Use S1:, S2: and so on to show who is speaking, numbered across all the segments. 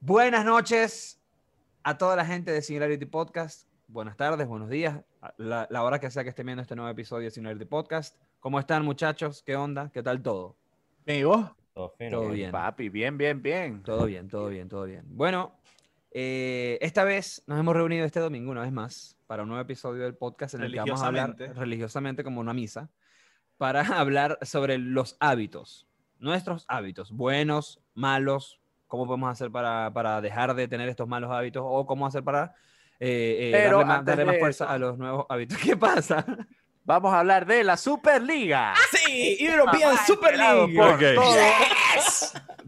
S1: Buenas noches a toda la gente de Singularity Podcast. Buenas tardes, buenos días, a la, la hora que sea que estén viendo este nuevo episodio de Singularity Podcast. ¿Cómo están, muchachos? ¿Qué onda? ¿Qué tal todo?
S2: Bien, ¿y vos?
S3: Todo fino.
S1: Todo bien.
S2: Papi, bien, bien, bien.
S1: Todo bien, todo bien, todo bien. Bueno, eh, esta vez nos hemos reunido este domingo una vez más para un nuevo episodio del podcast en el que vamos a hablar
S4: Religiosamente.
S1: religiosamente como una misa para hablar sobre los hábitos, nuestros hábitos, buenos, malos, cómo podemos hacer para, para dejar de tener estos malos hábitos o cómo hacer para eh, eh,
S2: Pero
S1: darle, más,
S2: antes
S1: darle más
S2: de
S1: fuerza
S2: eso-
S1: a los nuevos hábitos. ¿Qué pasa?
S2: Vamos a hablar de la Superliga.
S4: Sí, European Super
S2: Ah, Superliga.
S4: League.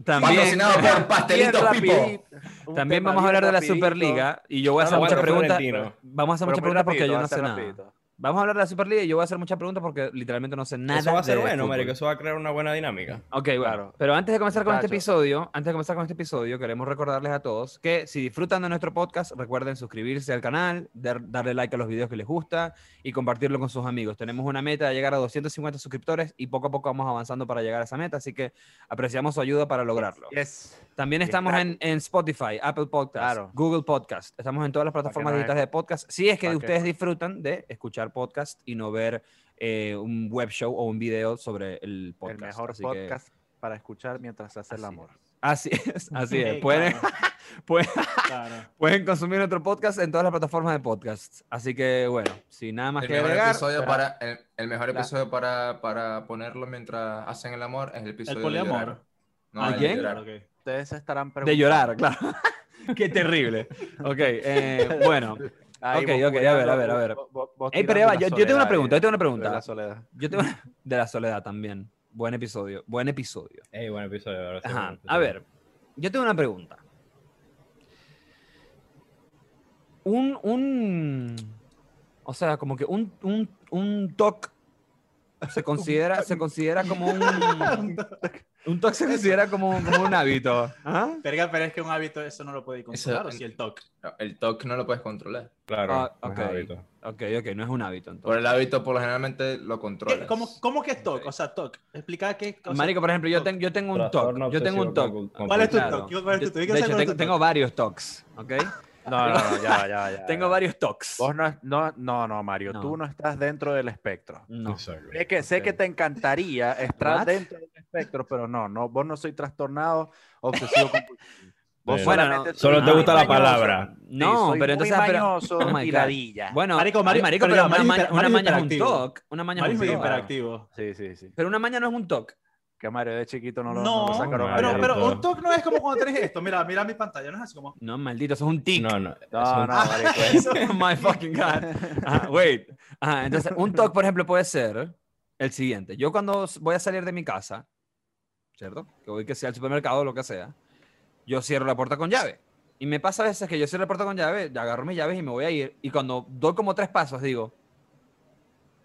S1: También,
S5: Patrocinado por Pastelitos Pipo.
S1: también vamos a hablar de la Superliga y yo voy a
S3: No,
S1: hacer
S3: no,
S1: muchas
S3: bueno,
S1: preguntas.
S3: Florentino.
S1: Vamos a hacer muchas preguntas porque yo no sé nada. Vamos a hablar de la Superliga y yo voy a hacer muchas preguntas porque literalmente no sé nada.
S3: Eso va a ser
S1: de
S3: bueno,
S1: fútbol.
S3: marico. Eso va a crear una buena dinámica.
S1: Ok, bueno.
S2: Claro.
S1: Pero antes de comenzar con este
S2: Muchachos.
S1: episodio, antes de comenzar con este episodio, queremos recordarles a todos que si disfrutan de nuestro podcast, recuerden suscribirse al canal, dar- darle like a los videos que les gusta y compartirlo con sus amigos. Tenemos una meta de llegar a 250 suscriptores y poco a poco vamos avanzando para llegar a esa meta, así que apreciamos su ayuda para lograrlo.
S2: Yes.
S1: También
S2: Yes,
S1: estamos
S2: crack.
S1: en, en Spotify, Apple Podcast,
S2: Claro.
S1: Google Podcast. Estamos en todas las plataformas
S2: nos
S1: digitales de podcast. Si es que
S2: pa' que
S1: ustedes disfrutan de escuchar podcast y no ver eh, un web show o un video sobre el podcast.
S2: el mejor
S1: Así que-
S2: podcast para escuchar mientras se hace el
S1: Así
S2: amor.
S1: Así es, así es.
S4: Sí,
S1: Pueden,
S4: claro,
S1: pueden,
S4: claro.
S1: pueden consumir nuestro podcast en todas las plataformas de podcast. Así que bueno, sin nada más
S5: El
S1: que
S5: mejor
S1: agregar,
S5: episodio, para, el, el mejor
S2: la-
S5: episodio para, para ponerlo mientras hacen el amor es el episodio de
S4: poliamor?
S5: llorar. No,
S1: ¿Ah,
S5: el de
S1: quién?
S5: llorar.
S4: Claro, ok.
S2: Ustedes se estarán preguntando.
S1: de llorar, claro. Qué terrible. Ok, eh, bueno,
S2: Ahí
S1: Ok,
S2: vos
S1: ok, a ver, a
S2: cuidando,
S1: ver, a ver.
S2: vos- vos- vos
S1: Ey, pero
S2: tirando
S1: ya va,
S2: la
S1: yo- yo tengo una
S2: soledad
S1: pregunta,
S2: ahí,
S1: yo tengo una
S2: de
S1: pregunta.
S2: la soledad.
S1: yo tengo de la soledad también. Buen episodio, buen episodio.
S3: Ey, buen episodio. ahora sí, buen
S1: Ajá.
S3: episodio.
S1: A ver, yo tengo una pregunta. Un, un, o sea, como que un, un, un TOC se considera, se considera como un, un TOC se considera como, como un hábito. ¿Ah?
S4: Verga, pero es que un hábito eso no lo puede controlar,
S5: Eso-
S4: o si el toque.
S5: No, El toque no lo puedes controlar.
S3: Claro.
S1: Ah,
S3: más
S1: ok.
S3: hábito.
S1: Ok, ok, no es un hábito
S5: Por
S1: entonces.
S5: el hábito, por lo generalmente lo controlas.
S4: ¿Cómo, ¿Cómo que es toque? O sea, toque. Explica qué. o sea,
S1: Marico, por ejemplo, yo,
S4: TOC.
S1: ten- yo tengo un
S3: Trastorno
S1: TOC, yo tengo un
S3: obsesivo
S1: TOC.
S3: compul-
S4: ¿Cuál es tu
S3: compulsivo.
S1: Claro.
S4: TOC? ¿Cuál es tu
S1: Yo-
S4: TOC? Yo
S1: De
S4: sé
S1: hecho,
S4: cuál es
S1: tengo,
S4: tu
S1: tengo
S4: TOC.
S1: varios TOCs, ¿ok?
S2: No, no, no, ya, va, ya, va, ya. va.
S1: Tengo varios TOCs.
S2: Vos no, no, no, no, Mario,
S1: No.
S2: tú no estás dentro del espectro.
S1: No.
S3: Exacto.
S2: Sé que, sé que
S1: Ok.
S2: te encantaría estar
S1: What?
S2: dentro del espectro, pero no, no, vos no soy trastornado, obsesivo compulsivo. Vos
S3: Bueno,
S2: solamente
S1: no,
S2: sos
S3: Solo te
S2: muy
S3: gusta la
S2: mañoso.
S3: palabra.
S2: Sí,
S1: No, pero
S2: soy muy
S1: entonces... pero-
S2: mañoso
S1: oh my
S2: y
S1: God.
S2: ladilla.
S1: Bueno,
S4: Marico, Mari-
S1: ay, marico,
S4: pero
S1: pero,
S4: Mario
S1: una,
S4: es
S1: ma-
S4: hiper-
S1: una
S4: Mario es
S1: maña es un
S4: hiperactivo.
S1: TOC. Una maña
S4: Mario
S1: es
S4: es
S1: un
S4: muy
S1: TOC.
S4: hiperactivo.
S2: Sí, sí, sí.
S1: Pero una maña no es un TOC.
S2: Que Mario de chiquito no lo, no
S4: No,
S2: lo sacaron a
S4: pero,
S2: Mario.
S4: pero un toque no es como cuando tenés esto. Mira, mira mi pantalla, no es así como.
S1: No, maldito, eso es un tic.
S3: No, no. es
S2: No, no,
S3: un-
S2: marico, es-
S1: Oh my fucking God. Ajá, wait. Ajá, entonces, un TOC, por ejemplo, puede ser el siguiente. Yo cuando s- voy a salir de mi casa, ¿cierto? Que voy que sea al supermercado o lo que sea, yo cierro la puerta con llave. Y me pasa a veces que yo cierro la puerta con llave, agarro mis llaves y me voy a ir. Y cuando doy como tres pasos, digo,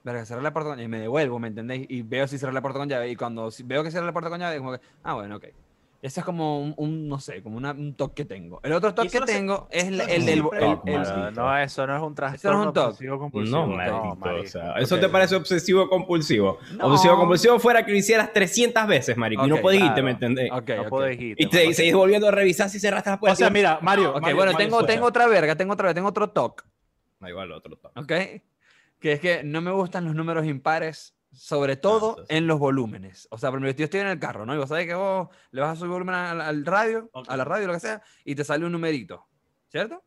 S1: verga, cerré la puerta con llave. Y me devuelvo, ¿me entendéis? Y veo si cerré la puerta con llave. Y cuando si- veo que cerré la puerta con llave, como que, ah, bueno, ok. Ese es como un, un, no sé, como una- un toque que tengo. El otro toque
S4: eso
S1: que
S4: lo se-
S1: tengo es el,
S4: eso
S1: el del...
S4: siempre-
S1: el-
S3: Toc,
S1: el-
S3: marico.
S2: No, no, eso no es un trastorno
S1: un TOC.
S2: obsesivo compulsivo.
S3: No, maldito, o
S2: marico.
S3: sea, ¿Eso
S1: Ok.
S3: te parece obsesivo compulsivo?
S1: No.
S3: Obsesivo compulsivo fuera que lo hicieras 300 veces, marico, y no
S1: Ok,
S3: podés irte,
S2: claro.
S3: ¿me entendés?
S1: ok,
S2: No
S1: ok.
S2: puedo decir.
S3: Y te, y seguís volviendo a revisar si cerraste la puerta.
S4: O sea, mira, Mario.
S1: Pues Ok,
S4: Mario-
S1: bueno,
S4: Mario
S1: tengo,
S4: Suárez.
S1: tengo otra verga, tengo otra verga, tengo otro TOC,
S3: Da igual otro. toc.
S1: ¿ok? Que es que no me gustan los números impares, sobre todo
S3: entonces-
S1: en los volúmenes. O sea, por ejemplo, yo estoy en el carro, ¿no? Y vos sabés que vos le vas a subir volumen al, al radio,
S4: Ok.
S1: a la radio, lo que sea, y te sale un numerito, ¿cierto?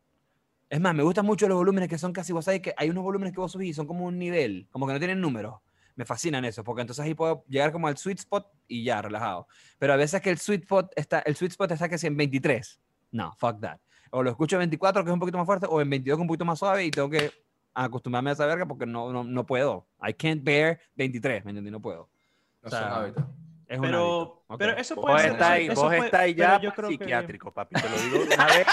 S1: Es más, me gustan mucho los volúmenes que son casi, vos sabés que hay unos volúmenes que vos subís y son como un nivel, como que no tienen números. Me fascinan esos, porque entonces ahí puedo llegar como al sweet spot y ya, relajado. Pero a veces que el sweet spot está, el sweet spot está que si en 23. No, fuck that. O lo escucho en 24, que es un poquito más fuerte, o en 22, que es un poquito más suave, y tengo que acostumbrarme a esa verga porque no, no, no puedo. I can't bear 23, ¿me entendí? No puedo.
S5: No son
S1: O sea,
S5: hábitos.
S1: Es un hábito.
S4: Pero,
S1: Ok.
S4: pero eso puede
S2: Vos
S4: ser.
S2: estáis,
S4: eso
S2: vos
S4: puede-
S2: estáis
S4: pero
S2: ya
S4: yo
S2: para
S4: creo que-
S2: psiquiátrico, papi, te lo digo de una vez.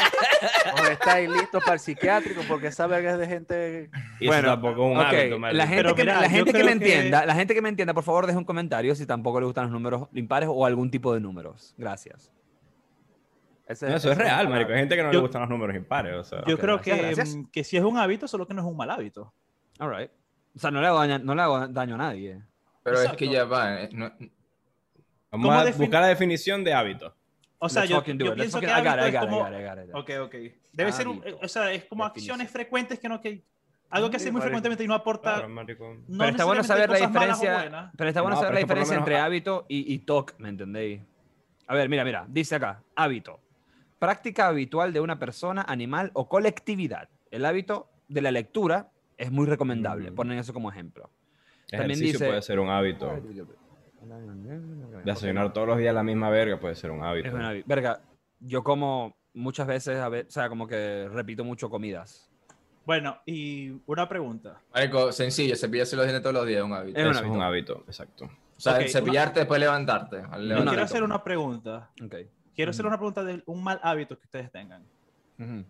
S2: Vos estáis listos para el psiquiátrico porque esa verga es de gente.
S3: Y
S1: Bueno,
S3: eso tampoco es un
S1: Ok,
S3: hábito, marico.
S1: la gente,
S4: Pero
S1: que, me-
S4: mira,
S1: la
S4: yo
S1: gente que
S4: creo
S1: me
S4: que-
S1: entienda, la gente que me entienda, por favor, deje un comentario si tampoco le gustan los números impares o algún tipo de números. Gracias.
S2: ese-
S3: No, eso es
S2: ese-
S3: real, marico. Hay gente que no le
S4: Yo-
S3: gustan los números impares, o sea.
S4: Yo
S1: Ok,
S4: creo
S1: gracias,
S4: que,
S1: gracias.
S4: mm, que sí es un hábito, solo que no es un mal hábito.
S1: All right. O sea, no le hago daño, no le hago daño a nadie.
S5: Pero es
S4: Exacto.
S5: que ya va. eh, no-
S3: Vamos
S4: ¿Cómo
S3: a
S4: defin-
S3: buscar la definición de hábito.
S4: O O sea,
S1: Let's
S4: yo,
S1: fucking do
S4: yo
S1: it. Let's
S4: pienso
S1: fucking-
S4: que
S1: I got it,
S4: hábito
S1: I
S4: es
S1: got it,
S4: como...
S1: I got it, I got it.
S4: Ok, ok. Debe ser, un-
S1: Hábito.
S4: o sea, es como
S1: Definición.
S4: acciones frecuentes que no que algo que haces
S3: Sí,
S4: muy
S3: marico.
S4: frecuentemente y no aporta.
S3: Claro, marico.
S4: No
S1: pero está bueno saber la
S4: necesariamente cosas malas o
S1: diferencia.
S4: buenas.
S1: Pero está bueno
S3: No,
S1: saber
S3: pero
S1: la
S3: es que por lo
S1: diferencia
S3: menos-
S1: entre hábito y, y TOC, ¿me entendéis? A ver, mira, mira, dice acá, hábito. Práctica habitual de una persona, animal o colectividad. El hábito de la lectura es muy recomendable.
S3: Ujú.
S1: Ponen eso como ejemplo. También
S3: Ejercicio
S1: dice-
S3: puede ser un hábito. Desayunar todos los días la misma verga puede ser un hábito.
S1: Es una vi- verga. Yo como muchas veces, a ve- o sea, como que repito mucho comidas.
S4: Bueno, y una pregunta.
S5: Marico, sencillo, cepillarse los dientes todos los días es un hábito.
S1: Es
S3: Eso
S1: un
S3: es un hábito, exacto.
S5: O sea,
S4: Ok,
S5: cepillarte después levantarte. Al
S1: No,
S4: Yo
S1: no,
S5: levantarte.
S4: quiero
S1: no.
S4: hacer una pregunta.
S1: Ok.
S4: Quiero hacer una pregunta de un mal hábito que ustedes tengan.
S1: Ujú.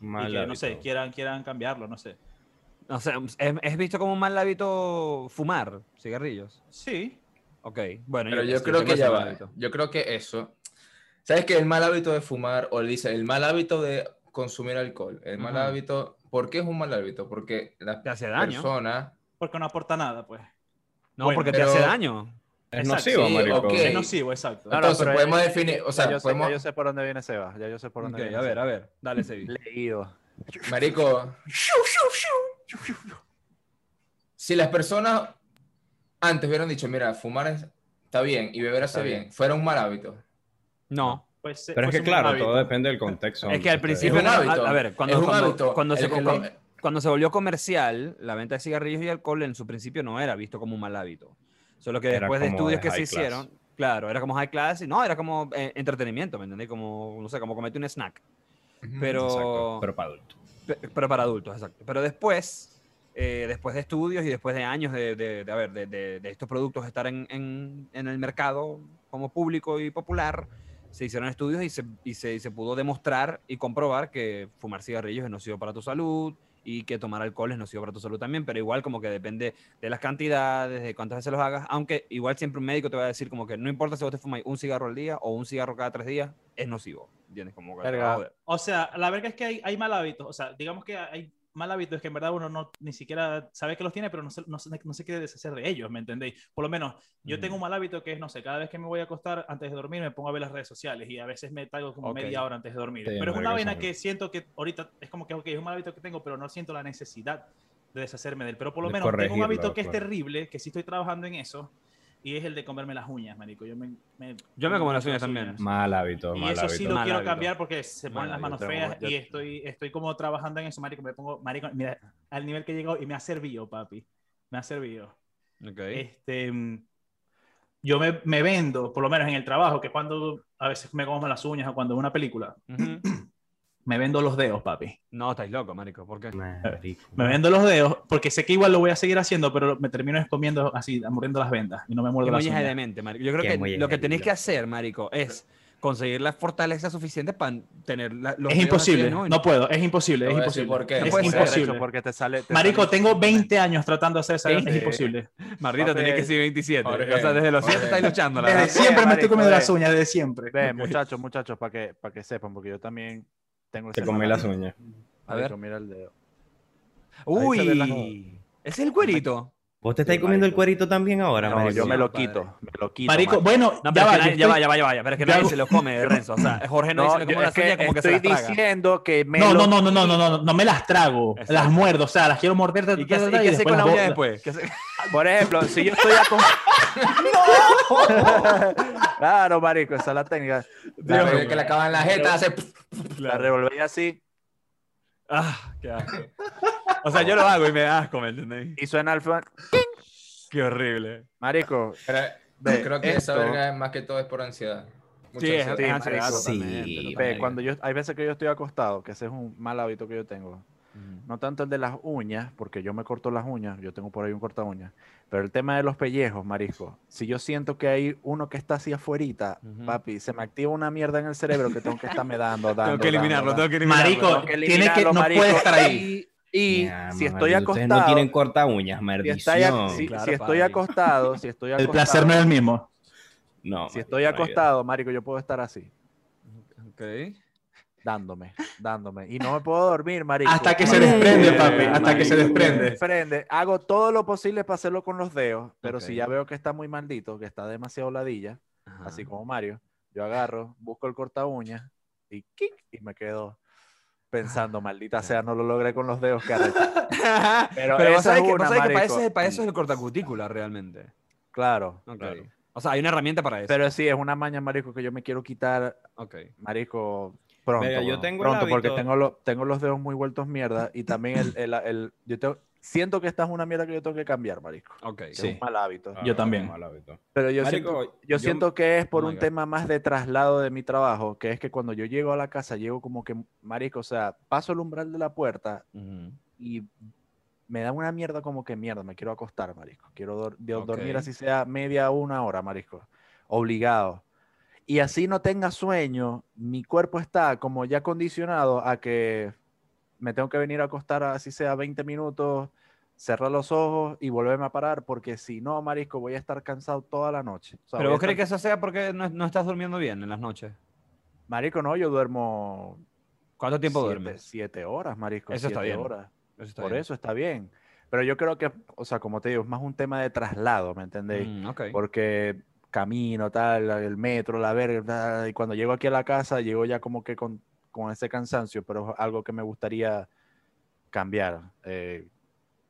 S3: Mal
S4: y que, no
S3: hábito.
S4: sé, quieran, quieran cambiarlo, no sé.
S1: O sea, es, es visto como un mal hábito fumar cigarrillos.
S4: Sí.
S1: Ok, bueno.
S5: Pero yo
S1: sí,
S5: creo
S1: tengo
S5: que
S1: ese
S5: ya
S1: mal
S5: va.
S1: hábito.
S5: Yo creo que eso. ¿Sabes que El mal hábito de fumar, o dice, el mal hábito de consumir alcohol. El mal
S1: Ajá.
S5: hábito. ¿Por qué es un mal hábito? Porque las
S1: Te hace daño.
S5: personas.
S4: Porque no aporta nada, pues.
S1: No,
S4: Bueno,
S1: porque
S5: pero-
S1: te hace daño.
S3: Es
S4: Exacto.
S3: nocivo,
S5: Sí,
S3: marico.
S5: ok.
S4: Es
S5: Sí.
S4: nocivo, exacto.
S2: Claro,
S5: entonces,
S2: pero
S5: podemos
S2: ya-
S5: definir. O sea,
S2: ya, yo sé,
S5: podemos.
S2: ya yo sé por dónde viene Seba. Ya yo sé por dónde
S1: Ok,
S2: viene
S1: a ver,
S2: Seba.
S1: a ver. Dale, Sebi.
S2: Leído.
S5: Marico. Si las personas antes hubieran dicho, mira, fumar es- está bien y beber hace
S2: Está
S5: bien.
S2: bien.
S5: fuera un mal hábito.
S1: No.
S4: Pues, eh,
S3: Pero es
S4: pues
S3: que
S4: un mal
S3: claro, todo
S4: hábito.
S3: depende del contexto.
S1: Es que al
S3: donde se te-
S5: Es
S1: principio
S5: un
S1: no- a-
S5: hábito.
S1: a ver, cuando-
S5: es un
S1: cuando-
S5: hábito.
S1: cuando se
S5: El que lo-
S1: compró- Cuando se volvió comercial, la venta de cigarrillos y alcohol en su principio no era visto como un mal hábito. Solo que
S3: Era
S1: después de
S3: como
S1: estudios que
S3: high
S1: se
S3: class.
S1: hicieron, claro, era como high class y no, era como eh, entretenimiento, ¿me entendéis? Como, no sé, como comete un snack.
S5: Ujú.
S1: Pero,
S3: Exacto, pero para adultos.
S1: Pe- Pero para adultos, exacto. Pero después, eh, después de estudios y después de años de, de- de, a ver, de, de- de estos productos estar en, en- en el mercado como público y popular, se hicieron estudios y se, y se, y se pudo demostrar y comprobar que fumar cigarrillos es nocivo para tu salud y que tomar alcohol es nocivo para tu salud también, pero igual como que depende de las cantidades, de cuántas veces los hagas, aunque igual siempre un médico te va a decir como que no importa si vos te fumas un cigarro al día o un cigarro cada tres días, es nocivo. ¿Entiendes? Como que,
S2: Verga.
S1: joder.
S4: O sea, la verdad es que hay, hay mal hábitos. O sea, digamos que hay mal hábitos que en verdad uno no ni siquiera sabe que los tiene, pero no se, no, se- no se quiere deshacer de ellos, ¿me entendéis? Por lo menos, yo
S1: Ujú.
S4: tengo un mal hábito que es, no sé, cada vez que me voy a acostar antes de dormir me pongo a ver las redes sociales y a veces me tardo como
S1: Ok.
S4: media hora antes de dormir.
S3: Sí,
S4: pero es una
S3: marico,
S4: vaina
S3: sí.
S4: que siento que ahorita es como que, ok, es un mal hábito que tengo, pero no siento la necesidad de deshacerme de él. Pero por lo
S3: De
S4: menos tengo un hábito
S3: corregirlo,
S4: que es
S3: claro.
S4: terrible, que sí estoy trabajando en eso, y es el de comerme las uñas, marico. Yo me,
S1: Yo me como las
S4: mucho
S1: uñas también.
S3: Mal hábito,
S4: y
S3: mal
S4: eso sí
S3: hábito.
S4: lo
S1: Mal
S4: quiero
S1: hábito.
S4: cambiar porque se ponen
S1: Mal
S4: las manos
S2: hábito,
S4: feas
S2: yo-
S4: y estoy, estoy como trabajando en eso, marico. Me pongo, marico, mira, al nivel que he llegado y me ha servido, papi. Me ha servido.
S1: Ok.
S4: Este, mm, yo me, me vendo, por lo menos en el trabajo, que cuando a veces me como las uñas o cuando veo una película,
S1: Ujú.
S4: me vendo los dedos, papi.
S1: No, estáis loco, marico. ¿Por qué?
S3: Marico.
S4: Me vendo los dedos porque sé que igual lo voy a seguir haciendo, pero me termino comiendo así, mordiendo las vendas y no me
S1: Qué
S4: muerdo las
S1: muñeca de
S4: uñas.
S1: mente, marico. Yo creo
S3: Qué
S1: que
S3: muñeca
S1: lo que
S3: de
S1: tenéis que
S3: loco.
S1: hacer, marico, es conseguir la fortaleza suficiente para tener la- los
S4: Es
S1: dedos
S4: imposible,
S1: así, ¿no?
S4: no puedo, es imposible,
S5: Te
S4: es
S5: voy a decir
S4: imposible.
S5: por qué.
S2: No
S4: Es
S2: puede ser
S4: imposible.
S2: eso porque te sale. te
S4: Marico,
S2: sale-
S4: tengo 20 años tratando de hacer esa es
S2: Sí.
S4: imposible.
S1: Maldito, tenéis que
S2: Papel.
S1: ser 27.
S5: Jorge,
S1: o sea, desde los 7
S5: Jorge.
S1: estáis luchando, la
S4: Desde
S1: verdad.
S2: Marico,
S4: siempre me estoy
S2: marico,
S4: comiendo
S2: eh.
S4: las uñas, desde siempre.
S2: Ve, muchachos, muchachos, para que, para que sepan, porque yo también tengo.
S3: Te
S2: ese
S3: comí
S2: mal
S3: las
S2: hábito.
S3: uñas.
S1: A ver.
S2: Marico, mira el dedo. Ahí se ve la-
S1: Uy. Es el cuerito.
S3: ¿Vos te
S2: estáis comiendo el
S3: cuerito también ahora,
S2: No, yo me lo
S1: padre.
S2: quito, me lo quito.
S4: Marico,
S2: marico.
S4: bueno,
S1: No,
S4: ya
S1: pero
S4: va,
S1: es que nadie-
S4: yo
S1: ya va,
S4: estoy-
S1: ya va, ya va, ya va, Pero es que
S4: yo
S1: nadie
S4: hago-
S1: se lo come, Renzo. O sea, Jorge no,
S2: No,
S1: dice
S2: yo-
S1: como
S2: es
S1: las
S2: que
S1: uñas como que se
S2: estoy
S1: las traga.
S2: diciendo que me
S4: No,
S2: lo
S4: no, no, no, no, no, no, no, no me las trago.
S1: Exacto.
S4: Las muerdo, o sea, las quiero morder. ta, ta,
S1: ¿Y qué
S4: ta,
S1: hace-
S4: ta,
S1: y
S4: y
S1: qué hace
S4: después
S1: con la
S4: las
S1: uña
S4: bo-
S1: después? ¿Qué hace-
S2: Por ejemplo, si yo estoy acom- Claro, marico, esa es la técnica.
S5: La
S1: Dios,
S5: verga que le acaban la jeta hace.
S2: La revolví así
S1: Ah, qué asco. O sea, yo lo hago y me da asco, ¿me entendéis?
S2: y suena al fan.
S1: Qué horrible.
S2: Marico,
S5: Pero
S2: Ve,
S5: yo creo que
S2: esto-
S5: esa verga más que todo es por ansiedad. Mucha
S1: Sí, es,
S5: ansiedad.
S2: sí,
S1: es
S2: marico,
S1: ansiedad
S3: sí,
S1: totalmente,
S3: ve,
S2: ve,
S1: totalmente.
S2: cuando yo, hay veces que yo estoy acostado, que ese es un mal hábito que yo tengo.
S1: Ujú.
S2: No tanto el de las uñas, porque yo me corto las uñas, yo tengo por ahí un corta uñas. Pero el tema de los pellejos, marico. Si yo siento que hay uno que está así afuerita,
S1: Ujú.
S2: papi, se me activa una mierda en el cerebro que tengo que estarme dando, dando.
S1: Tengo que
S2: dando,
S1: eliminarlo,
S2: dando.
S1: tengo que eliminarlo.
S4: Marico,
S2: Tengo que
S4: tiene que,
S2: eliminarlo,
S4: no
S2: marico.
S4: puede estar ahí.
S2: Y
S3: Ya,
S2: si
S3: mamá,
S2: estoy
S3: y
S2: acostado,
S3: Ustedes no tienen corta uñas,
S2: si, está-
S3: maldición.
S2: si-
S1: Claro,
S2: si estoy
S1: padre.
S2: acostado, si estoy
S4: El
S2: acostado,
S4: placer no es el mismo.
S3: No,
S2: si estoy acostado, marico, yo puedo estar así,
S1: Ok.
S2: dándome, dándome, y no me puedo dormir, marico.
S4: Hasta que se
S2: Cuando-
S4: desprende, papi.
S3: Eh,
S4: Hasta que se
S3: marico.
S4: desprende.
S2: Desprende. Hago todo lo posible para hacerlo con los dedos, pero si
S1: Ok.
S2: ya veo que está muy maldito, que está demasiado ladilla,
S1: Ajá.
S2: así como Mario, Yo agarro, busco el corta uña y ¡kic! y me quedo pensando, maldita sea, no lo logré con los dedos, cara.
S1: Pero,
S2: Pero
S1: vos
S2: esa
S1: sabés
S2: es
S1: que, vos
S2: una,
S1: sabés que para,
S2: marico.
S1: eso es, para eso es el cortacutícula realmente.
S2: Claro,
S1: Ok.
S2: claro.
S1: O sea, hay una herramienta para eso.
S2: Pero sí, es una maña, marico, que yo me quiero quitar,
S1: Ok.
S2: marico, pronto.
S3: Verga, yo
S2: weón,
S3: tengo el
S2: pronto, porque
S3: hábito-
S2: tengo, lo- tengo los dedos muy vueltos mierda y también el, el- el- yo tengo- siento que esta es una mierda que yo tengo que cambiar, marico.
S1: Ok.
S2: que
S4: Sí.
S2: Es un mal hábito.
S3: Ah,
S4: Yo también.
S3: qué mal hábito.
S2: Pero yo,
S3: Marico,
S2: siento, yo
S3: yo-
S2: siento que es por
S1: Oh my
S2: un
S1: God.
S2: tema más de traslado de mi trabajo, que es que cuando yo llego a la casa, llego como que, marico, o sea, paso el umbral de la puerta
S1: Ujú.
S2: y me da una mierda como que mierda, me quiero acostar, marisco. Quiero dor- de-
S1: Ok.
S2: dormir así sea media una hora, marisco. Obligado. Y así no tenga sueño, mi cuerpo está como ya condicionado a que me tengo que venir a acostar así sea 20 minutos, cerrar los ojos y volverme a parar, porque si no, marisco, voy a estar cansado toda la noche. O sea,
S1: Pero
S2: voy a
S1: vos crees que
S2: estar-
S1: eso sea porque no, no estás durmiendo bien en las noches.
S2: Marisco, no, yo duermo...
S1: ¿Cuánto tiempo
S2: siete,
S1: duermes?
S2: Siete horas, marisco.
S1: Eso está
S2: siete
S1: bien.
S2: horas.
S1: está
S2: Por
S1: bien.
S2: eso está bien. Pero yo creo que, o sea, como te digo, es más un tema de traslado, ¿me entendéis?
S1: Mm, ok.
S2: Porque camino, tal, el metro, la verga, tal, y cuando llego aquí a la casa, llego ya como que con, con ese cansancio, pero es algo que me gustaría cambiar. eh,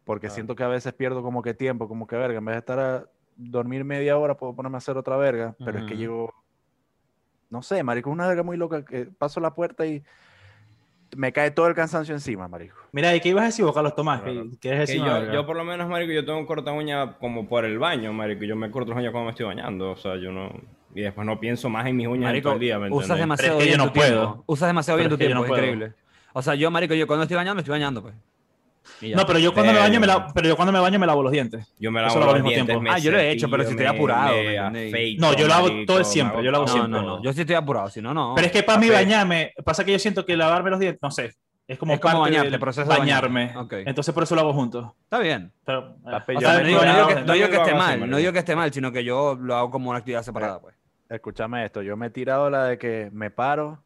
S2: porque
S1: Claro.
S2: siento que a veces pierdo como que tiempo, como que verga, en vez de estar a dormir media hora, puedo ponerme a hacer otra verga, pero es que
S1: Ujú.
S2: llego, no sé, marico, es una verga muy loca, que paso la puerta y me cae todo el cansancio encima, marico.
S4: Mira, ¿y qué ibas a decir vos, Carlos Tomás? ¿Qué-
S3: Claro.
S4: qué es
S3: Que
S4: decir?
S3: yo,
S4: verga?
S3: yo por lo menos, marico, yo tengo corta uña como por el baño, marico. Yo me corto las uñas cuando me estoy bañando, o sea, yo no... Y después no pienso más en mis uñas en
S1: Marico,
S3: todo el día, ¿me
S1: usas
S3: entiendes?
S1: demasiado
S4: Pero es que
S1: bien
S4: yo
S1: tu
S4: no puedo.
S1: tiempo. Usas demasiado bien
S4: Pero
S1: tu
S4: es que yo
S1: tiempo,
S4: no puedo.
S1: increíble. O sea, yo, marico, yo cuando estoy bañando, me estoy bañando, pues. Y ya.
S4: No, pero yo cuando me
S3: Verga.
S4: baño me
S1: Eh.
S4: lavo, pero yo cuando me baño me lavo los dientes.
S3: Yo me
S4: Eso
S3: lavo
S4: lo hago al
S3: los
S4: mismo
S3: dientes,
S4: tiempo.
S3: me
S1: Ah, yo lo he hecho, pero si estoy
S3: cepillo, me-
S1: apurado,
S3: me
S1: ¿me entendéis?
S3: afeito,
S4: No, yo lo hago
S3: marico,
S4: todo
S3: me
S4: siempre, yo lo hago
S1: no,
S4: siempre.
S1: no, no. Yo sí estoy apurado, si no, no.
S4: Pero es que para mí
S3: ok.
S4: bañarme, pasa que yo siento que lavarme los dientes, no sé, es como
S1: Es como
S4: parte
S1: bañarte,
S4: del
S1: proceso de
S4: bañarme.
S1: bañarte. Ok.
S4: Entonces por eso lo hago juntos.
S1: Está bien.
S4: Pero, eh,
S2: Papi,
S1: O
S2: yo
S1: sea,
S2: me-
S1: no digo, no
S2: yo-
S1: digo que, no digo
S3: yo
S1: que
S3: me lo
S1: esté
S3: hago así,
S1: mal, no
S3: marico.
S1: digo que esté mal, sino que yo lo hago como una actividad separada, pues.
S2: Escúchame esto, yo me he tirado la de que me paro,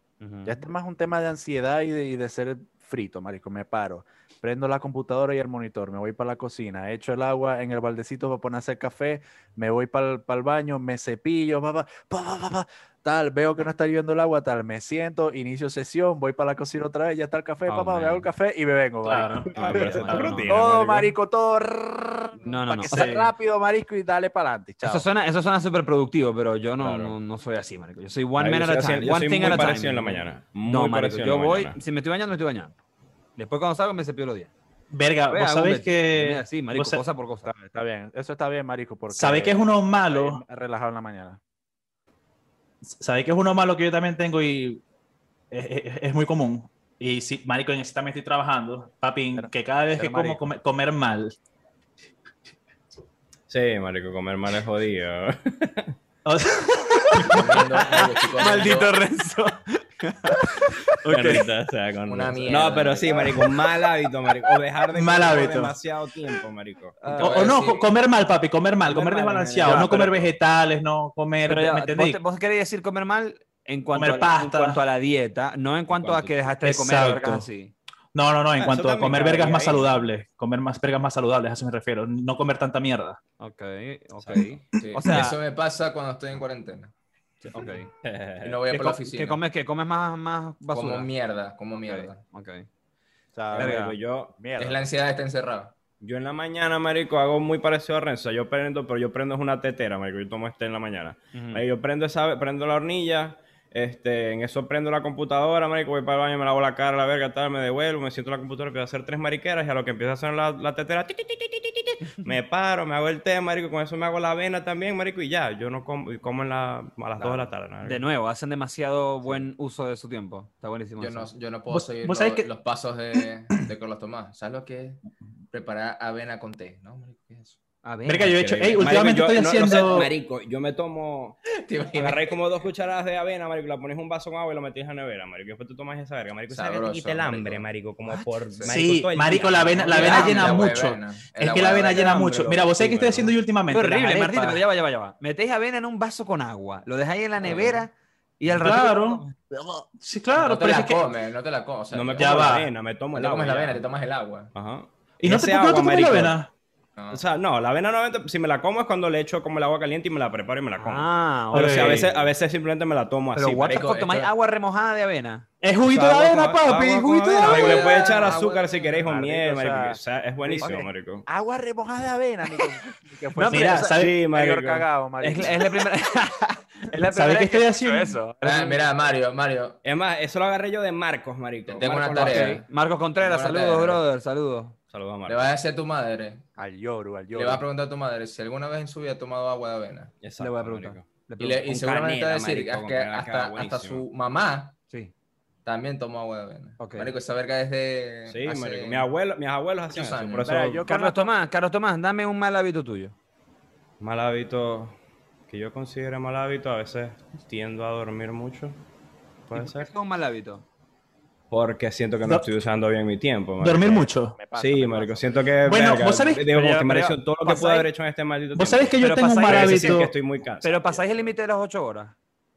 S2: ya está más un tema de ansiedad y de, y de ser frito, marico, me paro, prendo la computadora y el monitor, me voy para la cocina, echo el agua en el baldecito para poner a hacer café, me voy para el, baño, me cepillo, pa, pa, pa, pa, pa, pa, tal, veo que no está hirviendo el agua, tal, me siento, inicio sesión, voy para la cocina otra vez, ya está el café,
S1: Oh,
S2: papá, me hago
S1: man.
S2: el café y me vengo, marico.
S4: claro.
S3: Ah, pero esa es tu
S1: Claro, no.
S3: rutina,
S2: Todo,
S3: marico.
S2: marico, todo, rrrr,
S1: No, no,
S2: pa'
S1: no.
S2: que
S1: O
S2: sea
S4: sea,
S2: rápido, marico, y dale para adelante, chao.
S1: Eso suena, eso suena súper productivo, pero yo no,
S3: Claro.
S1: no, no soy así, marico. Yo soy one
S3: Marico,
S1: man
S3: yo
S1: at a
S3: soy así-
S1: time.
S3: yo
S1: one
S3: soy
S1: thing
S3: muy
S1: at a
S3: parecido
S1: time.
S3: en la mañana.
S1: no,
S3: muy
S1: marico,
S3: parecido en
S1: yo
S3: la
S1: voy,
S3: mañana.
S1: si me estoy bañando, me estoy bañando. Después cuando salgo me cepillo los dientes.
S4: Verga,
S1: Vea,
S4: Ah, vos sabéis
S1: hombre, mira,
S4: que
S1: Sí, marico,
S4: vos sa-
S1: cosa por cosa.
S2: Está bien, eso está bien, marico, porque...
S4: sabéis que es uno malo,
S2: Ahí, Relajado en la mañana.
S4: sabéis que es uno malo que yo también tengo y es, es- es muy común. Y sí, marico, en eso también estoy trabajando, papi,
S2: Pero-
S4: que cada vez
S2: pero
S4: que como
S2: marico.
S4: come- comer mal.
S3: Sí, marico, comer mal es jodido.
S4: O sea,
S5: Comiendo algo, estoy comiendo-
S1: Renzo.
S3: Maldita sea, con
S5: Una
S3: razón.
S5: mierda,
S3: No, pero sí, marico, mal hábito, marico. O dejar de
S4: Mal
S3: comer por
S4: hábito.
S3: demasiado tiempo, marico.
S5: Ah,
S4: o, o no, co- comer mal, papi, comer mal,
S3: Comer
S4: comer,
S3: mal,
S4: desbalanceado,
S3: ya,
S4: no comer
S3: pero-
S4: vegetales, no comer,
S1: Pero ya,
S4: ¿me
S1: vos,
S4: entendéis?
S1: te- vos querés decir comer mal en cuanto, a,
S4: Comer
S1: la, en
S4: pasta.
S1: cuanto a la dieta, no en cuanto, a
S3: cuanto-
S1: que dejaste de comer vergas
S4: Exacto.
S1: así.
S4: No, no, no,
S3: Ah,
S4: en cuanto
S3: eso
S4: a comer
S3: también
S4: vergas
S3: caería
S4: más
S3: ahí.
S4: saludables, comer más vergas más saludables, a eso me refiero, no comer tanta mierda.
S1: Ok, ok.
S3: Exacto.
S5: Sí,
S1: O sea-
S5: eso me pasa cuando estoy en cuarentena.
S1: ok.
S5: Y no voy a
S1: ¿Qué,
S5: por la
S1: co-
S5: oficina.
S1: qué comes? ¿Qué comes más, más basura?
S5: como mierda, como mierda.
S1: Ok, ok.
S2: O sea,
S1: Verga.
S3: Marico, yo,
S2: mierda.
S5: Es la ansiedad de estar encerrado.
S3: yo en la mañana, marico, hago muy parecido a Renzo. O sea, Yo prendo, pero yo prendo es una tetera, marico. Yo tomo este en la mañana.
S4: Mm.
S3: Marico, yo prendo esa, prendo la hornilla, este, en eso prendo la computadora, marico, voy para el baño, me lavo la cara, la verga, tal, me devuelvo, me siento en la computadora, empiezo a hacer tres mariqueras y a lo que empiezo a hacer la, la tetera, ti, ti, ti, ti, ti, ti, ti, me paro, me hago el té, marico, con eso me hago la avena también, marico, y ya, yo no como, y como en la, a las dos de la tarde, marico.
S1: De nuevo, hacen demasiado buen uso de su tiempo. Está buenísimo.
S5: Yo
S1: eso.
S5: no, yo no puedo
S4: Vos-
S5: seguir
S4: vos
S5: lo-
S4: sabés que-
S5: los pasos de, de Carlos Tomás. ¿Sabes lo que es? Preparar avena con té. No, marico, ¿qué es eso?
S1: A ver.
S4: Verga, yo he hecho,
S3: Increíble.
S4: ey, últimamente
S3: Marico, yo-
S4: estoy
S3: no- no sé,
S4: haciendo...
S3: marico, yo me tomo...
S5: ¿Te imaginas?
S3: Agarré como dos cucharadas de avena, marico, la pones en un vaso con agua y la metes en la nevera, marico. Después tú tomas esa verga, marico. Esa verga te
S5: Sabroso,
S3: quita el
S5: marico.
S3: hambre, marico. Como por...
S5: Sí,
S4: Sí,
S3: todo el
S4: marico,
S3: día,
S4: la
S3: marico.
S4: avena, la avena
S5: Ah,
S4: llena
S5: la
S4: mucho.
S5: huevena.
S4: Es que la avena llena
S3: hambre,
S4: mucho.
S3: loco,
S4: Mira, vos
S3: sí,
S4: sabés que estoy
S3: huevón.
S4: haciendo yo
S1: Qué
S4: últimamente.
S1: horrible,
S4: Las
S1: Martito,
S4: arepas.
S1: pero ya va, ya va, ya va. Metéis avena en un vaso con agua, lo dejáis en la nevera y al rato.
S4: Claro. Sí, claro,
S5: no te
S4: pero
S5: la
S4: es que...
S5: comes, no te la comes. O sea,
S3: No me
S5: ya
S3: como
S5: va.
S3: la
S4: va.
S3: avena, me tomo
S5: No
S3: el
S5: te
S3: agua.
S5: comes la
S3: ya.
S5: avena, te tomas el agua.
S3: Ajá.
S4: ¿Y no
S3: Ese
S4: te, por qué no te
S3: agua,
S4: comes la
S3: marico.
S4: avena?
S5: No.
S3: O sea, no, la avena normalmente, si me la como es cuando le echo como el agua caliente y me la preparo y me la como.
S1: Ah,
S3: Pero
S1: ok.
S3: si a veces, a veces simplemente me la tomo así.
S1: Pero what the
S5: marico,
S1: fuck, tomáis
S5: esto-
S1: agua remojada de avena.
S4: Es juguito de
S3: Agua con-
S4: avena, papi.
S3: agua con
S4: Juguito de
S3: avena,
S4: avena.
S3: marico, Le puedes echar
S5: Agua-
S3: azúcar si queréis o
S2: Marico,
S3: miel,
S2: o
S3: marico.
S2: sea,
S3: O sea, es buenísimo,
S2: ok.
S3: marico.
S2: Agua remojada de avena, amigo. que fue
S1: No,
S2: mira,
S4: Mira,
S1: Pero,
S4: ¿sabes?
S3: Sí,
S2: mayor
S3: marico.
S2: cagado,
S1: Es
S2: marico.
S1: la, es la primera. es la
S4: ¿Sabes
S1: primera
S4: qué
S1: vez
S4: estoy
S1: que
S4: haciendo?
S1: escucho eso.
S5: Ah, mira, Mario, Mario.
S3: Es más, eso lo agarré yo de Marcos, marico.
S5: Tengo una
S3: Marcos lo
S5: tarea.
S3: hace.
S1: Marcos Contreras,
S5: Buena
S1: saludos,
S5: tarea.
S1: brother, saludos.
S3: Saludos a
S5: Le
S3: Marcos.
S5: vas a decir a tu madre.
S2: Al lloro, al
S5: Le
S2: lloro.
S5: vas a preguntar a tu madre si alguna vez en su vida ha tomado agua de avena.
S3: Exacto,
S1: Le voy a preguntar.
S3: marico.
S1: Le
S5: Y, le- y
S1: pregunto.
S3: Con
S5: seguramente va a
S3: canela,
S5: decir
S3: marico,
S5: que
S3: con canela
S5: hasta,
S3: queda
S5: hasta
S3: buenísimo.
S5: su mamá
S1: Sí.
S5: también tomó agua de avena.
S1: Ok.
S5: Marico, esa verga es de.
S3: Sí,
S5: hace-
S3: marico. Mi abuelo, mis abuelos hacían
S5: muchos
S3: eso.
S5: años.
S3: Por eso,
S2: Mira, yo
S1: Carlos Tomás, Carlos Tomás, dame un mal hábito tuyo.
S3: mal hábito que yo considero mal hábito, a veces tiendo a dormir mucho.
S1: ¿Por
S3: Puede
S1: qué
S3: ser.
S1: es un mal hábito?
S3: Porque siento que no
S4: Do-
S3: estoy usando bien mi tiempo, marico.
S4: Dormir mucho.
S2: Me pasa,
S3: sí,
S2: me
S3: marico,
S2: pasa.
S3: siento que.
S4: Bueno, vos sabés-
S3: Digo,
S1: pero-
S3: como que me
S1: pero-
S3: mereció todo lo que pude
S1: pasáis-
S3: haber hecho en este maldito tiempo.
S4: Vos sabés que yo
S1: Pero
S4: tengo un
S1: pasáis-
S4: mal
S3: Pero sí, sí, es que
S4: hábito.
S3: estoy muy cansado.
S1: Pero pasáis el límite de las 8 horas.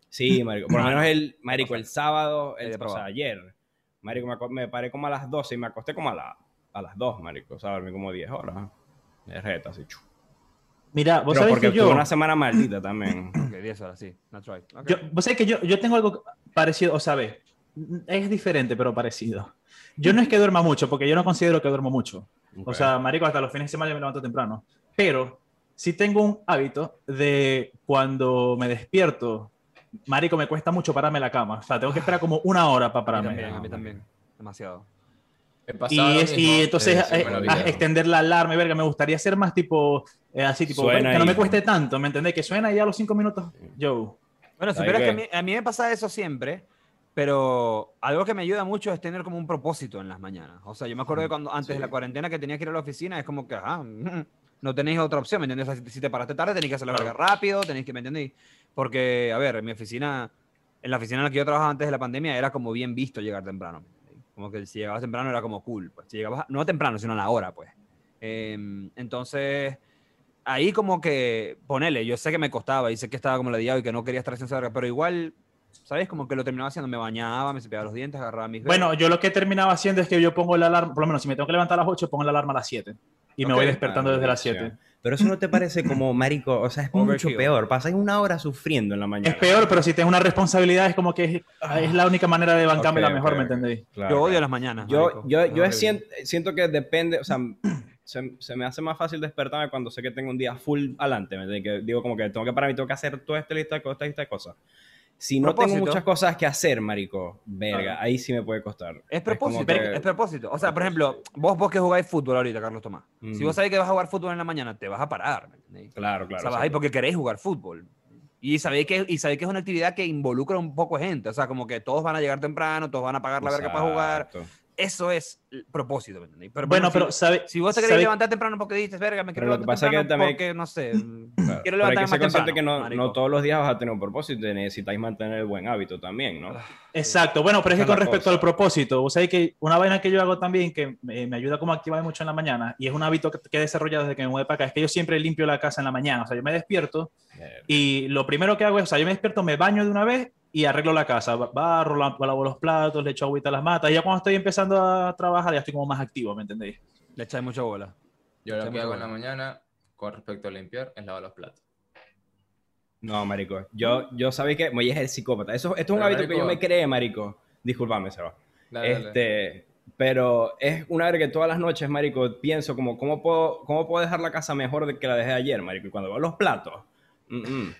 S3: Sí, marico. Por lo menos el, marico, el sábado, el,
S1: Ahí de
S3: o sea,
S1: probado.
S3: ayer, marico, me, aco- me paré como a las 12 y me acosté como a, la, a las 2, marico. O sea, dormí como 10 horas. De reta, así. chu.
S4: Mira, vos
S3: Pero
S4: sabés
S3: porque
S4: que
S3: tuve
S4: yo.
S3: una semana maldita también.
S1: Ok, 10 horas, sí. That's right. Ok.
S4: Yo, vos sabés que yo, yo tengo algo parecido, o sea, ve, es diferente, pero parecido. Yo no es que duerma mucho, porque yo no considero que duermo mucho. O
S3: Ok.
S4: sea, marico, hasta los fines de semana yo me levanto temprano. Pero sí tengo un hábito de cuando me despierto, marico, me cuesta mucho pararme de la cama. O sea, tengo que esperar como una hora para
S1: a mí
S4: pararme.
S1: también, a mí
S3: no,
S1: también. Demasiado.
S5: Me pasaba
S4: Y,
S5: lo
S4: es- y
S5: mismo.
S4: entonces
S5: Sí, sí,
S4: eh,
S5: me lo
S4: ah,
S5: olvidé.
S4: extender la alarma, y verga, me gustaría ser más tipo, eh, así tipo,
S3: Suena
S4: que no
S3: y-
S4: me cueste tanto, ¿me entendés? Que suena y ya a los cinco minutos, yo.
S1: Bueno,
S3: Ahí
S1: supieras que a mí,
S3: ve.
S1: a mí me pasa eso siempre, pero algo que me ayuda mucho es tener como un propósito en las mañanas. O sea, yo me acuerdo de cuando antes de la cuarentena que tenía que ir a la oficina, es como que, ajá, mm, no tenéis otra opción, ¿me entiendes? O sea, si, si te paraste tarde, tenéis que hacer la verga rápido, tenéis que, ¿me entendéis? Porque, a ver, en mi oficina, en la oficina en la que yo trabajaba antes de la pandemia, era como bien visto llegar temprano. ¿me entendéis? Como que si llegabas temprano era como cool, pues. Si llegabas, no temprano, sino a la hora, pues. Em, entonces, ahí como que, ponele, yo sé que me costaba y sé que estaba como la y que no quería estar haciendo esa verga, pero igual, ¿sabes? Como que lo terminaba haciendo, me bañaba, me cepillaba los dientes, agarraba mis
S4: Bueno, yo lo que he terminado haciendo es que yo pongo la alarma, por lo menos si me tengo que levantar a las 8, pongo la alarma a las 7. Y me
S5: Ok,
S4: voy despertando
S3: Ah,
S4: desde las
S3: sí.
S4: 7.
S3: Pero eso no te parece como, marico, o sea, es mucho
S1: Overkill.
S3: peor. Pasáis una hora sufriendo en la mañana.
S4: Es peor, pero si tienes una responsabilidad es como que es, es la única manera de bancarme
S3: Ok,
S4: la mejor,
S3: ok,
S4: ¿me
S3: ok.
S4: entendéis?
S3: Claro,
S1: yo odio
S3: claro.
S1: las mañanas.
S3: Yo,
S1: marico.
S3: yo,
S1: Es
S3: yo
S1: horrible.
S3: siento, siento que depende, o sea, se, se me hace más fácil despertarme cuando sé que tengo un día full adelante. ¿me entiendes? Que digo como que tengo que parar y tengo que hacer toda esta lista de cosas, esta lista de cosas. Si no
S1: Propósito.
S3: tengo muchas cosas que hacer, marico, verga, ahí sí me puede costar.
S1: Es
S3: como
S1: propósito,
S3: que-
S1: es propósito. O sea, por ejemplo, vos, vos que jugáis fútbol ahorita, Carlos Tomás. Si
S3: Ujú.
S1: vos sabés que vas a jugar fútbol en la mañana, te vas a parar. ¿me entendéis?
S3: Claro,
S1: o
S3: claro.
S1: sea, vas ahí porque queréis jugar fútbol. Y sabéis, que, y sabéis que es una actividad que involucra un poco de gente. O sea, como que todos van a llegar temprano, todos van a pagar la verga para jugar. Eso es el propósito, ¿me entendéis? Pero
S4: Bueno,
S1: si-
S4: pero ¿sabes?
S1: Si vos te querés levantar temprano porque dices, verga, me quiero
S3: Pero lo que
S1: levantar
S3: pasa es que
S1: temprano
S3: también-
S1: porque, no sé, quiero
S3: Quiero Pero hay
S1: levantarme
S3: que
S1: más
S3: ser consciente
S1: temprano.
S3: que no,
S1: marico.
S3: no todos los días vas a tener un propósito y necesitáis mantener el buen hábito también, ¿no?
S1: Ah.
S4: Exacto, bueno, pero es
S3: Esa
S4: que
S3: es la
S4: con respecto
S3: cosa.
S4: al propósito, vos sabés que una vaina que yo hago también que me, me ayuda como a activarme mucho en la mañana y es un hábito que, que he desarrollado desde que me mudé para acá, es que yo siempre limpio la casa en la mañana, o sea, yo me despierto
S3: Verga.
S4: y lo primero que hago es, o sea, yo me despierto, me baño de una vez y arreglo la casa, Ba- barro, la- lavo los platos, le echo agüita a las matas y ya cuando estoy empezando a trabajar ya estoy como más activo, ¿me entendéis?
S1: Le echáis mucha bola.
S5: Yo
S1: Está
S5: lo que
S1: muy
S5: hago en
S1: bueno.
S5: la mañana con respecto a limpiar es lavar los platos.
S3: No, marico. Yo, yo sabéis que Moyes es el psicópata. Eso, esto es un
S5: Pero,
S3: hábito que yo
S5: marico-
S3: me creé, marico. Disculpame, Seba.
S5: Dale, dale.
S3: Este, pero es una verga que todas las noches, marico, pienso como, ¿cómo puedo, cómo puedo dejar la casa mejor de que la dejé ayer, marico? Y cuando veo los platos, mm, mm,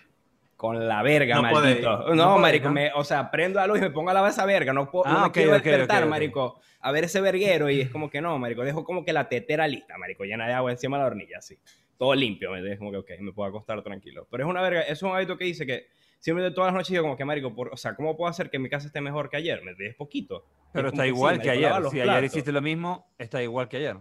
S3: con la verga,
S4: No
S3: maldito.
S4: podéis,
S3: No,
S1: no podéis,
S3: marico,
S1: ¿no?
S3: me- o sea, prendo la luz y me pongo a lavar esa verga. No, puedo, no
S1: Ah,
S3: me
S1: ok,
S3: quiero
S1: ok, ok,
S3: despertar,
S1: ok.
S3: marico, a ver ese verguero. Y es como que no, marico, dejo como que la tetera lista, marico, llena de agua encima de la hornilla, así. Todo limpio, me es como que, ok, me puedo acostar tranquilo. Pero es una verga, es un hábito que dice que siempre todas las noches digo como que, marico, por, o sea, ¿cómo puedo hacer que mi casa esté mejor que ayer? Me es poquito.
S1: Pero
S3: Es como
S1: está igual
S3: sí,
S1: que
S3: marico, lava
S1: ayer.
S3: los
S1: Si ayer
S3: platos.
S1: hiciste lo mismo, está igual que ayer.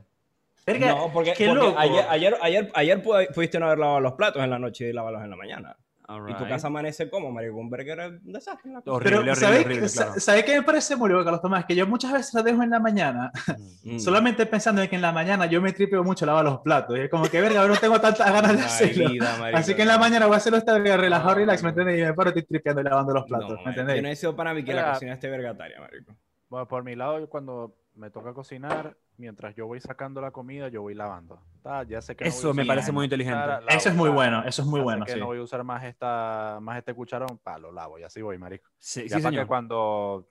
S4: Verga,
S3: no, porque,
S4: qué
S3: porque
S4: loco.
S3: ayer, ayer, ayer, ayer pu- pudiste no haber lavado los platos en la noche y lavarlos en la mañana. Y tu
S1: Alright.
S3: casa amanece como, marico, un burger es un desastre. la cosa.
S1: Horrible, horrible,
S4: ¿sabes,
S1: horrible,
S4: sa-
S1: claro.
S4: ¿sabes qué me parece muy loco, Carlos Tomás? Que yo muchas veces la dejo en la mañana
S3: Mm.
S4: Solamente pensando en que en la mañana yo me tripeo mucho lavar los platos. Y es como que, verga, ahora no tengo tantas ganas de
S3: Ay,
S4: hacerlo.
S3: vida, marico.
S4: Así que en la mañana voy a hacerlo esta verga, relajado,
S3: No,
S4: relax, ¿me
S3: marico.
S4: entiendes? Y me paro, estoy tripeando y lavando los
S3: No,
S1: eh,
S4: platos, ¿me
S3: marico, Yo
S4: entendéis?
S3: no he sido para mí que la
S2: Era-
S3: cocina esté vergataria, marico.
S2: Bueno, por mi lado, yo cuando me toca cocinar, mientras yo voy sacando la comida, yo voy lavando. Ta, ya sé que no voy a
S1: Eso me
S2: usar-
S1: parece
S4: bueno.
S1: muy inteligente.
S2: la- la-
S4: Eso es muy
S2: la-
S4: bueno, eso es muy
S2: ya sé
S4: bueno,
S2: que
S4: sí.
S2: no voy a usar más, esta, más este cucharón, pa, lo lavo y así voy, marico.
S1: Sí,
S2: Ya
S1: sí,
S2: para
S1: señor.
S2: que cuando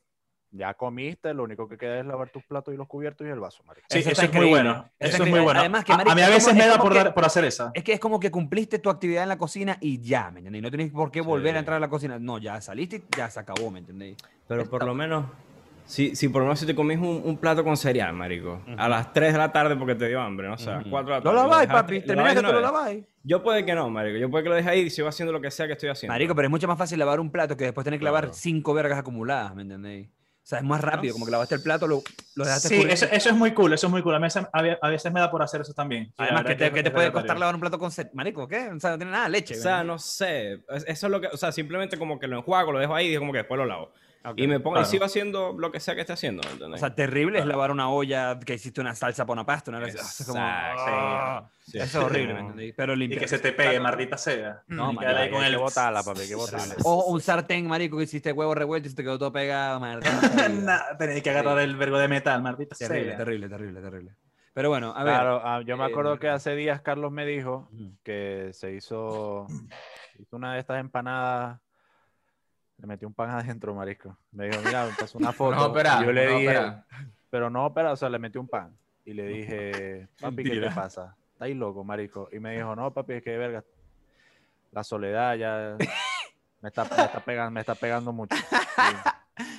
S2: ya comiste, lo único que queda es lavar tus platos y los cubiertos y el vaso, marico.
S4: Sí,
S1: Eso
S4: eso,
S1: está
S4: es muy
S1: increíble.
S4: bueno.
S1: Eso
S4: Eso
S1: está
S4: es muy
S1: increíble.
S4: bueno.
S1: Además que,
S4: A-
S1: marico,
S4: a mí a
S1: es como-
S4: veces
S1: es
S4: me da
S1: como
S4: por,
S1: que- Eh,
S4: dar- por hacer esa.
S1: Es que es como que cumpliste tu actividad en la cocina y ya, ¿me entiendes? Y no tienes por qué volver a entrar a la cocina. No, ya saliste y ya se acabó, ¿me entendéis?
S3: Pero por lo menos, si, si por lo menos si te comís un, un plato con cereal, marico, a las 3 de la tarde porque te dio hambre, no sé, a las 4 de la
S1: Lo
S3: tarde.
S1: laváis,
S3: dejaste-
S1: papi.
S3: lo
S1: Terminaste,
S3: laváis de
S1: tú lo
S3: una vez.
S1: laváis.
S3: Yo puede que no, marico. Yo puede que lo deje ahí y sigo haciendo lo que sea que estoy haciendo.
S1: Marico, pero es mucho más fácil lavar un plato que después tener que lavar cinco vergas acumuladas, ¿me entendéis? O sea, es más rápido, como que lavaste el plato, lo, lo dejaste
S4: Sí,
S1: cubrir.
S4: eso, eso es muy cool, eso es muy cool. A veces, a ve- a veces me da por hacer eso también. Sí, la
S1: Además,
S4: verdad
S1: que te, que te
S4: es
S1: puede
S4: aleatorio.
S1: costar lavar un plato con sed? Marico, ¿qué? O sea, no tiene nada de leche.
S3: O sea,
S1: ¿verdad?
S3: no sé. Es- Eso es lo que. O sea, simplemente como que lo enjuago, lo dejo ahí y digo como que después lo lavo. Y me pongo y
S4: claro.
S3: sigo haciendo lo que sea que esté haciendo. ¿me
S1: O
S3: ¿entendés?
S1: sea, terrible es lavar una olla que hiciste una salsa para una pasta. Una vez. Es como,
S3: Exacto.
S1: ah,
S3: Sí.
S1: Eso es horrible, ¿me
S3: No.
S1: entendéis? Pero
S4: Y
S1: limpio.
S4: que se te pegue, maldita sea.
S1: No,
S4: Y
S1: marico,
S4: quedar ahí
S2: Hay
S4: con
S2: que
S4: el-
S2: botarla, papi, hay que botarla.
S1: O un sartén, marico, que hiciste huevo revuelto y se te quedó todo pegado. madre.
S4: Nah, tenés que agarrar el vergo de metal, maldita sea.
S1: terrible, terrible, terrible, terrible. Pero bueno, a ver.
S2: Claro, ah, yo me
S1: eh,
S2: acuerdo que hace días Carlos me dijo
S1: Ujú.
S2: que se hizo, hizo una de estas empanadas. Le metió un pan adentro, marisco. Me dijo, mira, me pasó una foto.
S5: No, espera.
S2: Y yo le
S5: no,
S2: dije,
S5: espera.
S2: pero no, espera, o sea, le metió un pan. Y le dije, papi, ¿qué te
S1: Mentira.
S2: pasa? Estás loco, marico. Y me dijo, no, papi, es que verga. La soledad ya me está, me está pegando, me está pegando mucho.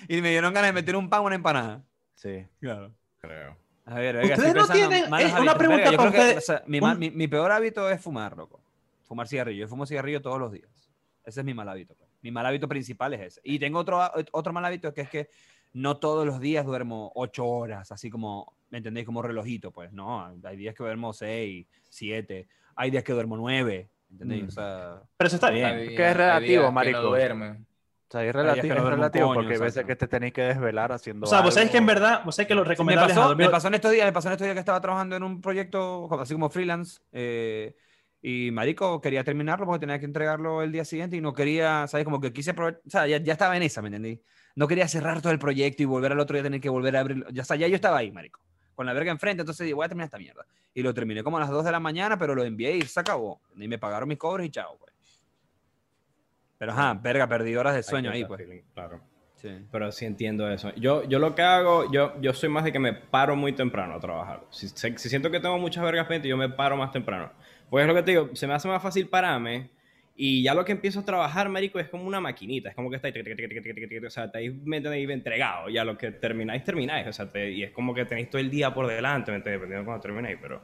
S1: Y me dieron ganas de meter un pan o una empanada.
S2: Sí. sí.
S1: Claro.
S3: Creo.
S1: A ver, verga,
S4: Ustedes
S1: estoy
S4: no
S1: pensando en
S4: tienen-
S1: malos
S4: es una
S1: hábitos.
S4: pregunta
S1: Verga, yo
S4: para
S1: creo que,
S4: ustedes.
S1: o sea, mi, ma-
S4: Un-
S1: mi- mi peor hábito es fumar, loco. Fumar cigarrillo. Yo fumo cigarrillo todos los días. Ese es mi mal hábito. pues. Mi mal hábito principal es ese. Y tengo otro, ha- otro mal hábito que es que no todos los días duermo ocho horas, así como, ¿me entendéis? Como relojito, pues. No, hay días que duermo seis, siete. Hay días que duermo nueve,
S4: Mm.
S1: ¿entendéis? O sea,
S4: Pero eso está
S5: Hay
S4: bien.
S5: días-
S2: que es
S5: hay
S2: relativo,
S5: días que
S2: marico.
S5: No duerme.
S2: O sea,
S1: días
S2: es
S1: que
S2: relativo,
S1: no
S2: es
S1: duermo un
S2: relativo
S1: coño,
S2: porque hay veces
S1: exacto.
S2: que te tenéis que desvelar haciendo
S4: O sea, vos
S2: algo.
S4: sabéis que en verdad, vos sabéis que lo
S1: me
S4: recomendable es a
S1: pasó, me
S4: dormir-
S1: pasó en estos días, me pasó en estos días que estaba trabajando en un proyecto como- así como freelance eh, y marico quería terminarlo porque tenía que entregarlo el día siguiente y no quería, sabes, como que quise probar, o sea, ya, ya estaba en esa, ¿me entendí? No quería cerrar todo el proyecto y volver al otro día tener que volver a abrirlo. Ya, o sea, ya yo estaba ahí, marico, con la verga enfrente, entonces dije, voy a terminar esta mierda. Y lo terminé como a las 2 de la mañana, pero lo envié y se acabó. Y me pagaron mis cobros y chao, güey. Pero ajá, verga, perdí horas de sueño
S3: Hay
S1: ahí,
S3: que estar
S1: pues.
S3: feeling, Claro.
S1: Sí.
S3: Pero sí entiendo eso. Yo, yo lo que hago, yo, yo soy más de que me paro muy temprano a trabajar. Si, se- si siento que tengo muchas vergas pendientes, yo me paro más temprano. Pues es lo que te digo, se me hace más fácil pararme. Y ya lo que empiezo a trabajar, marico, es como una maquinita. Es como que estáis... tic, tic, tic, tic, tic, tic, tic, O sea, estáis me tenéis entregado. Y a lo que termináis, termináis. O sea, te- y es como que tenéis todo el día por delante, ¿me entiendes? Dependiendo de cuando termináis, pero...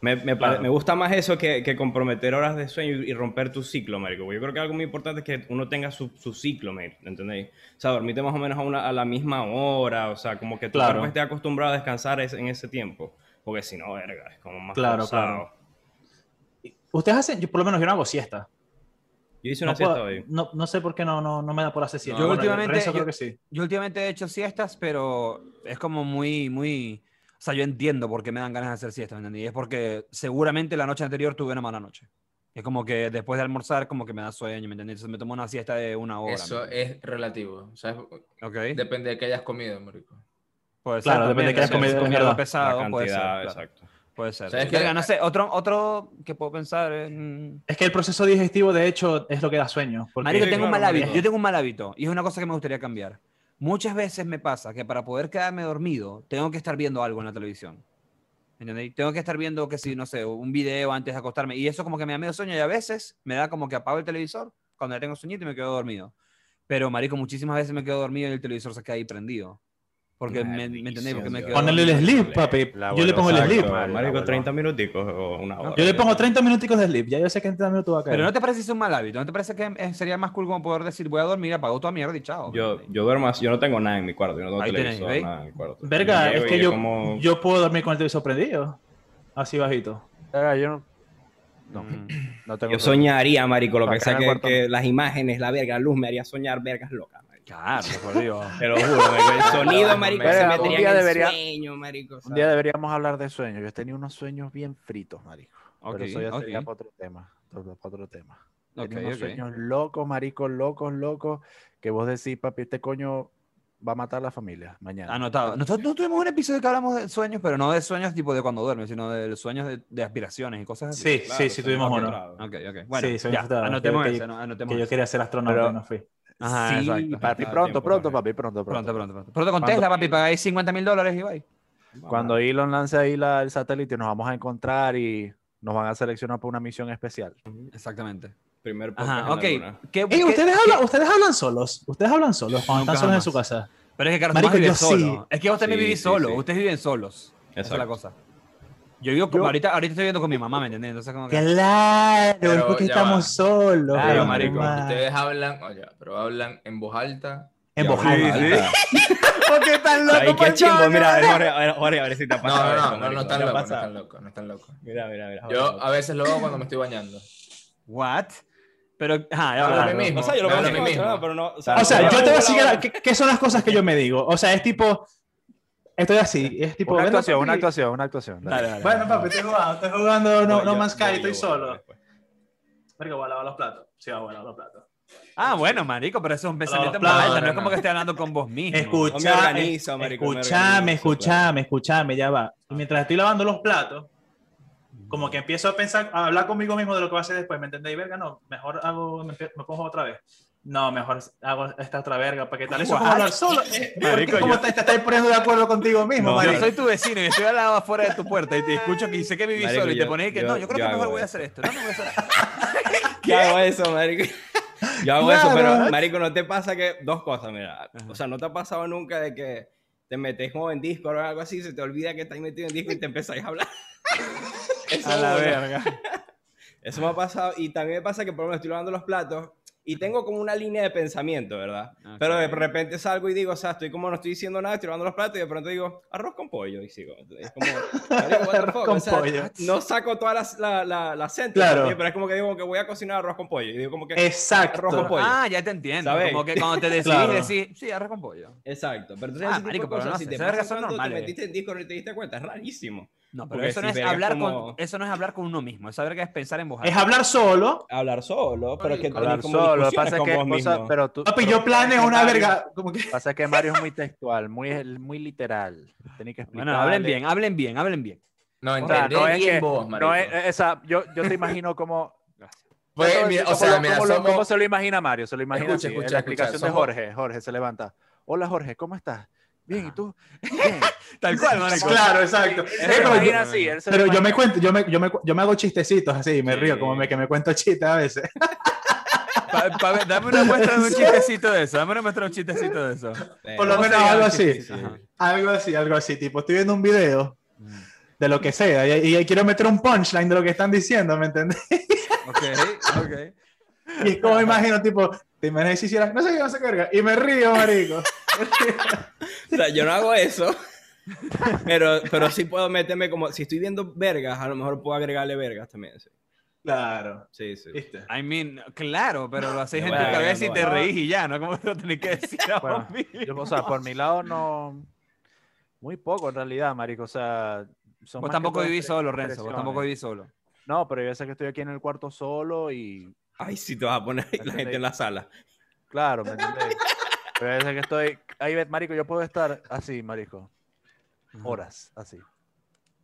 S3: Me, me pare- me gusta más eso que, que comprometer horas de sueño y, y romper tu ciclo, marico. Yo creo que algo muy importante es que uno tenga su, su ciclo, mate, ¿entendéis? O sea, dormirte más o menos a, una- a la misma hora, o sea, como que tu
S4: Claro.
S3: cuerpo esté acostumbrado a descansar es- en ese tiempo. Porque si no, verga, es como más
S4: Claro,
S3: forzado.
S4: claro. Ustedes hacen, yo, por lo menos yo no hago siesta.
S3: Yo hice una
S4: No,
S3: siesta
S4: puedo-
S3: hoy.
S4: no, no sé por qué no, no, no me da por hacer siesta.
S1: Yo
S4: Bueno,
S1: últimamente-
S4: Renzo creo
S1: yo-
S4: que sí.
S1: Yo últimamente he hecho siestas, pero es como muy, muy... O sea, yo entiendo por qué me dan ganas de hacer siestas, ¿me entendí? Es porque seguramente la noche anterior tuve una mala noche. Es como que después de almorzar, como que me da sueño, ¿me entendí? Entonces me tomo una siesta de una hora.
S5: Eso
S1: ¿me
S5: es relativo. ¿sabes?
S1: entendés? ¿Ok?
S5: Depende de qué hayas comido, marico.
S1: Puede
S4: Claro,
S1: ser
S4: depende
S1: también,
S4: de qué hayas
S1: o sea,
S4: comido,
S1: si
S4: es
S1: comí algo
S4: verdad.
S1: pesado,
S3: la
S1: puede ser.
S3: cantidad,
S1: claro,
S3: exacto.
S1: Puede ser.
S5: ¿Sabes qué?
S1: Verga, no sé, otro, otro que puedo pensar es... mm,
S4: Es que el proceso digestivo, de hecho, es lo que da sueño. Porque
S1: Marico,
S3: Sí,
S1: tengo un
S3: claro,
S1: mal hábito.
S3: marico.
S1: Yo tengo un mal hábito y es una cosa que me gustaría cambiar. Muchas veces me pasa que para poder quedarme dormido tengo que estar viendo algo en la televisión. ¿Entendéis? Tengo que estar viendo que si, no sé, un video antes de acostarme. Y eso como que me da medio sueño y a veces me da como que apago el televisor cuando ya tengo sueñito y me quedo dormido. Pero, marico, muchísimas veces me quedo dormido y el televisor se queda ahí prendido. Porque, me, ¿me entendéis? Porque me quedo
S4: Ponerle el
S1: dormido.
S4: sleep, papi.
S2: La
S4: Yo le
S2: abuela,
S4: pongo el
S2: exacto.
S4: sleep.
S2: Marico,
S3: Marico,
S2: bueno.
S3: 30 minuticos o una hora.
S4: Yo le pongo 30 minuticos de sleep. Ya yo sé que en 30 minutos va a caer.
S1: Pero ¿no te parece eso un mal hábito? ¿No te parece que eh, sería más cool como poder decir voy a dormir, apago toda mierda y chao?
S3: Yo, yo duermo así, yo no tengo nada en mi cuarto, yo no tengo
S1: Ahí tenés,
S3: televisor,
S1: ¿veis?
S3: nada en el cuarto.
S4: Verga,
S3: Llego
S4: es
S3: y
S4: que yo,
S3: como-
S4: yo puedo dormir con el televisor prendido. Así bajito.
S2: Ah, yo no, no,
S1: Mm.
S2: no tengo
S3: Yo soñaría, marico, lo
S2: Acá
S3: que
S2: en
S3: sea
S2: el
S3: que,
S2: cuarto.
S3: que las imágenes, la verga, la luz me haría soñar vergas locas. marico.
S1: Claro, por Dios.
S3: Te lo juro, marico, el sonido, marico, se
S2: Verga, un
S3: metería
S2: día
S3: en el
S2: debería-
S3: sueño, marico. o sea.
S2: Un día deberíamos hablar de sueños. Yo he tenido unos sueños bien fritos, marico.
S1: Ok,
S2: Pero eso ya sería
S1: ok,
S2: para otro tema. Para otro tema.
S1: ok,
S2: Tenía unos
S1: ok.
S2: sueños locos, maricos, locos, locos, que vos decís, papi, este coño va a matar a la familia mañana.
S1: Anotado. Nosotros Ah, no tuvimos un episodio que hablamos de sueños, pero no de sueños tipo de cuando duermes, sino de sueños de, de aspiraciones y cosas así.
S4: Sí, sí, sí,
S3: son
S4: tuvimos
S3: más
S4: uno.
S3: centrados.
S1: Ok, ok. Bueno,
S4: Sí, sueños
S1: ya,
S4: frustrados,
S1: anotemos
S4: que- que-
S1: ese, ¿no? anotemos
S4: Que yo
S1: ese.
S4: quería ser astronauta
S2: Pero-
S4: y no fui.
S1: Ajá,
S2: sí,
S1: exacto.
S2: papi,
S3: Está
S2: pronto,
S3: tiempo,
S2: pronto,
S3: papi.
S2: papi, pronto, pronto.
S1: Pronto, pronto, pronto. Pronto con
S2: Cuando-
S1: Tesla, papi, pagáis 50 mil dólares y vais.
S2: Cuando Elon lance ahí la- el satélite, nos vamos a encontrar y nos van a seleccionar para una misión especial.
S1: Exactamente.
S3: Primer podcast en
S1: Ajá,
S3: la
S1: ok.
S3: luna.
S1: ¿Qué-
S4: Ey,
S1: qué-
S4: ¿ustedes, hablan, ustedes hablan solos. Ustedes hablan solos cuando
S1: Nunca
S4: están solos en
S1: jamás.
S4: su casa.
S1: Pero es que Carlos
S4: Marico,
S1: Tomás vive
S4: yo sí.
S1: solo. Es que vos también
S3: Sí,
S1: vivís
S3: sí,
S1: solo.
S3: sí.
S1: Ustedes viven solos. Esa es la
S3: Exacto.
S1: cosa. Yo vivo con-
S2: Yo-
S1: ahorita, ahorita estoy viviendo con mi mamá, ¿me entiendes? Entonces, como que-
S4: Claro,
S5: Pero
S4: es porque
S5: ya
S4: estamos
S5: va.
S4: solos.
S2: Claro,
S4: pero,
S2: marico,
S4: mamá.
S5: Ustedes hablan, oye, pero hablan en voz alta.
S4: En
S3: Ya,
S4: voz
S3: sí,
S4: alta.
S3: sí.
S1: ¿Por qué tan
S3: Ay, qué chingo, mira, a ver, Jorge, a ver, Jorge, a ver si te ha
S5: No, no,
S3: pasado
S5: no,
S3: eso,
S5: no, no
S3: marico.
S5: están
S3: ¿Te ha
S5: locos, no
S3: pasado?
S5: están locos, no están locos.
S3: Mira, mira,
S2: Ah,
S3: mira.
S5: Yo a veces lo hago cuando me estoy bañando.
S1: What? Pero, ajá, ya
S2: Ah,
S5: Hablo
S1: va,
S5: a mí
S1: no.
S5: mismo.
S3: O sea, yo lo
S5: Me
S3: veo
S5: hablo a mí
S3: así,
S5: mismo.
S3: no, pero no. O
S4: O sea,
S3: no,
S4: yo te
S3: no,
S4: voy a
S3: no,
S4: decir
S3: no,
S4: ahora, ¿qué, qué son las cosas que yo me digo. O sea, es tipo. Estoy así. Es tipo.
S2: Una
S4: bueno,
S2: actuación, una
S4: papi,
S2: actuación, una actuación. dale.
S1: Dale, dale.
S4: Bueno, papi, estoy jugando, estoy jugando No,
S3: Voy
S4: no
S3: yo,
S4: Man's Sky,
S3: voy yo,
S4: estoy
S3: voy yo
S4: solo.
S3: después.
S4: Marico, voy a lavar los platos. Sí, voy a lavar los platos.
S1: Ah, bueno, marico, pero eso es un pensamiento en
S4: Claro,
S1: voz alta,
S5: no,
S1: No es como
S5: no.
S1: que esté hablando con vos mismo.
S4: Escucha,
S3: No me organizo,
S4: es-
S3: marico, me
S4: escuchame,
S3: organizo,
S4: escuchame, escuchame, ya va. Y mientras estoy lavando los platos, como que empiezo a pensar, a hablar conmigo mismo de lo que va a hacer después, ¿me entendéis? Verga, no, mejor hago, me, me pongo otra vez. No, mejor hago esta otra verga, para que tal eso es como
S1: What?
S4: hablar solo. Eh,
S2: Marico,
S4: porque como
S2: yo-
S4: te, te estás poniendo de acuerdo contigo mismo,
S3: No,
S1: Yo
S4: marico.
S1: soy tu vecino y estoy al lado afuera de tu puerta y te escucho que sé que vivís
S3: Marico,
S1: solo y
S3: yo-
S1: te pones que
S3: yo-
S1: no, yo creo
S3: yo
S1: que mejor
S3: hago
S1: voy a
S3: eso.
S1: hacer esto. No, no voy a hacer
S3: Yo hago eso, marico. Yo hago eso,
S4: Claro.
S3: pero, marico, ¿no te pasa que...? Dos cosas, mira. O sea, ¿no te ha pasado nunca de que te metes como en Discord o algo así se te olvida que estás metido en Discord y te empezáis a hablar? Eso,
S2: A la
S3: bueno,
S2: verga.
S3: eso me ha pasado. Y también me pasa que, por lo menos, estoy lavando los platos y tengo como una línea de pensamiento, ¿verdad?
S1: Ok.
S3: Pero de repente salgo y digo, o sea, estoy como no estoy diciendo nada, estoy lavando los platos y de pronto digo, arroz con pollo. Y sigo. Es como, marico, what the
S4: Arroz
S3: fuck,
S4: con
S3: o sea,
S4: pollo.
S3: No saco toda la, la, la, la sentence,
S4: Claro.
S3: ¿sí? pero es como que digo como que voy a cocinar arroz con pollo. Y digo como que...
S4: Exacto.
S3: Arroz con pollo.
S1: Ah, ya te entiendo.
S3: ¿Sabes?
S1: Como que cuando te decidís
S4: Claro.
S1: decís, sí, arroz con pollo.
S3: Exacto, pero entonces
S1: Ah,
S3: ese tipo de
S1: marico, pero
S3: cosas,
S1: no,
S3: si
S1: esas
S3: te
S1: vergas
S3: pasa
S1: son
S3: cuando te
S1: normales.
S3: metiste en Discord y te diste cuenta, es rarísimo.
S1: No, pero
S3: Porque
S1: eso
S3: si
S1: no, es
S3: vergas
S1: hablar
S3: como-
S1: con, eso no es hablar con uno mismo, eso verga es pensar en voz
S4: Es
S1: alta.
S4: hablar solo.
S3: Hablar solo, pero es que
S5: Hablar
S3: tenés
S2: Hablar
S3: como
S2: solo. Lo que
S3: discusiones
S2: pasa es
S3: con
S2: que,
S3: vos
S2: cosa-
S3: mismo.
S2: pero tú,
S4: Papi,
S2: pero
S4: yo planeo una
S2: Mario-
S4: verga. Como que.
S2: Pasa que Mario es muy textual, muy, muy literal. Tenés que explicar.
S1: Bueno, hablen bien, hablen bien, hablen bien.
S5: No,
S2: O sea,
S5: entendé
S2: no es
S5: bien
S2: que-
S5: vos, marico.
S2: No, es- eh, e, esa, yo, yo te imagino como. Yo te voy
S5: Pues,
S2: a
S5: mira,
S2: decir
S5: o sea,
S2: cómo lo-
S5: mira,
S2: cómo lo-
S5: somos-
S2: cómo se lo imagina Mario? Se lo imagina
S5: Escucha,
S2: así.
S5: escucha,
S2: la
S5: escucha,
S2: explicación de
S5: somos-
S2: Jorge. Jorge se levanta. Hola Jorge, ¿cómo estás? Bien, ¿y
S1: Ajá.
S2: tú? Bien.
S1: Tal cual, marico.
S4: Claro, exacto.
S2: Él
S4: Es
S2: se lo
S4: como yo-
S2: imagina así. él se lo
S4: Pero yo
S2: imagina-
S4: me cuento, yo me, yo me, cu- yo me hago chistecitos así y me
S3: Sí.
S4: río, como me, que me cuento chistes a veces.
S1: Pa- pa- dame una muestra de un chistecito de eso, dame una muestra de un chistecito de eso.
S3: Eh,
S4: por lo
S3: ¿cómo
S4: menos
S3: sería?
S4: algo
S3: Sí,
S4: así.
S3: sí, sí.
S1: Ajá.
S4: Algo así, algo así. Tipo, estoy viendo un video de lo que sea y, y quiero meter un punchline de lo que están diciendo, ¿me entendés?
S1: Mm. Ok, ok.
S4: Y es como imagino, tipo, te imaginas si hicieras, no sé qué, no sé qué, verga, y me río, marico.
S3: O sea, yo no hago eso. Pero, pero sí puedo meterme como. Si estoy viendo vergas, a lo mejor puedo agregarle vergas también. Sí,
S4: Claro,
S3: sí. sí.
S4: ¿viste?
S1: I mean, claro, pero lo hacéis en tu
S3: Bueno,
S1: cabeza y te
S3: bueno.
S1: reís y ya, ¿no? Como que lo tenés que decir a vos
S2: Bueno,
S1: mismo.
S2: yo, o sea, por mi lado no. Muy poco en realidad, Marico. O sea. son más
S1: Vos
S2: que
S1: tampoco
S2: todo
S1: vivís
S2: expre-
S1: solo, Renzo, vos tampoco
S2: expresiones.
S1: vivís solo.
S2: No, pero yo sé que estoy aquí en el cuarto solo y
S3: Ay, sí, te vas a poner la gente en la sala.
S2: Claro, ¿me entiendes? Pero es que estoy. Ahí ves, marico, yo puedo estar así, marico.
S1: Ajá.
S2: Horas, así.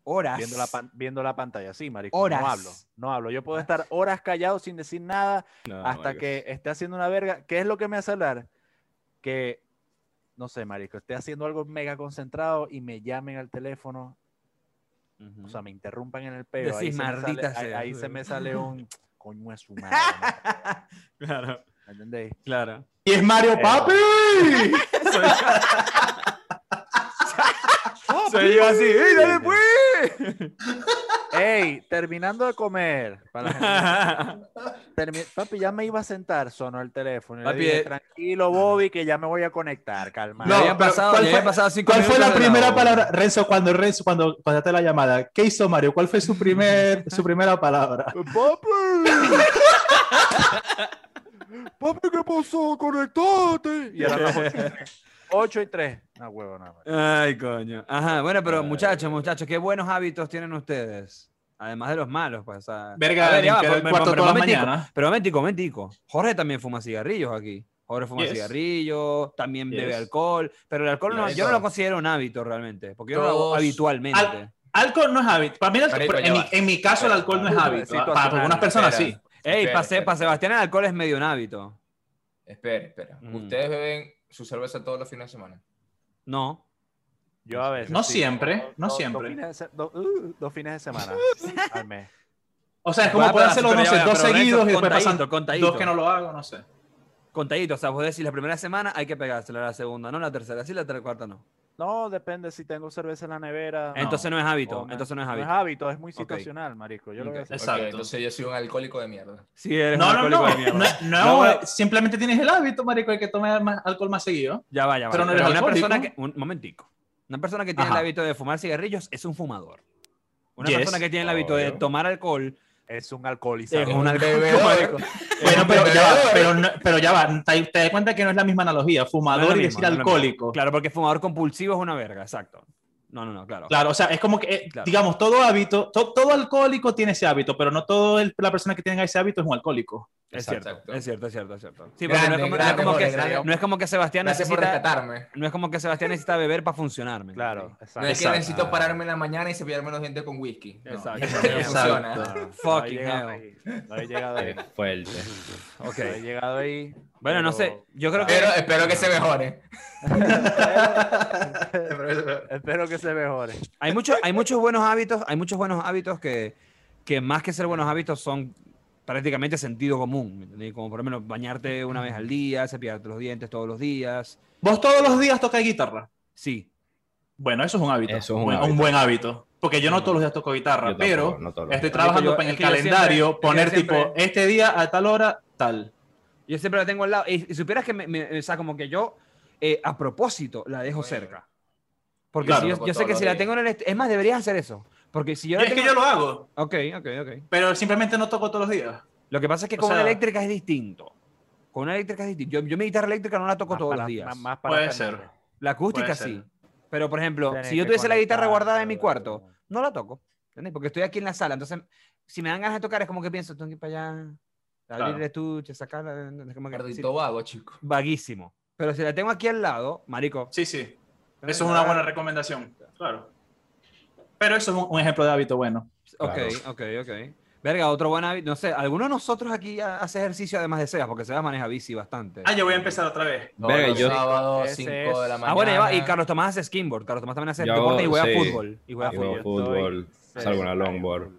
S1: Horas.
S2: Viendo la, pan- viendo la pantalla, sí, marico.
S1: Horas. Ah.
S2: No hablo, no hablo. Yo puedo estar horas callado sin decir nada
S3: No,
S2: hasta
S3: marico.
S2: que esté haciendo una verga. ¿Qué es lo que me hace hablar? Que, no sé, marico, esté haciendo algo mega concentrado y me llamen al teléfono,
S1: Ujú.
S2: o sea, me interrumpan en el peo. ahí
S1: Decís,
S2: se me sale-
S1: "Maldita
S2: ahí-
S1: sea".
S2: ahí se me sale un coño es su madre, marico,
S1: Claro,
S2: ¿me entendéis?
S1: claro.
S4: Y es
S1: Eh.
S4: Mario Papi.
S1: Soy yo así, ¡ey, dale pues!
S2: Ey, terminando de comer. Para la gente Termi- Papi, ya me iba a sentar, sonó el teléfono. y le
S1: Papi,
S2: dije,
S1: eh.
S2: tranquilo, Bobby, que ya me voy a conectar, calma.
S1: Ya
S4: No,
S1: habían
S4: pero
S1: pasado,
S4: ¿cuál
S1: ya
S4: fue-
S1: habían pasado cinco
S4: ¿Cuál fue
S1: minutos
S4: la
S1: de
S4: primera
S1: hora.
S4: palabra? Renzo, cuando Renzo, cuando pasaste la llamada, ¿qué hizo Mario? ¿Cuál fue su, primer, su primera palabra?
S2: ¡Papi! ¡Papi, qué pasó! ¡Conectate! Y ahora 8 y 3. No, huevo, no. marico.
S1: Ay, coño. Ajá, bueno, pero
S3: Ay.
S1: muchachos, muchachos, qué buenos hábitos tienen ustedes. Además de los malos, pues. o sea-
S4: Verga,
S1: A ver, ya va,
S4: limpiar el
S1: pero-
S4: cuarto
S1: pero-
S4: todas las
S1: momentico,
S4: mañanas.
S1: Pero momentico, momentico. Jorge también fuma cigarrillos aquí. Jorge fuma
S4: Yes.
S1: cigarrillo, también bebe
S3: Yes.
S1: alcohol, pero el alcohol no,
S5: Yes.
S1: yo no lo considero un hábito realmente, porque yo no lo hago
S5: Todos-
S1: habitualmente.
S4: Al- Alcohol no es hábito. Para mí, el alcohol-
S5: Marico, ya
S4: en, mi,
S5: va.
S4: en mi caso, el alcohol no es
S1: Espera,
S4: hábito.
S1: situacional,
S4: Para algunas personas sí.
S5: espera,
S1: Ey,
S5: espera,
S1: para,
S5: espera,
S1: Sebastián el alcohol es medio un hábito.
S5: Espera, espera.
S1: Mm.
S5: ¿Ustedes beben su cerveza todos los fines de semana?
S1: No.
S2: Yo a veces.
S4: No
S2: sí.
S4: siempre, no
S2: Dos-
S4: siempre.
S2: Dos fines de, se- do- uh, dos fines de semana al mes.
S4: O sea, es como puedo hacerlo, no sé, dos seguidos y después pasan
S1: pasando contadito,
S4: dos que no lo hago, no sé.
S1: Contadito, o sea, vos decís la primera semana hay que pegársela, la segunda no, la tercera sí, la ter- cuarta no.
S2: No, depende si tengo cerveza en la nevera.
S1: Entonces no es hábito,
S2: o me-
S1: entonces no es hábito.
S2: No es hábito, es muy
S1: Ok.
S2: situacional, marico. Yo lo
S1: Ok.
S2: veo así.
S5: Porque
S4: Exacto.
S5: entonces yo soy un alcohólico de mierda.
S1: Sí, eres
S4: No,
S1: un
S4: no,
S1: alcohólico
S4: no,
S1: de mierda.
S4: no, no,
S1: No, bueno.
S4: simplemente tienes el hábito, marico, de que tomar más alcohol más seguido.
S1: Ya va, ya va.
S4: Pero no eres
S1: una
S4: alcohólico.
S1: persona que. Un momentico. Una persona que tiene
S4: Ajá.
S1: el hábito de fumar cigarrillos es un fumador. Una
S4: Yes.
S1: persona que tiene el hábito de
S5: Obvio.
S1: tomar alcohol
S2: Es un
S1: es
S2: alcoholizado.
S1: un alcohólico. marico.
S5: Bebedor.
S4: Bueno, pero
S5: bebedor.
S4: ya va, pero, no- pero ya va, te, te das cuenta que no es la misma analogía,
S1: No es lo
S4: fumador
S1: mismo,
S4: y decir
S1: no es lo mismo.
S4: alcohólico. Claro.
S1: Claro, porque fumador compulsivo es una verga, exacto. No, no, no, claro.
S4: o sea, es como que, eh,
S1: Claro.
S4: digamos, todo hábito, to- todo alcohólico tiene ese hábito, pero no toda la persona que tenga ese hábito es un alcohólico.
S1: es,
S5: Exacto,
S1: cierto,
S5: exacto.
S1: es cierto, es cierto, es cierto. Sí, porque
S5: Grande,
S1: no, es como, no es
S5: grande,
S1: como
S5: Jorge,
S1: que,
S5: grande.
S1: no es como que Sebastián
S5: Gracias por
S1: necesita.
S5: rescatarme.
S1: No es como que Sebastián necesita beber para funcionar. ¿me
S2: Claro,
S1: entiendes?
S5: No
S2: exacto.
S5: es que
S4: Exacto.
S5: necesito pararme en la mañana y cepillarme los dientes con whisky. No,
S1: Exacto.
S5: eso no funciona.
S2: No
S1: Fucking
S2: he llegado
S1: hell.
S2: ahí. No he llegado ahí.
S3: Eh, Fuerte.
S2: No he llegado ahí.
S1: Bueno, no sé. Yo creo que.
S5: Pero espero que se mejore.
S2: Espero que se mejore.
S1: Hay, mucho- hay muchos buenos hábitos, hay muchos buenos hábitos que, que más que ser buenos hábitos son prácticamente sentido común, ¿me entendés? Como por lo menos bañarte una vez al día, cepillarte los dientes todos los días.
S4: ¿Vos todos los días tocas guitarra?
S1: Sí,
S4: Bueno, eso es un hábito.
S3: Eso es un
S4: Buen-
S3: hábito.
S4: buen hábito. Porque yo no todos los días toco guitarra,
S3: Yo tampoco,
S4: pero
S3: no todos los
S1: este
S4: estoy
S3: días.
S4: trabajando
S1: Es que yo-
S4: en el
S1: es que yo
S4: calendario,
S1: siempre-
S4: poner
S1: es que yo
S4: tipo,
S1: siempre-
S4: este día a tal hora, tal.
S1: yo siempre la tengo al lado. Y, y supieras que, me, me- o sea, como que yo eh, a propósito la dejo cerca. Porque
S4: Claro,
S1: si yo,
S5: loco,
S1: yo sé
S5: todos
S1: que
S5: los
S1: si la
S5: días.
S1: tengo en el... est- Es más, deberías hacer eso. Porque si yo
S4: Y
S1: la
S4: es que
S1: tengo-
S4: yo lo hago,
S1: Ok, ok, ok.
S4: pero simplemente no toco todos los días.
S1: Lo que pasa es que
S4: O
S1: con una
S4: sea-
S1: eléctrica es distinto. Con una eléctrica es distinto. Yo, yo mi guitarra eléctrica no la toco
S2: Más
S1: todos
S2: para-
S1: los días.
S2: más- más para
S4: Puede
S2: Fernando.
S4: ser.
S1: La acústica
S4: Puede
S1: sí.
S4: ser.
S1: Pero, por ejemplo,
S2: Tienes
S1: si yo
S2: que
S1: tuviese la guitarra
S2: conectar,
S1: guardada en mi
S2: bla,
S1: cuarto,
S2: bla, bla.
S1: no la toco. ¿Entendés? Porque estoy aquí en la sala. Entonces, si me dan ganas de tocar, es como que pienso, tengo que ir para allá, abrir
S4: Claro.
S1: el estuche, sacarla. es como que- sí,
S5: Maldito vago, chico.
S1: vaguísimo. Pero si la tengo aquí al lado, marico.
S4: Sí, sí. Eso es una buena recomendación. Claro. Pero eso es un, un ejemplo de hábito bueno.
S1: Ok, ok, ok. Verga, otro buen hábito. No sé, ¿alguno de nosotros aquí ha- hace ejercicio además de Sebas? Porque Sebas maneja bici bastante.
S4: Ah, yo voy a empezar otra vez.
S5: Todos
S3: Verga,
S5: los
S3: yo-
S5: sábados,
S2: Ese
S5: 5
S2: es-
S5: de la mañana.
S1: Ah, bueno, ya va. y Carlos Tomás hace skimboard. Carlos Tomás también hace
S3: Yo
S1: deporte y
S3: hago-
S1: juega
S3: sí.
S1: fútbol. Y juega
S3: Yo
S1: fútbol.
S3: hago fútbol,
S2: estoy
S3: salgo a la
S2: sedentario.
S3: longboard.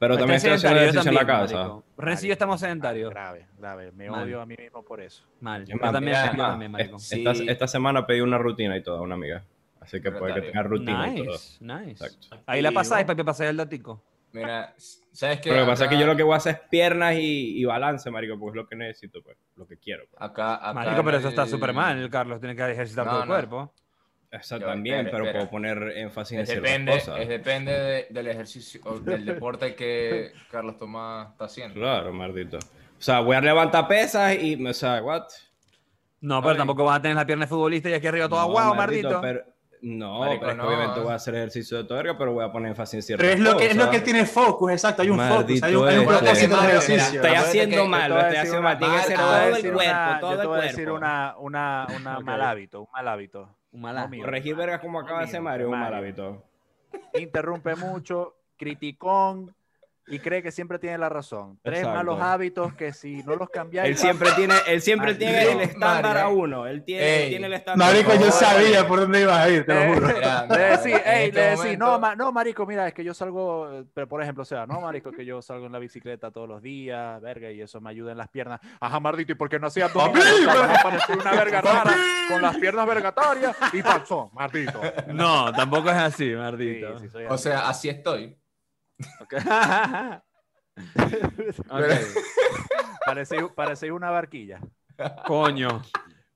S3: Pero también estoy
S1: Está
S3: haciendo
S1: sedentario, yo
S3: ejercicio en la
S1: también,
S3: casa.
S1: marico. Renzo y yo estamos sedentarios.
S2: Grave, grave. Me
S1: Mal.
S2: odio a mí mismo por eso.
S1: Mal. Yo
S3: Es más,
S1: también,
S5: mira,
S1: yo
S5: es
S3: más,
S1: también, marico.
S5: es-
S3: Esta,
S5: Sí.
S3: esta semana pedí una rutina y todo a una amiga. Así que puede que
S5: Verdad,
S3: tenga rutina y todo.
S1: Nice, nice.
S3: Exacto.
S1: Ahí la pasáis, papi, pasáis el datico.
S5: Mira, ¿sabes qué?
S3: Pero lo que pasa es
S5: Acá-
S3: que yo lo que voy a hacer es piernas y, y balance, marico, porque es lo que necesito, pues, lo que quiero. pues.
S5: Acá, acá
S1: Marico, pero eso está
S5: el-
S1: súper mal, Carlos. Tiene que ejercitar
S5: No,
S1: todo el
S5: no.
S1: cuerpo.
S3: O sea,
S5: Ya,
S3: también,
S5: espera,
S3: pero
S5: espera.
S3: puedo poner énfasis en
S5: Es
S3: ciertas
S5: depende,
S3: cosas.
S1: ¿eh?
S5: es depende de- del ejercicio, o del deporte que Carlos Tomás está haciendo.
S3: Claro, maldito. O sea, voy a levantar pesas y, o sea, what?
S1: No, pero
S5: Ay.
S1: tampoco vas a tener la pierna de futbolista y aquí arriba todo
S3: No,
S1: aguado, mardito.
S3: pero- no,
S5: Marico,
S3: pero es que
S5: no.
S3: obviamente voy a hacer ejercicio de todo verga, pero voy a poner énfasis en ciertas
S4: Pero es lo que, es lo que
S3: cosas.
S4: tiene focus, exacto. Hay un focus,
S3: Maldito
S4: hay un, hay un
S3: este.
S4: propósito de
S5: Mira,
S4: ejercicio.
S5: Te
S3: Estoy
S5: Acuérdate
S3: haciendo
S5: que
S3: mal,
S2: Yo te
S3: lo
S2: voy a
S3: estoy
S2: decir
S3: haciendo
S2: una-
S3: mal. Tiene que ser
S5: yo te
S3: todo
S5: voy a
S3: el
S5: decir
S3: cuerpo, todo
S2: yo
S3: el
S2: te voy a decir
S3: cuerpo.
S2: una, una, una
S1: Ok.
S2: mal hábito, un mal hábito.
S1: Un malazo.
S2: No,
S3: Corregir vergas como acaba de hacer Mario, un mal hábito.
S2: Interrumpe mucho, criticón y cree que siempre tiene la razón. Tres
S3: Exacto.
S2: malos hábitos que si no los cambiáis.
S3: Él siempre tiene, él siempre
S2: Así
S3: tiene
S2: es.
S3: el estándar a
S5: Mario.
S3: uno. Él tiene, él
S5: Ey.
S3: tiene el estándar.
S4: Marico,
S3: a uno.
S4: yo sabía por dónde ibas a ir, te lo juro.
S5: Mira,
S2: Le
S5: mira,
S2: decí,
S5: en
S2: eh, ey,
S5: este
S2: le decí,
S5: momento-
S2: no, ma- no, marico, mira, es que yo salgo, eh, pero por ejemplo, o sea, no, marico, que yo salgo en la bicicleta todos los días, verga, y eso me ayuda en las piernas. Ajá, mardito, ¿y por qué no hacía todo? una verga rara, con las piernas vergatarias y panzón, mardito.
S1: No, tampoco es así, mardito.
S2: Sí, sí, soy
S5: O
S2: así.
S5: sea, así estoy.
S1: Ok,
S2: Parecí, parecí una barquilla.
S1: Coño.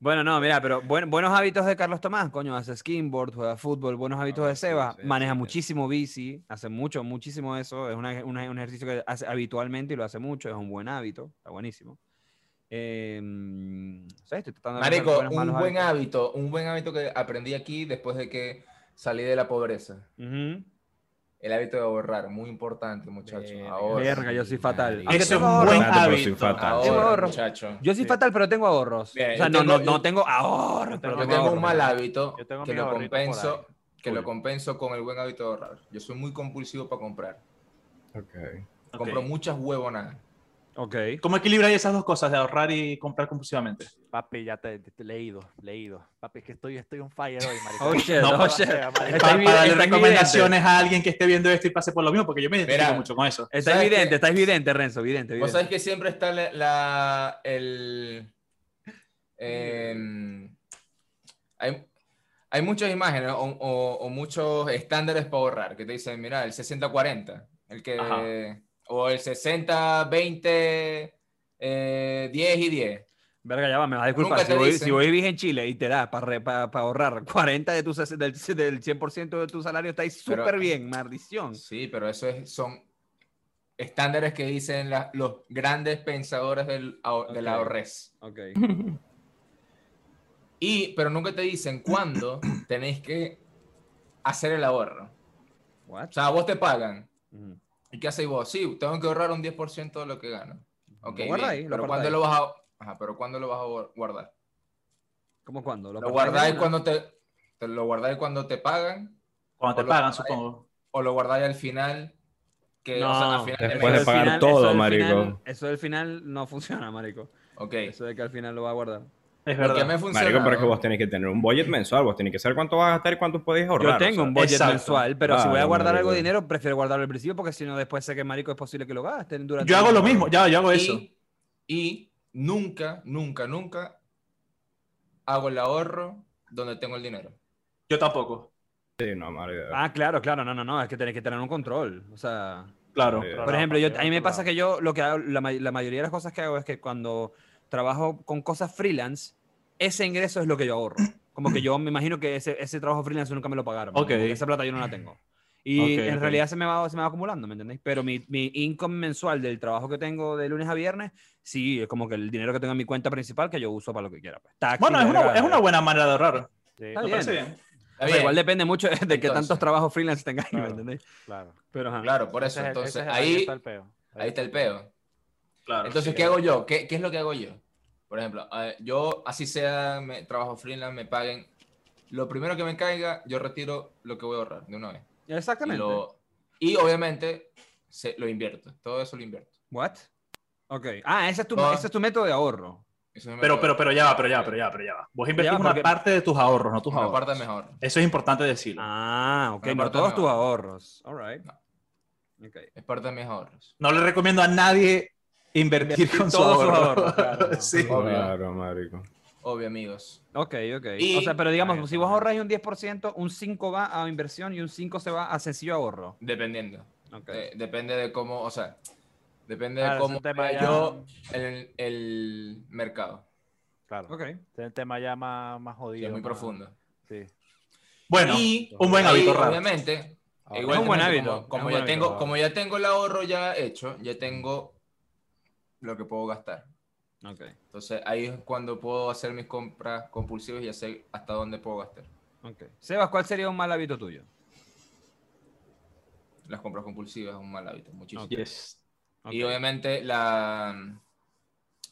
S1: Bueno, no, mira, pero buen- buenos hábitos de Carlos Tomás, coño, hace skimboard, juega fútbol, buenos hábitos
S3: Ah,
S1: de
S3: sí,
S1: Seba,
S3: sí,
S1: maneja
S3: sí, sí.
S1: muchísimo bici, hace mucho, muchísimo eso, es una- una- un ejercicio que hace habitualmente y lo hace mucho, es un buen hábito, está buenísimo. Eh, ¿sabes? Estoy tratando de pensar
S5: Marico,
S1: buenos,
S5: un
S1: malos
S5: buen
S1: hábitos.
S5: hábito, un buen hábito que aprendí aquí después de que salí de la pobreza.
S1: Ujú.
S5: El hábito de ahorrar, muy importante, muchachos.
S3: Verga,
S5: Ahorra.
S1: verga, yo soy fatal.
S5: Marico.
S1: Aunque
S4: Eso es
S1: tengo
S4: un
S1: ahorros.
S4: buen
S3: Fatal, pero sí,
S4: hábito.
S3: fatal.
S1: Tengo
S5: Ahorra,
S1: ahorro.
S5: muchachos.
S1: Yo soy
S2: Sí.
S1: fatal, pero tengo ahorros.
S5: Bien,
S1: o sea,
S5: yo
S1: no, no,
S5: tengo-
S1: no tengo ahorros. pero
S2: tengo-
S1: tengo
S5: Yo tengo
S1: ahorros.
S5: un mal hábito
S2: Yo tengo
S5: que
S2: mis
S5: lo
S2: ahorritos por
S5: compenso,
S2: ahí.
S5: que lo
S2: Cool.
S5: compenso con el buen hábito de ahorrar. Yo soy muy compulsivo para comprar.
S3: Ok.
S4: Ok.
S5: Compro muchas huevonadas.
S1: Ok.
S4: ¿Cómo equilibrar esas dos cosas de ahorrar y comprar compulsivamente?
S2: Papi, ya te, te- te- leído, leído. Papi, es que estoy, estoy on fire hoy, marico.
S1: Oh, shit,
S2: No
S1: oh,
S2: puedo
S1: shit.
S2: hacer, marico.
S1: Está
S4: Para,
S1: evidente,
S4: para darle
S1: está
S4: recomendaciones a alguien que esté viendo esto y pase por lo mismo, porque yo me identifico
S5: Mira.
S4: mucho con eso.
S1: Está
S5: ¿Sabes
S1: evidente,
S5: qué?
S1: está evidente, Renzo, evidente.
S5: Vos
S1: evidente.
S5: sabés que siempre está la, la- el em, hay, hay muchas imágenes o, o- o muchos estándares para ahorrar que te dicen, mira, el 60-40, el que
S4: Ajá.
S5: o el 60-20 eh, 10 y 10.
S1: Verga, ya va, me vas a disculpar.
S5: Nunca
S1: Si
S5: te
S1: voy,
S5: dicen.
S1: si voy en Chile y te da para ahorrar 40 de tus, del, del 100% de tu salario, estáis
S5: Pero-
S1: súper bien, maldición.
S5: Sí, pero eso es- son estándares que dicen la- los grandes pensadores del, ahor- del
S1: Ok.
S5: ahorrés.
S1: Ok.
S5: Y, pero nunca te dicen cuándo tenéis que hacer el ahorro.
S1: What?
S5: O sea, a vos te pagan.
S1: Ujú.
S5: ¿Y qué hacéis vos? Sí, tengo que ahorrar un 10% de lo que gano. Ok,
S1: Lo guardáis,
S5: bien,
S1: lo
S5: pero,
S1: apartáis.
S5: ¿cuándo lo vas a... Ajá, pero ¿cuándo lo vas a guar- guardar?
S1: ¿Cómo cuándo?
S5: ¿Lo,
S1: apartáis de
S5: guardáis
S1: una?
S5: cuando te, te- ¿Lo guardáis cuando te pagan?
S4: Cuando
S5: o
S4: te
S5: lo-
S4: pagan, supongo.
S5: ¿O lo guardáis al final? Que, o sea,
S1: No,
S5: al final de
S3: Después de
S5: mes.
S1: Eso al
S3: pagar
S1: final-
S3: todo,
S1: eso al
S3: marico.
S1: final- eso al final no funciona, marico.
S5: Ok.
S1: Eso de que al final lo va a guardar.
S4: Es
S5: Lo que
S4: verdad.
S5: me funciona...
S3: Marico, pero es que vos tenés que tener un budget mensual, vos tenés que saber cuánto vas a gastar y cuánto podéis
S1: Yo
S3: ahorrar. o
S1: tengo
S3: sea.
S1: un budget
S4: Exacto.
S1: mensual, pero si voy a
S3: Claro,
S1: guardar algo de
S3: marico.
S1: dinero, prefiero guardarlo al principio porque si no, después sé que marico es posible que lo gasten durante.
S4: Yo hago lo mismo, ya, yo hago eso.
S5: Y, y nunca, nunca, nunca hago el ahorro donde tengo el dinero.
S4: Yo tampoco.
S3: Sí, no, marico.
S1: Ah, claro, claro, no, no, no, es que tenés que tener un control. O sea,
S4: Claro.
S3: Sí.
S1: por ejemplo, yo, a mí me pasa que yo lo que hago, la, may- la mayoría de las cosas que hago es que cuando trabajo con cosas freelance, ese ingreso es lo que yo ahorro. Como que yo me imagino que ese, ese trabajo freelance nunca me lo pagaron. ¿me
S4: Ok.
S1: entiendes? Esa plata yo no la tengo. Y
S4: Ok,
S1: en
S4: ok.
S1: realidad se me, va, se me va acumulando, ¿me entendéis? Pero mi, mi income mensual del trabajo que tengo de lunes a viernes, sí, es como que el dinero que tengo en mi cuenta principal que yo uso para lo que quiera. pues. Taxi,
S4: Bueno, es una,
S1: verga,
S4: es una buena manera de ahorrar.
S2: Sí,
S1: Está
S4: Me
S1: bien.
S4: parece bien.
S5: Está
S1: o sea,
S5: bien,
S1: igual depende mucho de que tantos
S5: Entonces.
S1: trabajos freelance tengáis, ¿me
S2: Claro.
S1: entendéis?
S2: claro.
S1: Pero, ajá.
S5: Claro, por
S2: Ese
S5: eso.
S2: es el-
S5: Entonces,
S2: ese es el-
S5: ahí,
S2: está el peo.
S5: ahí está el peo.
S4: Claro.
S5: Entonces,
S4: sí.
S5: ¿qué hago yo? ¿Qué, qué es lo que hago yo? Por ejemplo, eh, yo, así sea, me, trabajo freelance, me paguen. Lo primero que me caiga, yo retiro lo que voy a ahorrar de una vez. Y,
S1: Exactamente.
S5: lo- y obviamente se, lo invierto. Todo eso lo invierto.
S1: What? Ok. Ah, ese es tu,
S5: No.
S1: ese es tu método de ahorro.
S5: Eso es mi
S4: Pero,
S5: método.
S4: pero, pero ya va, pero ya va, pero ya va, pero ya va. Vos invertís
S1: Ya va,
S4: una
S1: porque-
S4: parte de tus ahorros, no tus
S5: Una parte
S4: ahorros.
S5: es mejor.
S4: Eso es importante decirlo.
S1: Ah, ok.
S5: Una
S1: No
S5: parte
S1: todos
S5: de
S1: tus
S5: ahorro.
S1: ahorros. All right.
S5: No.
S1: Ok.
S5: Es parte de mis ahorros.
S4: No le recomiendo a nadie invertir con su
S1: todos sus
S4: ahorro.
S1: ahorros, claro, no.
S4: Sí.
S5: obvio.
S3: Claro, marico.
S5: Obvio, amigos.
S1: Ok, ok. o
S5: Y-
S1: sea, pero
S2: Ahí
S1: digamos,
S2: está,
S1: si vos
S2: ahí
S1: ahorras un 10%, un 5 va a inversión y un 5 se va a sencillo ahorro.
S5: Dependiendo.
S1: Ok.
S5: Eh, depende de cómo, o sea, depende
S2: Claro,
S5: de
S2: es un
S5: cómo
S2: tema
S5: vea
S2: ya-
S5: yo el, el mercado.
S2: Claro.
S1: Ok.
S2: Este es el tema ya más, más
S5: que
S2: jodido.
S5: es muy
S2: más-
S5: profundo.
S2: Sí.
S4: Bueno,
S5: y
S4: un buen hábito
S5: ahí,
S4: raro.
S5: obviamente,
S2: Ahora,
S1: Es un buen
S5: igualmente,
S1: hábito,
S5: Como, como
S1: es un
S5: ya
S1: buen
S5: tengo,
S1: hábito.
S5: como ya tengo el ahorro ya hecho, ya tengo lo que puedo gastar.
S1: Ok.
S5: Entonces ahí es cuando puedo hacer mis compras compulsivas y ya sé hasta dónde puedo gastar.
S1: Ok. Sebas, ¿cuál sería un mal hábito tuyo?
S5: Las compras compulsivas es un mal hábito, muchísimo.
S1: Ok.
S4: Yes.
S1: Ok.
S5: Y obviamente la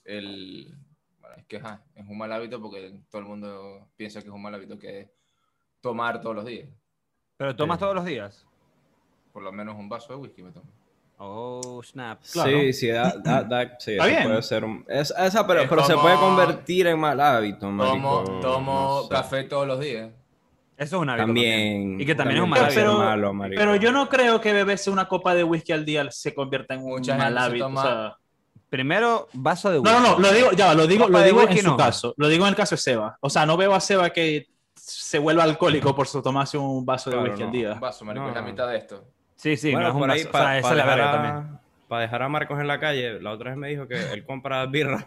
S5: el bueno, es que ajá, es un mal hábito porque todo el mundo piensa que es un mal hábito que es tomar todos los días.
S1: Pero tomas todos los días.
S5: Por lo menos un vaso de whisky me tomo.
S1: Oh, snap.
S4: Claro.
S3: Sí, sí, da, da, da- sí,
S4: Está
S3: eso
S4: bien.
S3: puede ser un... es- esa, pero,
S5: Es
S3: pero se
S5: como-
S3: puede convertir en mal hábito, marico.
S5: Tomo, tomo
S3: no sé.
S5: café todos los días.
S1: Eso es un hábito.
S3: También.
S1: Y que también es un mal
S3: puede
S1: hábito.
S3: ser
S4: Pero-
S3: malo, marico.
S4: Pero yo no creo que beberse una copa de whisky al día se convierta en un
S5: Mucha gente
S4: mal
S5: se
S4: hábito.
S5: toma-
S4: o sea.
S1: Primero, vaso de
S4: No, no, no,
S1: whisky.
S4: lo digo, ya, va, lo digo,
S1: Copa
S4: lo
S1: de
S4: digo en
S1: whisky
S4: su
S1: no.
S4: caso. Lo digo en el caso de Seba. O sea, no veo a Seba que se vuelva alcohólico por su tomarse un vaso de
S3: Claro,
S4: whisky
S3: no.
S4: al día.
S5: Un vaso, marico,
S3: No.
S5: es la mitad de esto.
S1: Sí, sí,
S3: Bueno,
S1: no es un
S3: por ahí,
S1: vaso. o
S3: pa-
S1: sea, esa
S3: pa
S1: es la verga
S3: dejar a-
S1: también.
S3: pa dejar a Marcos en la calle, la otra vez me dijo que él compra birra.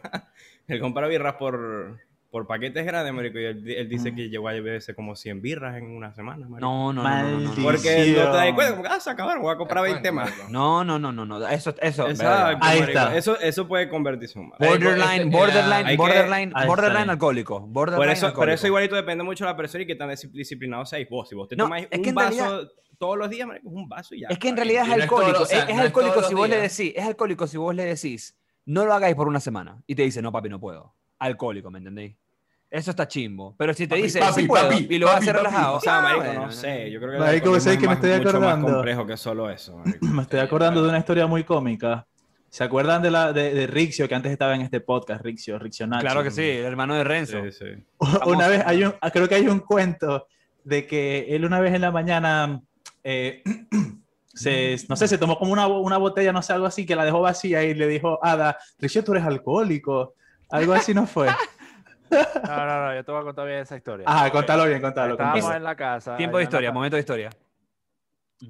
S3: él compra birra por, por paquetes grandes, marico. Y él, él dice que llegó a beberse como 100 birras en una semana, marico.
S1: No, no, no, no, no, no, no.
S3: Porque no te das
S4: Maldición.
S3: cuenta, como, ah, se acabaron, voy a comprar 20 más.
S1: No, no, no, no, no. Eso, eso. verga. Ah,
S3: Exacto,
S4: Ahí
S3: marico.
S4: está.
S3: Eso, eso puede convertirse en un mal.
S5: Ahí-
S1: Borderline,
S5: Ese-
S1: borderline,
S3: hay que-
S1: borderline,
S4: ahí está.
S1: borderline alcohólico. Borderline
S3: Por eso,
S1: alcohólico.
S3: por eso igualito depende mucho de la persona y qué tan discipl- disciplinado seáis vos. Si vos te
S1: No,
S3: tomáis
S1: es
S3: un
S1: que en
S3: vaso
S1: realidad-
S3: todos los días, marico, es un vaso y ya.
S1: Es que en
S3: marico.
S1: realidad
S5: Y
S1: es
S5: no es todo,
S1: alcohólico.
S5: o sea,
S1: es, es
S5: no es
S1: alcohólico
S5: todos
S1: si
S5: los
S1: vos le
S5: días.
S1: decís, es alcohólico si vos le decís, no lo hagáis por una semana. Y te dice, no, papi, no puedo. Alcohólico, ¿me entendéis? Eso está chimbo. Pero si te
S5: Papi,
S1: dice,
S5: papi,
S1: sí puedo,
S5: papi,
S1: y lo vas a
S5: papi,
S1: hacer
S5: papi.
S1: relajado.
S3: O sea,
S1: ah,
S3: marico,
S1: bueno,
S3: no sé. Yo creo que el
S2: Marico,
S3: alcoholismo
S2: ¿sabes
S3: es
S2: que me
S3: más-
S2: estoy
S3: mucho
S2: acordando?
S3: más complejo que solo eso, marico.
S4: Me estoy acordando de una historia muy cómica. ¿Se acuerdan de, la, de, de Rixio, que antes estaba en este podcast? Rixio, Rixio Nacho.
S1: Claro que sí, el hermano de Renzo.
S3: Sí, sí.
S4: Una vez, hay un, ah, creo que hay un cuento de que él una vez en la mañana, eh, se, no sé, se tomó como una, bo- una botella, no sé, algo así, que la dejó vacía y le dijo, Ada, Rixio, tú eres alcohólico. Algo así no fue.
S2: No, no, no, yo te voy a contar bien esa historia.
S4: Ajá, contalo bien, contalo.
S2: Estábamos
S4: contalo.
S2: en la casa.
S1: Ah, Tiempo de
S2: allá en la
S1: historia,
S2: ca-
S1: momento de historia.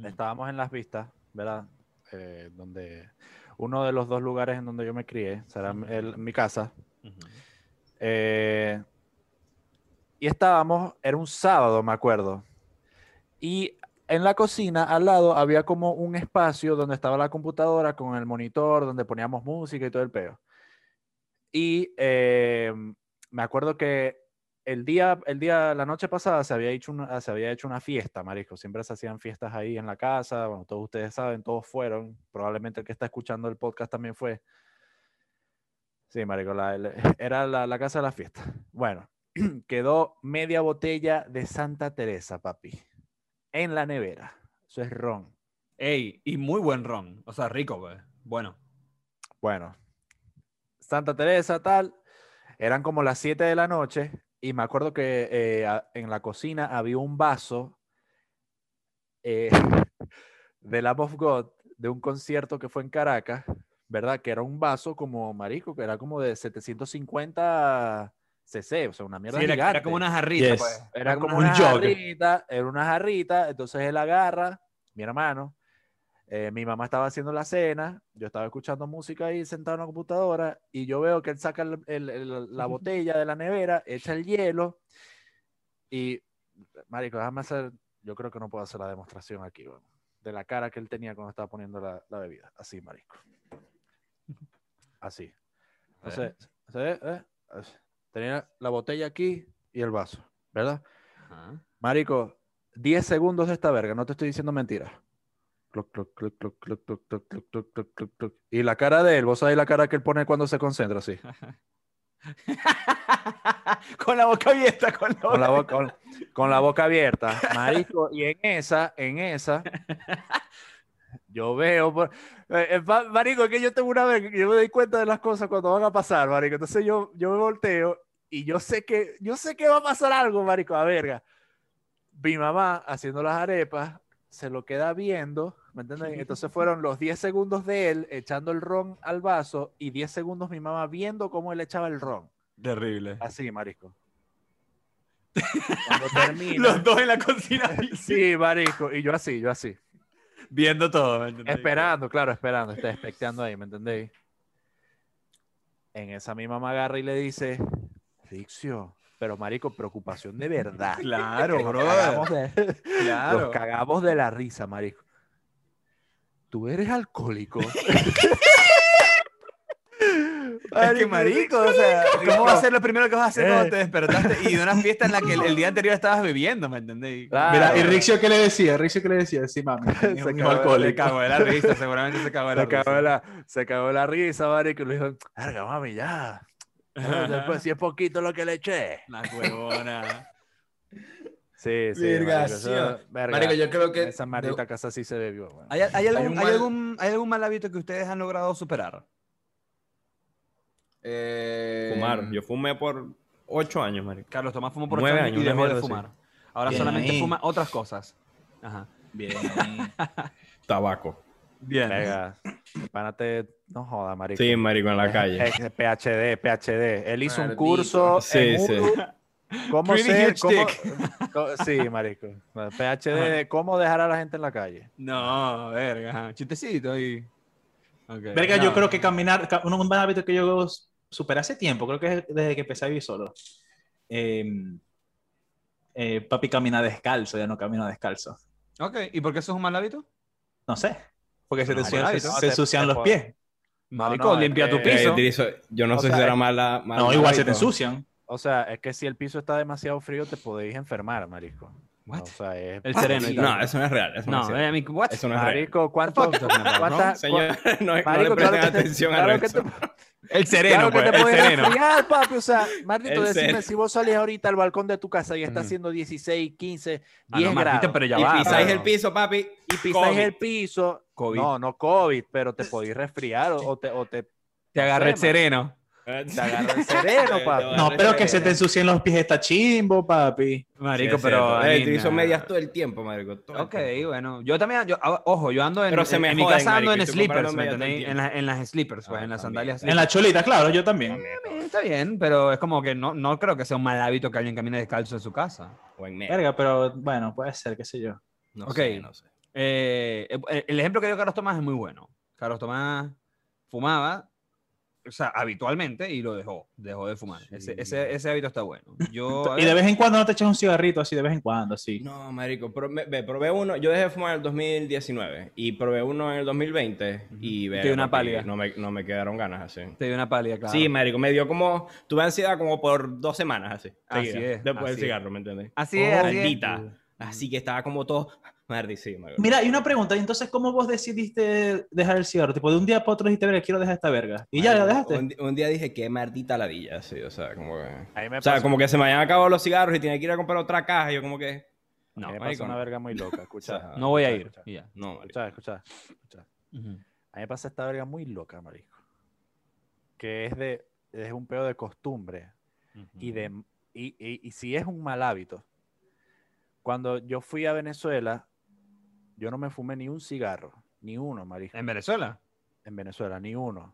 S2: Estábamos en las vistas, ¿verdad? Eh, donde uno de los dos lugares en donde yo me crié, será el- mi casa. Eh, y estábamos, era un sábado, me acuerdo. Y en la cocina, al lado, había como un espacio donde estaba la computadora con el monitor, donde poníamos música y todo el peo. Y eh, me acuerdo que el día, el día, la noche pasada se había hecho una, se había hecho una fiesta, marisco. Siempre se hacían fiestas ahí en la casa. Bueno, todos ustedes saben, todos fueron. Probablemente el que está escuchando el podcast también fue. Sí, marico, la- el- era la, la casa de la fiesta. Bueno, quedó media botella de Santa Teresa, papi, en la nevera. Eso es ron.
S1: Ey, y muy buen ron. O sea, rico, güey. Bueno.
S2: Bueno, Santa Teresa, tal. Eran como las 7 de la noche y me acuerdo que eh, a- en la cocina había un vaso eh, de Lamb of God de un concierto que fue en Caracas, ¿verdad? Que era un vaso como marico, que era como de 750 cc, o sea, una mierda
S1: Sí, era, era
S2: gigante.
S1: como una jarrita,
S4: Yes.
S1: pues.
S2: Era como,
S4: un
S2: una
S4: jog.
S2: jarrita, era una jarrita, entonces él agarra, mi hermano, eh, mi mamá estaba haciendo la cena, yo estaba escuchando música ahí sentado en la computadora y yo veo que él saca el- el- el- la botella de la nevera, echa el hielo y, marico, déjame hacer, yo creo que no puedo hacer la demostración aquí, weón, de la cara que él tenía cuando estaba poniendo la, la bebida, así, marico, así. Entonces, se ve, eh, así. tenía la botella aquí y el vaso, ¿verdad?
S1: Ajá.
S2: Marico, 10 segundos de esta verga, no te estoy diciendo mentiras. Cluc, cluc, cluc, cluc, cluc, cluc, cluc, cluc, cluc, cluc, cluc, cluc. Y la cara de él, vos sabés la cara que él pone cuando se concentra, sí.
S1: con la boca abierta, con la boca.
S2: Con la boca, con, con la boca abierta. Marico, y en esa, en esa, yo veo. por- eh, eh, va- marico, es que yo tengo una vez, yo me doy cuenta de las cosas cuando van a pasar, marico. Entonces yo, yo me volteo y yo sé que, yo sé que va a pasar algo, marico, a verga. Mi mamá haciendo las arepas se lo queda viendo, ¿me entienden? Entonces fueron los 10 segundos de él echando el ron al vaso y 10 segundos mi mamá viendo cómo él echaba el ron.
S1: Terrible.
S2: Así, marisco. Cuando termina.
S1: Los dos en la cocina
S2: Sí, marisco. Y yo así, yo así.
S1: viendo todo. ¿me entendéis?
S2: Esperando, claro, esperando. Está expectando ahí, ¿me entendéis? En esa misma me agarra y le dice, Rixio, pero marico, preocupación de verdad.
S1: Claro,
S2: Nos
S1: bro.
S2: cagamos de- Nos
S1: Claro.
S2: cagamos de la risa, marico. Tú eres alcohólico.
S1: Es que marico, o sea, ¿cómo va a ser lo primero que vas a hacer
S2: Eh.
S1: cuando te despertaste y de una fiesta en la que el, el día anterior estabas bebiendo, ¿me entendéis?
S2: Claro.
S4: Mira, ¿y Rixio qué le decía? ¿Rixio qué le decía? Sí, mami, es un
S2: cagó,
S1: Se
S4: alcohólico.
S1: cagó de la risa, seguramente se cagó de la
S2: se
S1: risa.
S2: cagó la, se cagó la risa, marico, y le dijo, "Verga, mami, ya. Bueno, Después, si es poquito lo que le eché.
S1: La huevona.
S2: Sí, sí.
S5: Verga,
S2: marico, eso- verga,
S5: Marico, yo creo que.
S2: Esa maldita casa sí se bebió. weón.
S1: ¿Hay, hay, algún,
S5: un
S1: hay
S5: mal-
S1: algún, ¿Hay algún mal hábito que ustedes han logrado superar?
S5: eh,
S3: Fumar. Yo fumé por 8 años, marico.
S1: Carlos Tomás fumó por
S3: Nueve
S1: ocho
S3: años,
S1: y
S3: una
S1: dejó de
S3: mierda así.
S1: fumar. Ahora
S5: Bien
S1: solamente
S5: ahí.
S1: fuma otras cosas. Ajá.
S5: Bien.
S3: Tabaco.
S1: Bien.
S2: Verga, el pana te- no joda, marico.
S3: Sí, marico, en la calle.
S2: Es- es PhD, PhD. Él hizo un
S5: Maldito.
S2: curso.
S3: Sí,
S2: en
S3: sí. Eh,
S2: Hulu, ¿Cómo
S1: Pretty
S2: ser?
S1: huge
S2: cómo- co- sí, marico. Bueno, PhD de cómo dejar a la gente en la calle.
S1: No, verga. ajá. Chistecito ahí. Okay.
S4: Verga,
S1: No.
S4: yo creo que caminar, ca- un un buen hábito que yo superé hace tiempo, creo que es desde que empecé a vivir solo. eh, eh, papi camina descalzo, ya no camino descalzo.
S1: Ok, ¿y por qué eso es un mal hábito?
S4: No sé, porque se, te
S1: No,
S4: ensucian-
S1: marico,
S4: se-
S1: no,
S4: se
S2: te-
S4: ensucian
S2: te
S4: los
S2: puedo-
S4: pies.
S1: Marico,
S2: no, es
S1: limpia tu
S2: que-
S3: Eh,
S1: piso.
S3: utilizo- yo no
S2: O
S3: sé
S2: sea,
S3: si era mala. mal
S4: No, igual se te
S3: hábito.
S4: ensucian.
S2: O sea, es que si el piso está demasiado frío, te podéis enfermar, marico.
S1: What?
S2: O sea, es...
S1: El sereno. y
S3: No,
S1: tal.
S3: eso no es real. Eso no, es
S1: Ah, no,
S3: cierto.
S1: eh, mi- what?
S3: Eso no es real.
S2: Marico, ¿cuánto,
S1: fuck?
S2: ¿cuántas...
S3: Señor, no, no
S2: Marico,
S3: le presten
S2: claro que te-
S3: atención a
S2: claro que
S3: eso.
S2: te-
S1: El sereno,
S2: claro que
S1: pues,
S2: te
S1: el
S2: puedes
S1: sereno.
S2: enfriar, papi. O sea, Martito,
S3: El
S2: decime,
S3: sereno.
S2: si vos salís ahorita al balcón de tu casa y está
S1: Ujú.
S2: haciendo 16, 15, 10
S1: Ah, no,
S2: grados
S1: Martito, pero ya
S2: y
S1: va.
S2: pisáis
S3: Pisáis
S1: bro.
S3: el piso, papi.
S2: y pisáis
S3: COVID.
S2: el piso,
S1: COVID.
S2: no, no COVID, pero te podís resfriar o, o te, o te,
S1: Te agarré el sereno.
S2: te agarra el sereno, papi.
S4: No, pero que se te ensucien los pies está chimbo, papi.
S1: Marico,
S3: Sí, es
S1: pero.
S3: cierto.
S1: a
S3: Eh,
S1: mí
S3: utilizo
S1: nada.
S3: medias todo el tiempo, marico. todo el
S1: Ok,
S3: tiempo.
S1: bueno. Yo también, yo, ah, ojo, yo ando en,
S3: Pero se
S1: en-
S3: me
S1: en mi
S3: joden,
S1: casa ando
S3: marico,
S1: en
S3: estoy comprando
S1: slippers, ¿me
S3: medias todo el
S1: entendéis? En, la- en las slippers, pues,
S3: Ah,
S1: en las
S3: también,
S1: sandalias.
S4: En la cholita, claro, yo también.
S3: También,
S1: slippers. Está bien, pero es como que no, no creo que sea un mal hábito que alguien camine descalzo en su casa.
S3: o en medio.
S4: Verga, pero bueno, puede ser, qué sé yo.
S3: No
S1: Ok.
S3: sé, no sé.
S1: Eh, eh, el ejemplo que dio Carlos Tomás es muy bueno. Carlos Tomás fumaba, o sea, habitualmente y lo dejó, dejó de fumar. Ese, ese, ese hábito está bueno. Yo, a
S4: Y de
S1: ver,
S4: vez en cuando no te echas un cigarrito así, de vez en cuando, así.
S3: No, marico, probé, ve, probé uno, yo dejé de fumar en el 2019 y probé uno en el 2020 y
S1: Ujú.
S3: ve,
S1: Te dio una
S3: papi,
S1: pálida.
S3: No me, no me quedaron ganas así.
S1: te dio una pálida, claro.
S3: Sí, marico, me dio como, tuve ansiedad como por dos semanas así.
S1: Así
S3: seguida,
S1: es,
S3: Después del
S1: así
S3: cigarro, ¿me entendés?
S1: así
S2: oh,
S1: es, así es.
S3: Maldita. Así que estaba como todo, Mardi, sí, marico.
S4: Mira, y una pregunta, ¿y entonces cómo vos decidiste dejar el cigarro? Tipo, de un día para otro dijiste, verga, quiero dejar esta verga. Y ya, la
S3: Marico,
S4: dejaste.
S3: Un, di- un día dije, qué maldita ladilla, sí, o sea, como que...
S2: A mí me
S3: O sea,
S2: pasó-
S3: como que se me habían acabado los cigarros y tenía que ir a comprar otra caja. y yo como que...
S1: No,
S2: a mí me
S3: marico,
S2: pasó una
S3: no.
S2: verga muy loca, escucha.
S3: Ajá.
S1: No voy a ir.
S2: Escucha,
S1: y ya.
S3: No, marico.
S2: escucha, escucha, escucha. A mí me pasa esta verga muy loca, marico. Que es de, es un pedo de costumbre. y, de, y, y- y si es un mal hábito. Cuando yo fui a Venezuela, yo no me fumé ni un cigarro, ni uno, marico,
S1: En Venezuela.
S2: en Venezuela, ni uno.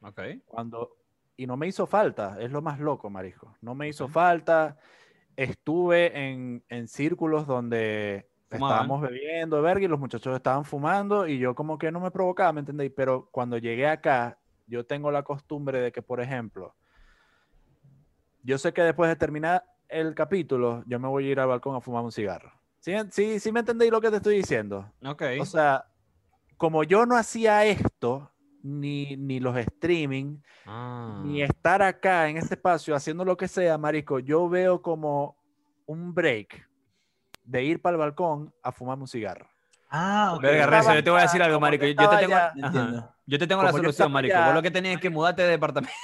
S1: Ok.
S2: Cuando, y no me hizo falta, es lo más loco, marico. No me hizo falta. Estuve en, en círculos donde
S1: Fumaban.
S2: estábamos bebiendo, verga, y los muchachos estaban fumando, y yo como que no me provocaba, ¿me entendéis? Pero cuando llegué acá, yo tengo la costumbre de que, por ejemplo, yo sé que después de terminar el capítulo, yo me voy a ir al balcón a fumar un cigarro. ¿Sí, sí, sí me entendéis lo que te estoy diciendo?
S1: Ok.
S2: O sea, como yo no hacía esto, ni, ni los streaming,
S1: Ah.
S2: ni estar acá en este espacio haciendo lo que sea, marico, yo veo como un break de ir para el balcón a fumarme un cigarro.
S4: Ah, ok.
S1: Verga, Renzo, yo te voy a
S2: allá,
S1: decir algo,
S2: como
S1: marico.
S2: yo
S1: Yo, yo te
S2: estaba
S1: tengo,
S2: allá,
S1: ajá.
S4: entiendo.
S1: Yo te tengo la
S2: Como yo
S1: solución,
S2: estaba
S1: marico.
S2: allá-
S1: Vos lo que tenías es que mudarte de departamento.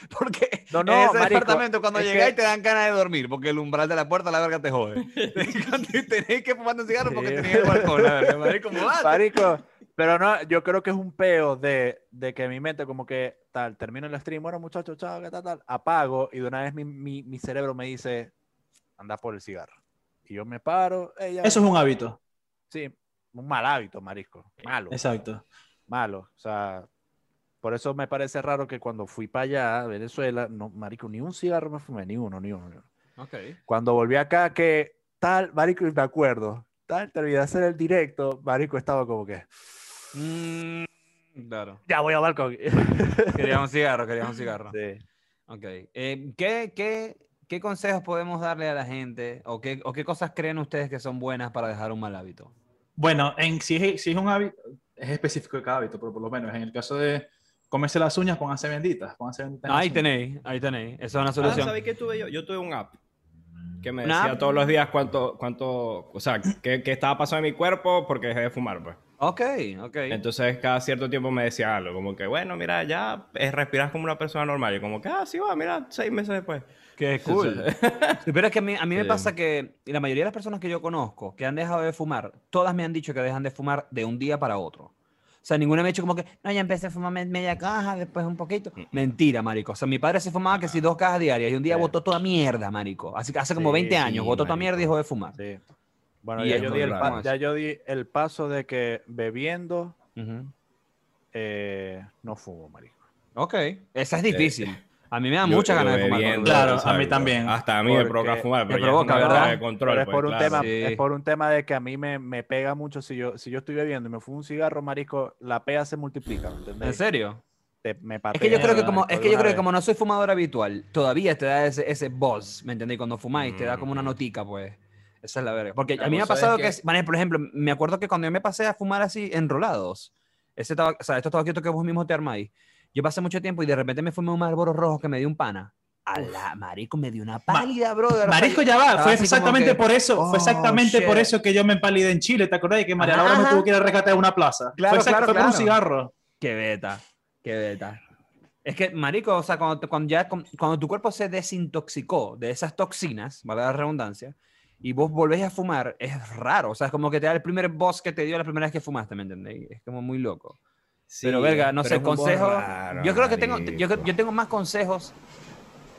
S1: Porque
S2: No, no,
S1: en ese
S2: marico,
S1: departamento cuando
S2: es
S1: llegáis
S2: que-
S1: te dan ganas de dormir, porque el umbral de la puerta la verga te jode. tenéis que fumar un cigarro porque
S2: Sí.
S1: tenéis el balcón, la verga, marico, mudate.
S2: Marico, pero no, yo creo que es un peo de, de que mi mente como que tal, termino el stream, bueno muchachos, chao, que tal, tal, apago y de una vez mi, mi- mi cerebro me dice, anda por el cigarro. Y yo me paro, "Ey, ya
S4: Eso es un hábito.
S2: Sí, un mal hábito, marisco. Malo,
S4: Exacto.
S2: malo. O sea, por eso me parece raro que cuando fui para allá, a Venezuela, no, marico, ni un cigarro me fumé, ni uno, ni uno. ni uno.
S1: Ok.
S2: Cuando volví acá, que tal, marico, y me acuerdo, tal, terminé de hacer el directo, marico, estaba como que,
S1: Mm, claro.
S2: ya voy a balcón.
S1: Quería un cigarro, quería un cigarro.
S2: Sí.
S1: Ok. Eh, ¿qué, qué, ¿Qué consejos podemos darle a la gente o qué, o qué cosas creen ustedes que son buenas para dejar un mal hábito?
S4: Bueno, en, si, es, si es un hábito, es específico de cada hábito, pero por lo menos en el caso de comerse las uñas, pónganse benditas. Pónganse benditas en las
S1: Ahí
S4: uñas.
S1: tenéis, ahí tenéis. Esa es una
S3: Ah,
S1: solución.
S3: ¿Sabéis qué tuve yo? Yo tuve un app que me
S1: ¿Una
S3: decía
S1: app?
S3: todos los días cuánto, cuánto, o sea, qué, qué estaba pasando en mi cuerpo porque dejé de fumar, pues.
S1: Ok, ok.
S3: Entonces cada cierto tiempo me decía algo, como que, bueno, mira, ya eh, respiras como una persona normal. Y como que, ah, sí, va, mira, seis meses después.
S1: Qué cool. Sí, Pero es que a mí, a mí me
S3: Sí.
S1: pasa que la mayoría de las personas que yo conozco que han dejado de fumar, todas me han dicho que dejan de fumar de un día para otro. O sea, ninguna me ha dicho como que, no, ya empecé a fumar me- media caja, después un poquito.
S3: Mm.
S1: Mentira, marico. O sea, mi padre se fumaba que si dos cajas diarias y un día
S2: Sí.
S1: botó toda mierda, marico. Así que hace como
S2: Sí,
S1: 20 años,
S3: sí,
S1: botó toda
S3: marico.
S1: mierda y dejó de fumar.
S2: Sí. Bueno,
S1: Y
S2: ya
S1: es
S2: yo,
S1: muy
S2: di el pa-
S1: raro eso.
S2: ya yo di el paso de que bebiendo
S1: Ujú.
S2: eh, no fumo, marico.
S1: Ok, esa es difícil. A mí me da Ah, muchas
S3: Yo- yo
S1: ganas de fumar.
S3: bebiendo,
S1: gordo.
S4: Claro, a
S3: ¿sabes?
S4: mí también.
S3: Hasta a mí me
S2: Porque
S3: provoca fumar,
S1: te
S3: pero ya es
S1: provoca,
S3: una
S1: ¿verdad?
S3: cosa de control,
S2: Pero es
S3: pues,
S2: por, un
S3: claro.
S2: tema,
S1: Sí.
S2: es por un tema de que a mí me, me pega mucho. Si yo, si yo estoy bebiendo y me fumo un cigarro, marico, la pea se multiplica, ¿me entendés?
S1: ¿En serio?
S2: te- me
S1: Es que yo
S2: patean,
S1: creo que como,
S2: marico,
S1: es que
S2: de
S1: yo
S2: una
S1: creo que
S2: vez.
S1: como no soy fumador habitual, todavía te da ese, ese buzz, ¿me entendéis? Cuando fumáis, te da como una
S3: Mm.
S1: notica, pues. Esa es la verga. Porque a
S5: Claro,
S1: mí me ha
S5: ¿sabes
S1: pasado
S5: qué?
S1: que, es- Manuel, por ejemplo, me acuerdo que cuando yo me pasé a fumar así enrolados, ese taba- o sea, estos tabaquitos que vos mismos te armáis, yo pasé mucho tiempo y de repente me fumé un Marlboro rojo que me dio un pana. A la marico, me dio una pálida, brother.
S4: Marisco ya
S1: Estaba
S4: va, fue
S1: así como
S4: exactamente
S1: que-
S4: por eso,
S1: "Oh,
S4: fue exactamente por
S1: shit".
S4: eso que yo me empalidé en Chile, ¿te acordás? Que María
S1: Ajá,
S4: Laura me
S1: ajá.
S4: tuvo que ir a rescatar de una plaza.
S1: Claro,
S4: fue exact-
S1: claro,
S4: fue por un
S1: claro.
S4: cigarro.
S1: Qué beta, qué beta. Es que, marico, o sea, cuando, te- cuando ya, cuando tu cuerpo se desintoxicó de esas toxinas, valga la redundancia, y vos volvés a fumar, es raro. O sea, es como que te da el primer boss que te dio la primera vez que fumaste, ¿me entendéis? Es como muy loco. pero, verga, no sé, consejos. Yo creo que tengo, yo, creo- yo tengo más consejos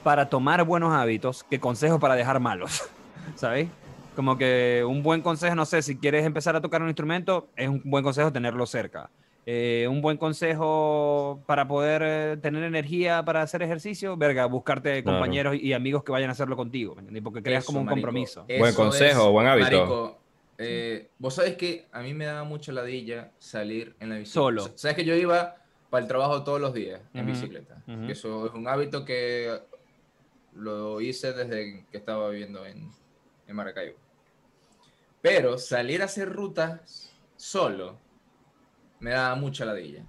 S1: para tomar buenos hábitos que consejos para dejar malos, ¿sabéis? Como que un buen consejo, no sé, si quieres empezar a tocar un instrumento, es un buen consejo tenerlo cerca. Eh, un buen consejo para poder eh, tener energía para hacer ejercicio, verga, buscarte
S3: Claro.
S1: compañeros y amigos que vayan a hacerlo contigo, ¿me entendéis? Porque creas
S5: Eso,
S1: como un
S5: marico,
S1: compromiso.
S5: eso
S3: Buen consejo, buen hábito.
S5: marico, eh, Vos sabés que a mí me daba mucha ladilla salir en la bicicleta.
S1: Solo.
S5: S- Sabes que yo iba para el trabajo todos los días en
S1: Ujú,
S5: bicicleta.
S1: ujú.
S5: Que Eso es un hábito que lo hice desde que estaba viviendo en, en Maracaibo. Pero salir a hacer rutas solo me daba mucha ladilla.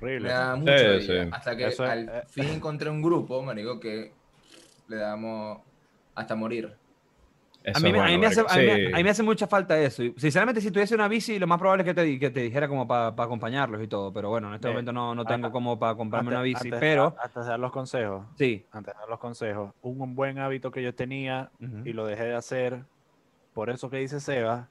S2: Horrible.
S5: Me daba mucha
S3: Sí,
S5: ladilla.
S3: sí.
S5: Hasta que
S2: Eso es-
S5: al
S2: eh.
S5: fin encontré un grupo, marico, que le damos hasta morir.
S1: A mí, me- a mí me hace, a mí me- a mí me hace mucha falta eso. Y, sinceramente, si tuviese una bici, lo más probable es que te, di- que te dijera como para acompañarlos y todo. Pero bueno, en este
S2: Eh,
S1: momento no, no
S2: ah,
S1: tengo como para comprarme
S2: Antes-
S1: una bici.
S2: antes-
S1: Pero
S2: a- Antes de dar los consejos,
S1: sí.
S2: antes de dar los consejos, un, un buen hábito que yo tenía
S1: Ujú.
S2: y lo dejé de hacer, por eso que dice Seba,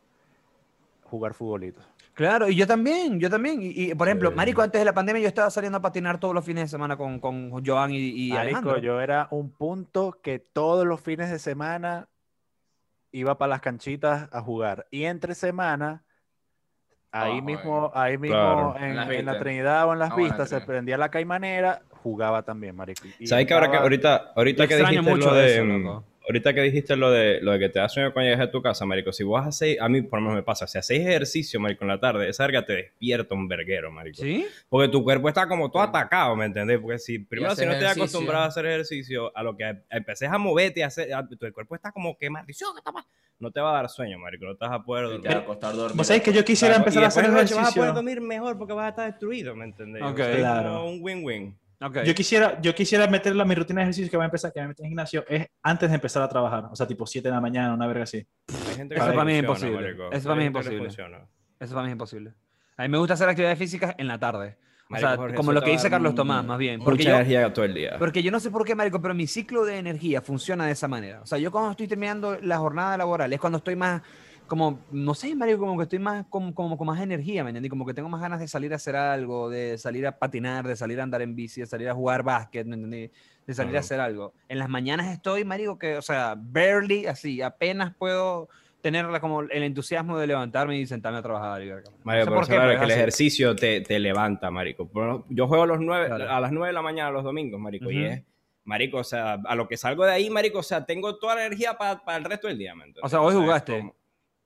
S2: jugar futbolito.
S1: Claro, y yo también, yo también. Y, y, por ejemplo,
S3: Sí.
S1: Marico, antes de la pandemia yo estaba saliendo a patinar todos los fines de semana con, con Joan y, y
S2: Marico,
S1: Alejandro.
S2: yo era un punto que todos los fines de semana iba para las canchitas a jugar. Y entre semana, ahí
S5: Ah,
S2: mismo, ahí mismo
S3: Claro.
S2: en,
S5: En las
S2: en la
S5: vistas.
S2: Trinidad o en las
S5: Ah, bueno, en la
S2: vistas, se
S5: Trinidad.
S2: prendía la caimanera, jugaba también, marico. Y
S3: ¿Sabes que ahora que
S2: estaba-
S3: ahorita, ahorita
S1: Yo
S3: que
S1: extraño
S3: dijiste
S1: mucho
S3: lo de mm,
S1: eso, loco.
S3: ahorita que dijiste lo de lo de que te da sueño cuando llegas a tu casa, marico, si vos hacéis, a mí por lo menos me pasa, si hacéis ejercicio, marico, en la tarde, esa verga te despierta un verguero, marico.
S1: ¿Sí?
S3: Porque tu cuerpo está como todo
S5: Sí.
S3: atacado, ¿me entendés? Porque si primero si
S5: haces
S3: no te has
S5: ejercicio.
S3: acostumbrado a hacer ejercicio, a lo que empeces a moverte, a hacer, a- tu cuerpo está como que maldición, que está mal. No te va a dar sueño, marico, no te vas a poder
S5: Y
S3: dormir.
S5: te va a costar dormir.
S4: Vos sabés que yo quisiera
S3: Claro,
S4: empezar
S3: y
S4: a hacer
S3: después en la noche Vas a
S1: pues,
S3: poder
S4: ejercicio.
S3: dormir mejor porque vas a estar destruido, ¿me entendés?
S1: Ok.
S3: es
S4: Claro.
S3: como un win-win.
S1: Ok.
S4: Yo quisiera, yo quisiera meterla mi rutina de ejercicio que va a empezar, que me metí en gimnasio, es antes de empezar a trabajar. O sea, tipo 7 de la mañana, una verga así.
S3: Hay gente
S1: Eso
S3: le
S1: para mí es
S3: funciona,
S1: imposible.
S3: marico.
S1: Eso para mí es
S3: Hay gente que le
S1: imposible.
S3: funciona.
S1: Eso para mí es imposible. A mí me gusta hacer actividades físicas en la tarde. O
S3: Marico,
S1: sea,
S3: Jorge,
S1: como
S3: eso
S1: lo
S3: te
S1: que
S3: va a
S1: dice
S3: dar
S1: Carlos
S3: mu-
S1: Tomás,
S2: mm,
S1: más bien.
S3: Mucha
S1: Porque yo,
S3: energía todo el día.
S1: Porque yo no sé por qué, marico, pero mi ciclo de energía funciona de esa manera. O sea, yo cuando estoy terminando la jornada laboral es cuando estoy más, como, no sé, marico, como que estoy más, como, como con más energía, ¿me entendí? Como que tengo más ganas de salir a hacer algo, de salir a patinar, de salir a andar en bici, de salir a jugar básquet, ¿me entendí? De salir a
S3: Ajá.
S1: hacer algo. En las mañanas estoy, marico, que, o sea, barely, así, apenas puedo tener la- como el entusiasmo de levantarme y sentarme a trabajar. y verga. No
S3: Marico,
S1: sé
S3: por
S1: por qué,
S3: eso, claro,
S1: pero es
S3: que el
S1: así.
S3: ejercicio te, te levanta, marico. Pero Yo juego a, los nueve,
S1: Claro.
S3: a las 9 de la mañana los domingos, marico, y
S1: Ujú.
S3: es, marico, o sea, a lo que salgo de ahí, marico, o sea, tengo toda la energía para el resto del día, ¿me entiendes?
S1: O sea, hoy
S3: es
S1: jugaste.
S3: como-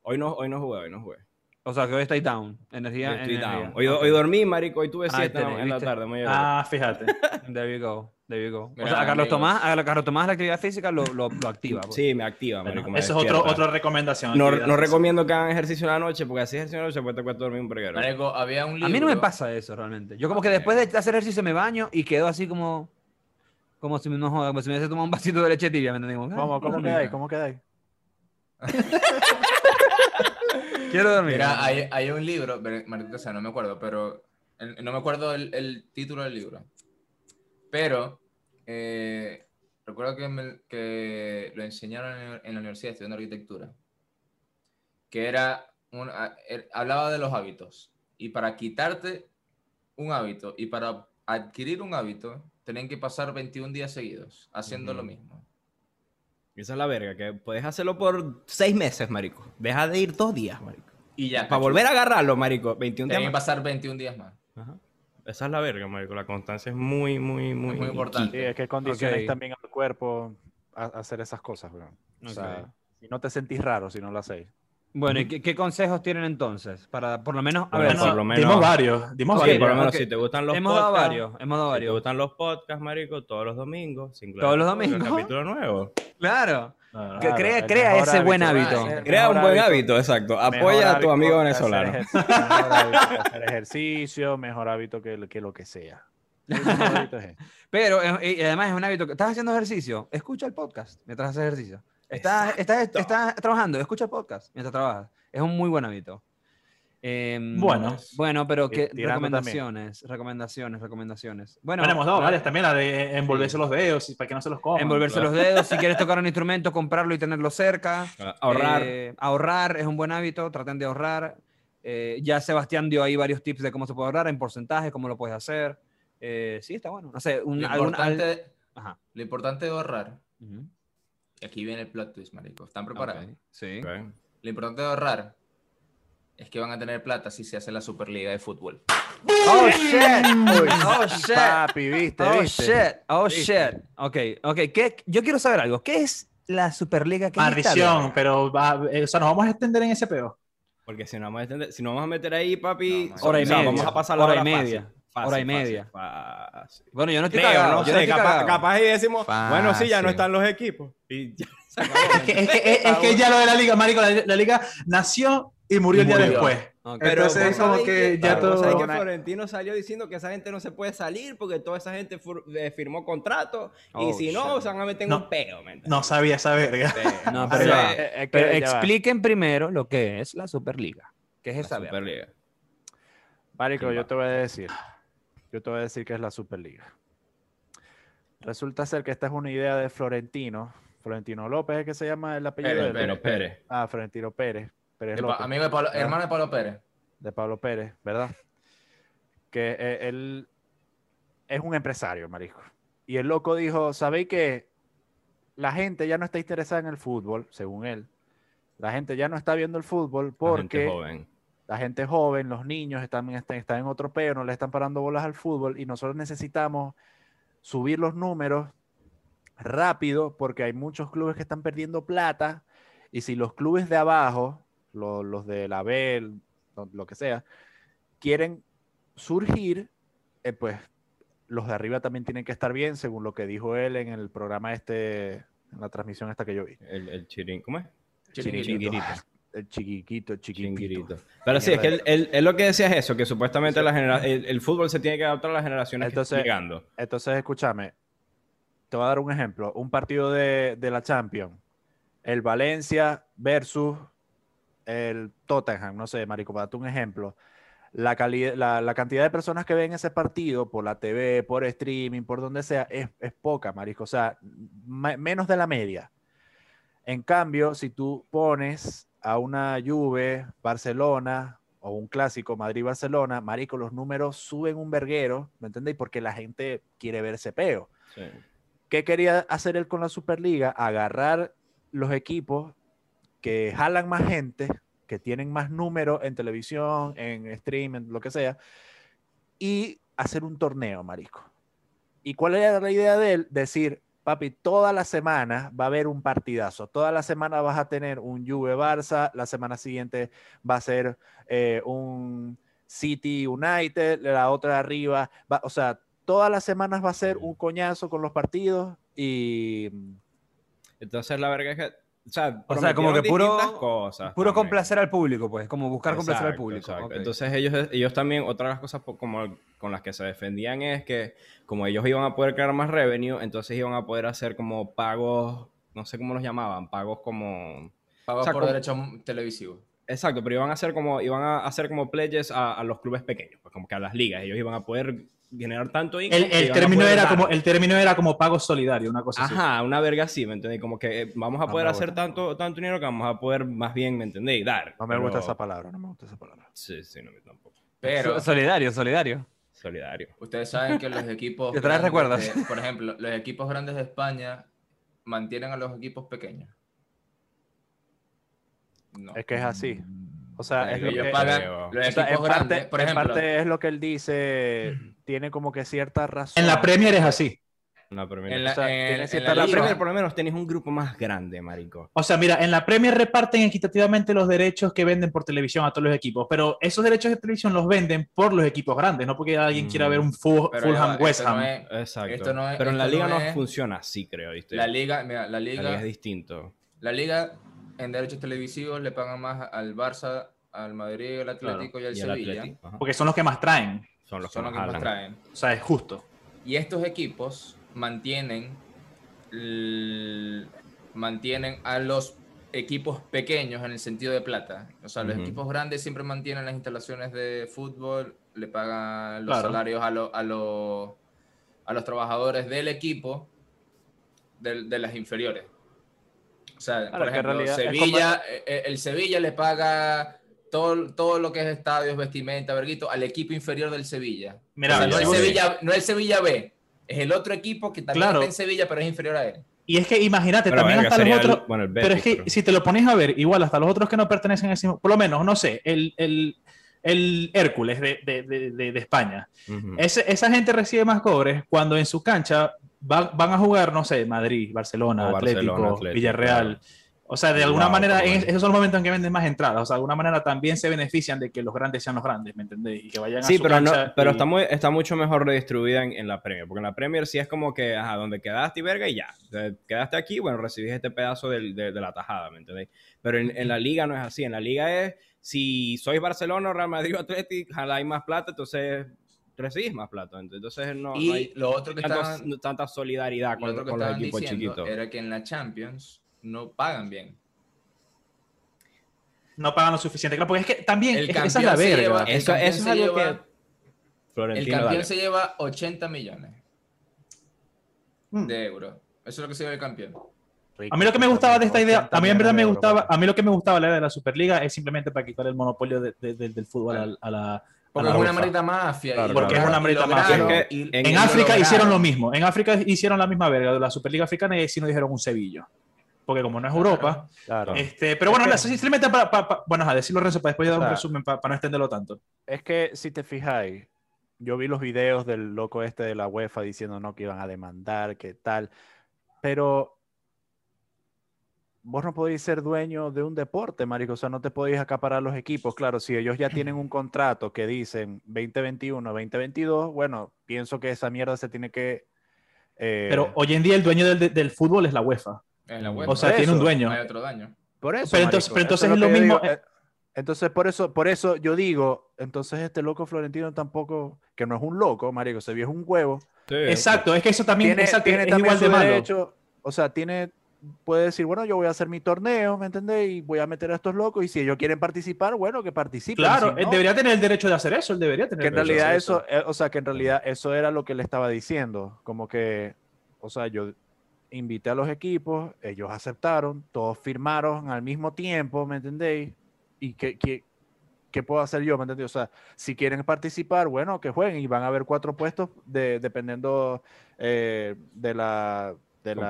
S3: hoy, no, hoy no jugué, hoy no jugué.
S1: O sea, que hoy estáis down. Energía.
S3: Hoy estoy
S1: energía.
S3: down. Hoy,
S1: Ok.
S3: hoy dormí, marico, hoy tuve
S1: Ahí
S3: siesta
S1: tenés,
S3: en la
S1: ¿viste?
S3: tarde, muy bien.
S4: Ah, fíjate.
S1: There you go, there you go. O
S5: Gran
S1: sea, a Carlos
S5: amigos.
S1: Tomás, a Carlos Tomás la actividad física lo, lo, lo activa. pues.
S3: Sí, me activa,
S4: Bueno,
S3: marico. me
S4: eso es otro,
S3: despierta.
S4: otra recomendación.
S3: No,
S4: actividad
S3: no
S4: física.
S3: recomiendo que hagan ejercicio en la noche, porque así ejercicio en la noche pues te cuesta dormir un preguero.
S5: Marico, había un libro.
S1: A mí no me pasa eso realmente. Yo como que
S5: Ah,
S1: después de hacer ejercicio me baño y quedo así como como si me, no, joda, como si me hubiese tomado un vasito de leche tibia, ¿me entendés? Como, ah,
S2: ¿Cómo, cómo
S1: dormir.
S2: quedáis? ¿Cómo quedáis?
S1: Quiero dormir.
S5: Mira, hay, hay un libro, pero, maldita sea, no me acuerdo, pero. el- no me acuerdo el, el título del libro. Pero. eh, recuerdo que, me- que lo enseñaron en, en la universidad estudiando arquitectura. Que era. un- a- er- hablaba de los hábitos. Y para quitarte un hábito y para adquirir un hábito, tenían que pasar 21 días seguidos haciendo lo
S3: Ujú.
S5: mismo.
S3: Esa es la verga, que puedes hacerlo por seis meses, marico. Deja de ir dos días, marico.
S5: Y ya.
S3: Para volver a agarrarlo, marico, 21
S5: Tenían que
S3: días. más.
S5: pasar 21 días más.
S3: Ajá. Esa es la verga, marico. La constancia es muy, muy, muy, eh,
S5: muy
S2: Sí,
S5: importante.
S2: es que condiciones
S1: Ok.
S2: también al cuerpo a, a hacer esas cosas, weón. O sea,
S1: Ok.
S2: si no te sentís raro si no lo hacéis.
S1: Bueno, ¿y qué, qué consejos tienen entonces? Para, por lo menos, a
S3: Bueno,
S1: ver,
S3: por
S1: si-
S3: lo menos.
S2: Dimos varios, dimos
S1: Ok,
S3: Sí,
S2: varios.
S3: por lo menos
S1: ok.
S3: si te gustan los
S1: hemos dado
S3: podcasts.
S1: varios, hemos dado
S3: Si te
S1: varios.
S3: gustan los podcasts, marico, todos los domingos. sin
S1: Todos los
S3: clave,
S1: domingos.
S3: Capítulo nuevo.
S1: Claro.
S2: Claro,
S1: Que crea-
S2: el
S1: crea
S2: mejor
S1: ese buen
S2: hábito.
S1: hábito.
S2: El
S3: Crea
S2: mejor
S3: un buen hábito, exacto.
S2: Mejor
S3: Apoya a tu
S2: hábito
S3: amigo
S2: que
S3: venezolano.
S2: Hacer ejercicio, mejor hábito que hacer ejercicio, mejor hábito que, que lo que sea. El mejor hábito es este. ese.
S1: Pero eh, y además es un hábito que estás haciendo ejercicio, escucha el podcast mientras haces ejercicio. Estás, estás, estás trabajando, escucha el podcast mientras trabajas. Es un muy buen hábito. Em,
S4: Bueno.
S1: Bueno, pero
S2: Y
S1: que
S2: tirando
S1: recomendaciones, recomendaciones, recomendaciones. Bueno,
S4: Bueno, hemos dado varias también, la de envolverse los dedos y para que no se los coman.
S1: envolverse
S3: claro.
S1: los dedos, si quieres tocar un instrumento, comprarlo y tenerlo cerca.
S3: Ah, Ahorrar.
S1: Eh, ahorrar es un buen hábito, traten de ahorrar. Eh, ya Sebastián dio ahí varios tips de cómo se puede ahorrar en porcentaje, cómo lo puedes hacer. Eh, sí, está bueno. No sé, un,
S5: Lo
S1: algún- al-
S5: importante,
S1: Ajá.
S5: lo importante de ahorrar,
S1: Ujú.
S5: y aquí viene el plot twist, marico. ¿Están preparados?
S1: Ok, Sí.
S3: Ok.
S5: Lo importante de ahorrar es que van a tener plata si se hace la Superliga de Fútbol.
S1: Oh shit. Oh shit.
S2: Papi, viste,
S1: Oh
S2: viste.
S1: shit. Oh
S2: ¿Viste?
S1: shit. Ok, ok. ¿Qué- yo quiero saber algo. ¿Qué es la Superliga? ¿Qué es esta
S4: Maldición,
S1: verga?
S4: pero va- eh, o sea, nos vamos a extender en ese peo.
S3: Porque si no vamos a, extender- si no vamos a meter ahí, papi.
S5: No, man.
S1: Hora y
S3: o sea,
S1: media,
S3: Vamos a pasar la
S1: hora y
S3: hora fácil.
S1: media,
S3: Fácil,
S1: hora y
S3: fácil,
S1: media.
S3: fácil.
S1: Bueno, yo no estoy
S3: Creo,
S1: cagado.
S3: no
S1: yo no
S3: sé,
S1: estoy
S3: capaz,
S1: cagado.
S3: capaz y decimos, bueno, sí, ya no
S5: Fácil.
S3: están los equipos. Y ya se acabó.
S4: Es que, es que- es- es que ya lo de la liga, marico, la, la liga nació y murió el día
S5: Murió.
S4: después.
S1: Ok.
S4: Pero Entonces,
S3: vos
S4: es como
S3: sabés
S4: que ya
S3: claro, vos
S4: todo-
S3: sabés que Florentino salió diciendo que esa gente no se puede salir porque toda esa gente fur- eh, firmó contrato y
S1: Oh,
S3: si no,
S1: shit.
S3: se van a meter en
S4: No.
S3: un peo. ¿me entiendes?
S4: No sabía esa verga.
S3: Sí.
S1: No,
S3: O
S1: pero-
S3: sea,
S2: Eh, eh, que
S1: Pero
S2: ya va.
S1: expliquen primero lo que es la Superliga. ¿Qué es
S3: la
S1: esa verga?
S3: Superliga.
S2: Marico,
S3: ¿Quién
S2: yo
S3: va?
S2: te voy a decir. Yo te voy a decir que es la Superliga. Resulta ser que esta es una idea de Florentino. Florentino López es que se llama el apellido
S5: Pérez,
S2: de él.
S5: Pérez,
S3: Pérez.
S2: Ah, Florentino Pérez. Pérez
S5: De Pa-
S2: López. Ah.
S5: amigo de Pablo- hermano de Pablo Pérez.
S2: de Pablo Pérez, ¿verdad? Que eh, él es un empresario, marisco. Y el loco dijo, ¿sabéis que la gente ya no está interesada en el fútbol, según él? La gente ya no está viendo el fútbol porque
S3: Gente joven.
S2: la gente joven, los niños están, están, están en otro peo, no le están parando bolas al fútbol y nosotros necesitamos subir los números rápido porque hay muchos clubes que están perdiendo plata y si los clubes de abajo, lo- los de la B, el- lo, lo que sea, quieren surgir, eh, pues los de arriba también tienen que estar bien, según lo que dijo él en el programa este, en la transmisión esta que yo vi.
S3: El, el chirín, ¿cómo es?
S5: Chiringuito.
S2: El chiquiquito, chiquitito.
S3: Chinguirito. Pero sí, es que él,
S2: Mierda.
S3: él- él lo que decía es eso, que supuestamente la genera- el, el fútbol se tiene que adaptar a las generaciones que
S2: Entonces-
S3: están llegando.
S2: Entonces, escúchame, te voy a dar un ejemplo. Un partido de, de la Champions. El Valencia versus el Tottenham, no sé, Marico, para darte un ejemplo. La, cali- la, la cantidad de personas que ven ese partido por la TV, por streaming, por donde sea, es, es poca, Marico. O sea, me- menos de la media. En cambio, si tú pones a una Juve, Barcelona o un clásico Madrid-Barcelona, marico, los números suben un verguero, ¿me entendéis? Porque la gente quiere ver ese peo.
S3: Sí.
S2: ¿Qué quería hacer él con la Superliga? Agarrar los equipos que jalan más gente, que tienen más números en televisión, en stream, en lo que sea, y hacer un torneo, marico. ¿Y cuál era la idea de él? Decir, papi, toda la semana va a haber un partidazo. Toda la semana vas a tener un Juve-Barça, la semana siguiente va a ser eh, un City United, la otra de arriba, va- o sea, todas las semanas va a ser un coñazo con los partidos y
S3: Entonces la verga es que, o sea,
S1: O sea, como que
S3: prometieron
S1: puro-
S3: distintas cosas
S1: Puro
S3: también.
S1: complacer al público, pues, como buscar complacer al
S3: Exacto,
S1: público.
S3: exacto.
S1: Ok.
S3: Entonces ellos, ellos también, otra de las cosas po- como con las que se defendían es que como ellos iban a poder crear más revenue, entonces iban a poder hacer como pagos, no sé cómo los llamaban, pagos como...
S5: Pago
S3: O sea,
S5: por
S3: como-
S5: derecho televisivo.
S3: Exacto, pero iban a hacer como, iban a hacer como pledges a, a los clubes pequeños, pues como que a las ligas, ellos iban a poder generar tanto income
S4: El,
S3: que
S4: el
S3: iban a
S4: término
S3: poder
S4: era
S3: dar.
S4: como, el término era como pago solidario, una cosa así.
S3: Ajá, una verga así, ¿me entendéis? Como que eh, vamos a
S2: No
S3: poder
S2: me
S3: hacer
S2: gusta.
S3: tanto, tanto dinero que vamos a poder más bien, ¿me entendéis? Dar.
S2: no me
S3: pero-
S2: gusta esa palabra, no me gusta esa palabra.
S3: Sí, sí, no, a mí tampoco.
S5: Pero
S1: So- solidario, solidario.
S3: Solidario.
S5: ustedes saben que los equipos.
S1: Te traes
S5: grandes
S1: recuerdos.
S5: de- por ejemplo, los equipos grandes de España mantienen a los equipos pequeños. No.
S2: Es que es así. O sea, es
S3: Marico,
S2: lo
S5: ellos
S2: que...
S5: pagan
S3: creo.
S5: los
S2: o sea,
S5: equipos
S2: en,
S5: grandes.
S2: parte,
S5: por
S2: en
S5: ejemplo,
S2: parte es lo que él dice, tiene como que cierta razón.
S4: En la Premier es así.
S3: la Premier.
S5: En la,
S2: O sea,
S5: en-
S2: tienes que
S5: en la
S2: estar
S3: La
S5: liga.
S3: Premier, por lo menos, tenés un grupo más grande, marico.
S4: O sea, mira, en la Premier reparten equitativamente los derechos que venden por televisión a todos los equipos, pero esos derechos de televisión los venden por los equipos grandes, no porque alguien quiera ver un Fu-
S5: Pero ya va,
S4: Fulham
S5: esto
S4: West Ham.
S5: no es-
S3: Exacto.
S5: Esto no es-
S3: Pero en la
S5: esto
S3: liga
S5: no
S3: no,
S5: es-
S3: funciona así, creo, ¿viste?
S5: la liga, mira, la
S3: La
S5: liga,
S3: liga es distinto.
S5: la liga en derechos televisivos le pagan más al Barça, al Madrid, al Atlético y al
S3: Y al
S5: Sevilla.
S3: Atlético, ajá.
S4: Porque son los que más traen.
S3: Son los
S5: Son
S3: que
S5: los que más
S3: jalan.
S5: traen.
S4: O sea, es justo.
S5: Y estos equipos mantienen, l- mantienen a los equipos pequeños en el sentido de plata. O sea, los
S3: Ujú.
S5: equipos grandes siempre mantienen las instalaciones de fútbol, le pagan los
S4: Claro.
S5: salarios a, lo- a, los- a los trabajadores del equipo del- de, las inferiores. O sea,
S2: Claro,
S5: por
S2: que en
S5: ejemplo,
S2: realidad es
S5: Sevilla, eh, eh, el Sevilla le paga todo, todo lo que es estadios, vestimenta, verguito, al equipo inferior del Sevilla.
S4: Mira,
S5: O sea,
S4: yo
S5: no, el
S4: digo-
S5: Sevilla, no el Sevilla B, es el otro equipo que también
S4: Claro.
S5: está en Sevilla, pero es inferior a él.
S4: y es que imagínate,
S3: Pero
S4: también
S3: verga,
S4: hasta
S3: sería
S4: los
S3: el-
S4: otros.
S3: bueno, el
S4: Pero es
S3: Betis,
S4: que
S3: creo.
S4: si te lo pones a ver, igual hasta los otros que no pertenecen a ese mismo- por lo menos, no sé, el, el, el Hércules de, de- de- de- de España.
S3: Ujú.
S4: Ese- esa gente recibe más cobres cuando en su cancha va- van a jugar, no sé, Madrid, Barcelona,
S3: O Barcelona,
S4: Atlético,
S3: Atlético,
S4: Villarreal. O sea, de
S3: Bilbao,
S4: alguna manera,
S3: por lo
S4: en-
S3: menos.
S4: esos son los momentos en que venden más entradas. O sea, de alguna manera también se benefician de que los grandes sean los grandes, ¿me entendéis? Y que vayan a
S3: Sí,
S4: su
S3: pero, no,
S4: cancha
S3: pero
S4: y-
S3: está, muy, está mucho mejor redistribuida en, en la Premier. Porque en la Premier sí es como que, ajá, donde quedaste y verga y ya. Te- Quedaste aquí, bueno, recibís este pedazo del- de, de la tajada, ¿me entendéis? Pero en, en la liga no es así. En la liga es, si sois Barcelona, Real Madrid o Atlético, jaláis más plata, entonces recibís más plata. Entonces no, no
S5: y
S3: hay
S5: lo otro que
S3: tanto-
S5: estaban,
S3: no- tanta solidaridad
S5: lo
S3: con,
S5: otro que
S3: con los
S5: estaban
S3: equipos
S5: diciendo
S3: chiquitos.
S5: era que en la Champions no pagan bien.
S4: no pagan lo suficiente. Claro, porque es que también
S5: El
S4: es- esa es la
S5: campeón se
S4: verga.
S5: lleva- el
S3: Eso,
S5: campeón
S3: eso es
S5: se
S3: algo
S5: lleva-
S3: que...
S5: El
S3: Florentino,
S5: campeón
S3: dale.
S5: se lleva 80 millones
S4: Mm.
S5: de euros. Eso es lo que se lleva el campeón.
S4: A mí lo que me gustaba de esta idea, a mí en verdad me gustaba,
S2: Pero
S4: a mí lo que me gustaba la idea de la Superliga es simplemente para quitar el monopolio de- de- de- del fútbol al- a, la.
S5: Porque
S4: la
S5: es una
S4: UEFA.
S5: maldita mafia.
S2: Claro,
S5: y
S2: porque es
S5: lograron-
S4: una maldita
S5: y
S4: mafia.
S5: lograron-
S3: Es que
S5: y-
S3: en-
S5: y
S4: En
S5: lo
S4: África
S5: lograron.
S4: hicieron lo mismo, en África hicieron la misma verga de la Superliga africana y ahí sí nos dijeron un cebillo, porque como no es Europa,
S2: Claro.
S4: este, pero bueno, nada, eso simplemente para, para- para- bueno, a decirlo Renzo, para después yo dar un
S2: O sea,
S4: resumen para, para no extenderlo tanto.
S2: Es que si te fijáis, yo vi los videos del loco este de la UEFA diciendo no que iban a demandar, que tal, pero vos no podéis ser dueño de un deporte, marico, o sea, no te podéis acaparar los equipos, claro, si ellos ya tienen un contrato que dicen 2021, 2022, bueno, pienso que esa mierda se tiene que eh,
S4: Pero hoy en día el dueño del, del fútbol es la UEFA,
S5: En la UEFA.
S4: o sea,
S2: Por
S4: tiene un
S2: eso,
S4: dueño.
S5: No hay otro daño.
S2: Por eso.
S4: Pero entonces-
S2: marico,
S4: pero
S2: eso
S4: entonces es
S2: que
S4: lo
S2: yo digo,
S4: mismo,
S2: eh, Entonces, por eso, por eso yo digo, entonces este loco Florentino tampoco, que no es un loco, marico, se vio es un huevo.
S3: Sí.
S4: Exacto, es que eso también,
S2: tiene
S4: exacto,
S2: tiene
S4: es
S2: también
S4: igual
S2: su
S4: de malo.
S2: derecho, o sea, tiene, puede decir, bueno, yo voy a hacer mi torneo, ¿me entendés? Y voy a meter a estos locos y si ellos quieren participar, bueno, que participen.
S4: Claro,
S2: si
S4: él
S2: no,
S4: debería tener el derecho de hacer eso, él debería tener
S2: que en
S4: el derecho de
S2: realidad
S4: hacer
S2: eso, eh, o sea, que en realidad eso era lo que le estaba diciendo, como que, o sea, yo invité a los equipos, ellos aceptaron, todos firmaron al mismo tiempo, ¿me entendéis? ¿Y qué, qué, qué puedo hacer yo, me entendéis? O sea, si quieren participar, bueno, que jueguen y van a haber cuatro puestos de, dependiendo eh, de la... De la,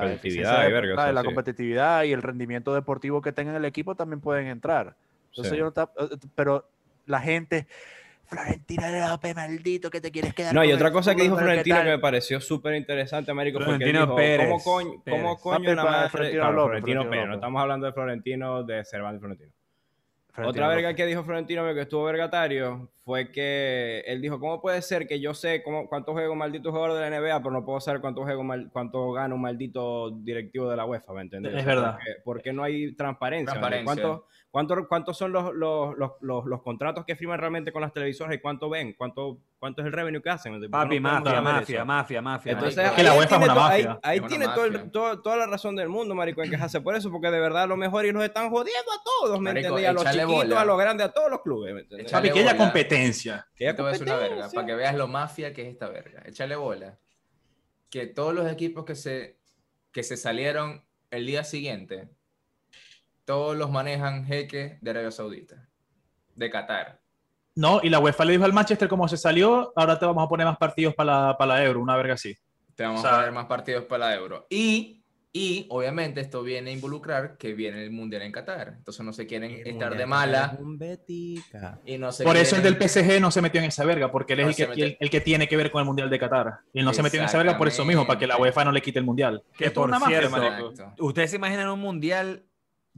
S2: eficiencia
S3: Competitividad y
S2: de-
S3: verga, o
S2: ah, de
S3: sea,
S2: la
S3: sí.
S2: competitividad y el rendimiento deportivo que tenga el equipo también pueden entrar. Entonces
S3: Sí.
S2: yo no ta- eh, pero la gente, Florentina López, maldito, que te quieres quedar.
S3: No, y
S2: con
S3: otra
S2: el
S3: cosa que dijo
S2: fútbol, ¿qué
S3: Florentino
S2: tal?
S3: que me pareció súper interesante, Marico, porque él
S1: Florentino
S3: dijo,
S1: Pérez,
S3: ¿cómo coño, cómo
S1: Pérez.
S3: coño
S2: Papi,
S3: una
S2: pa-
S3: madre?
S2: Florentino
S3: Claro,
S2: López,
S3: Florentino
S2: Florentino
S3: Pérez, no
S2: López.
S3: estamos hablando de Florentino, de Cervantes Florentino.
S2: Florentino
S3: Otra verga
S2: López.
S3: que dijo Florentino que estuvo vergatario fue que él dijo, ¿cómo puede ser que yo sé cómo, cuánto juega un maldito jugador de la NBA, pero no puedo saber cuánto, juega un mal- cuánto gana un maldito directivo de la UEFA, ¿me entiendes?
S4: Es verdad.
S3: Porque, porque no hay transparencia. ¿me entiendes?
S5: Transparencia.
S3: ¿Cuántos cuánto, cuántos son los, los, los, los, los contratos que firman realmente con las televisoras y cuánto ven? ¿Cuánto, cuánto es el revenue que hacen? ¿Por qué
S1: Papi,
S3: no
S1: mafia,
S3: podemos saber
S1: mafia,
S3: eso?
S1: mafia, mafia,
S3: Entonces,
S1: mafia.
S5: marico. Es
S4: que la
S3: ahí
S4: UEFA es
S3: tiene
S4: una
S3: to- ahí-
S4: mafia.
S3: Ahí,
S5: Es una
S3: tiene todo el-
S5: mafia.
S3: todo- toda la razón del mundo, marico, en quejarse por eso, porque de verdad lo mejor y nos están jodiendo a todos, ¿me
S5: Marico,
S3: entendés? A los
S5: échale
S3: chiquitos,
S5: bola.
S3: a los grandes, a todos los clubes, ¿me entendés?
S5: Échale
S4: Papi, que haya
S5: bola.
S4: competencia.
S3: Que
S5: Yo
S3: haya
S5: te voy a decir una verga,
S3: competencia.
S5: para que veas lo mafia que es esta verga. Échale bola. Que todos los equipos que se, que se salieron el día siguiente, todos los manejan jeques de Arabia Saudita, de Qatar.
S4: No, y la UEFA le dijo al Manchester como se salió, ahora te vamos a poner más partidos para la, para la Euro, una verga así.
S5: Te vamos
S4: O sea-
S5: a poner más partidos para la Euro. Y Y obviamente esto viene a involucrar que viene el mundial en Qatar. Entonces no se quieren estar de
S6: Muñeca,
S5: mala
S6: un betica.
S5: y no se
S4: Por eso el
S5: quieren-
S4: del PSG no se metió en esa verga, porque él es
S5: No
S4: el que,
S5: se metió.
S4: el, el que tiene que ver con el Mundial de Qatar. Y él no se metió en esa verga por eso mismo, para que la
S5: Exactamente.
S4: UEFA no le quite el Mundial.
S2: Que
S4: Esto es
S2: por
S4: una mafia,
S2: cierto,
S4: marico.
S5: Exacto.
S1: ¿Ustedes se imaginan un mundial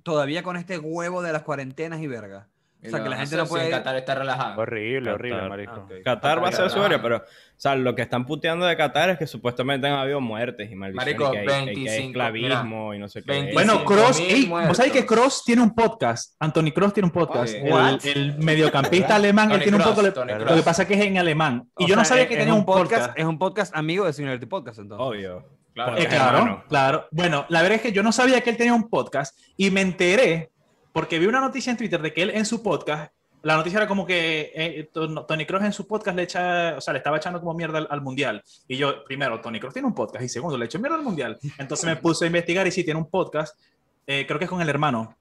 S1: todavía con este huevo de las cuarentenas y verga?
S5: Y
S1: O sea,
S5: lo
S1: que la
S5: van a
S1: gente no
S5: hacer si
S1: puede
S5: en
S1: ir.
S5: Qatar está relajado.
S2: Horrible, horrible,
S3: Qatar.
S2: marico.
S1: Ah, ok.
S3: Qatar va a ser su
S5: Qatar.
S3: área, pero, o sea, lo que están puteando de Qatar es que supuestamente han habido muertes y maldiciones. y
S5: Marico,
S3: que hay- y que hay
S5: 25,
S3: esclavismo y no sé qué.
S5: 25.
S4: Bueno,
S5: Sí,
S4: Cross,
S5: mil
S4: ey,
S5: muertos.
S4: ¿vos sabés que Cross tiene un podcast? Anthony Cross tiene un podcast.
S5: Oye,
S4: El-
S1: what?
S4: el, mediocampista alemán, él
S5: Tony
S4: tiene un
S5: Kroos,
S4: podcast.
S5: Tony
S4: Lo
S5: Kroos.
S4: que pasa es que es en alemán. Y
S1: O
S4: yo no
S1: sea, e-
S4: sabía
S1: es-
S4: que
S1: es
S4: tenía un podcast.
S1: Es un podcast amigo de Singularity Podcast, entonces.
S3: Obvio.
S5: Claro.
S4: Eh,
S3: Porque,
S4: claro,
S3: hermano,
S4: claro. Bueno, la verdad es que yo no sabía que él tenía un podcast y me enteré porque vi una noticia en Twitter de que él en su podcast, la noticia era como que eh, Ton- Tony Cross en su podcast le echa, o sea, le estaba echando como mierda al, al mundial. Y yo, primero, Tony Cross tiene un podcast y segundo, le echó mierda al mundial. Entonces me puse a investigar y sí, tiene un podcast, eh, creo que es con el hermano.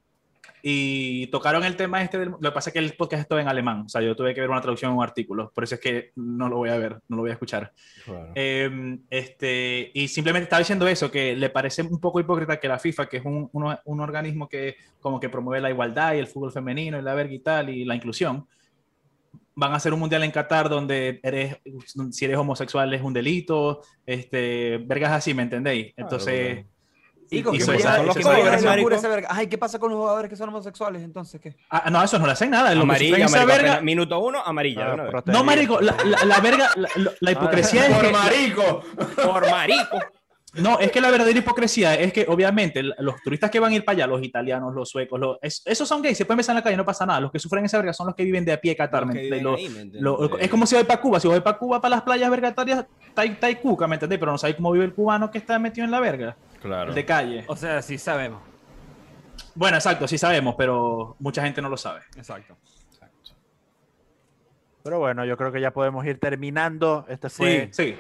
S4: Y tocaron el tema este, del- lo que pasa es que el podcast estaba en alemán, o sea, yo tuve que ver una traducción en un artículo, por eso es que no lo voy a ver, no lo voy a escuchar.
S3: claro.
S4: Eh, este, y simplemente estaba diciendo eso, que le parece un poco hipócrita que la FIFA, que es un, un- un organismo que como que promueve la igualdad y el fútbol femenino y la verga y tal, y la inclusión, van a hacer un mundial en Qatar donde eres, si eres homosexual es un delito, este, vergas así, ¿me entendéis? Entonces,
S1: ¿Y con
S4: y
S1: qué
S4: se-
S1: pasa
S4: se-
S1: con los
S4: se-
S1: jugadores?
S4: se-
S1: Locura esa verga. Ay, ¿qué pasa con los jugadores que son homosexuales? Entonces, ¿qué?
S4: ah, no, eso no le hacen nada. lo que
S3: Amarilla,
S4: sufren esa
S3: marico,
S4: verga-
S3: apenas- minuto uno, amarilla. de
S2: Ah,
S3: una vez.
S2: proteína.
S4: no, marico, la, la- la verga, la, la hipocresía es
S5: Por
S4: que-
S5: marico.
S3: Por marico.
S4: No, es que la verdadera hipocresía es que obviamente l- los turistas que van a ir para allá, los italianos, los suecos, los, es- esos son gays, se pueden besar en la calle, no pasa nada. Los que sufren esa verga son los que viven de a pie Qatar, ¿me
S6: Que
S4: entendéis?
S6: viven
S4: Los-
S6: ahí, ¿me entiendes?
S4: los- es como si voy para Cuba, si voy para Cuba, para las playas vergatarias, tai, tai cuca, ¿me entendéis? Pero no sabéis cómo vive el cubano que está metido en la verga,
S3: Claro.
S4: el de calle.
S1: O sea, sí sabemos.
S4: Bueno, exacto, sí sabemos, pero mucha gente no lo sabe.
S1: Exacto.
S2: Pero bueno, yo creo que ya podemos ir terminando. Este
S4: Sí,
S2: fue
S4: Pues, sí.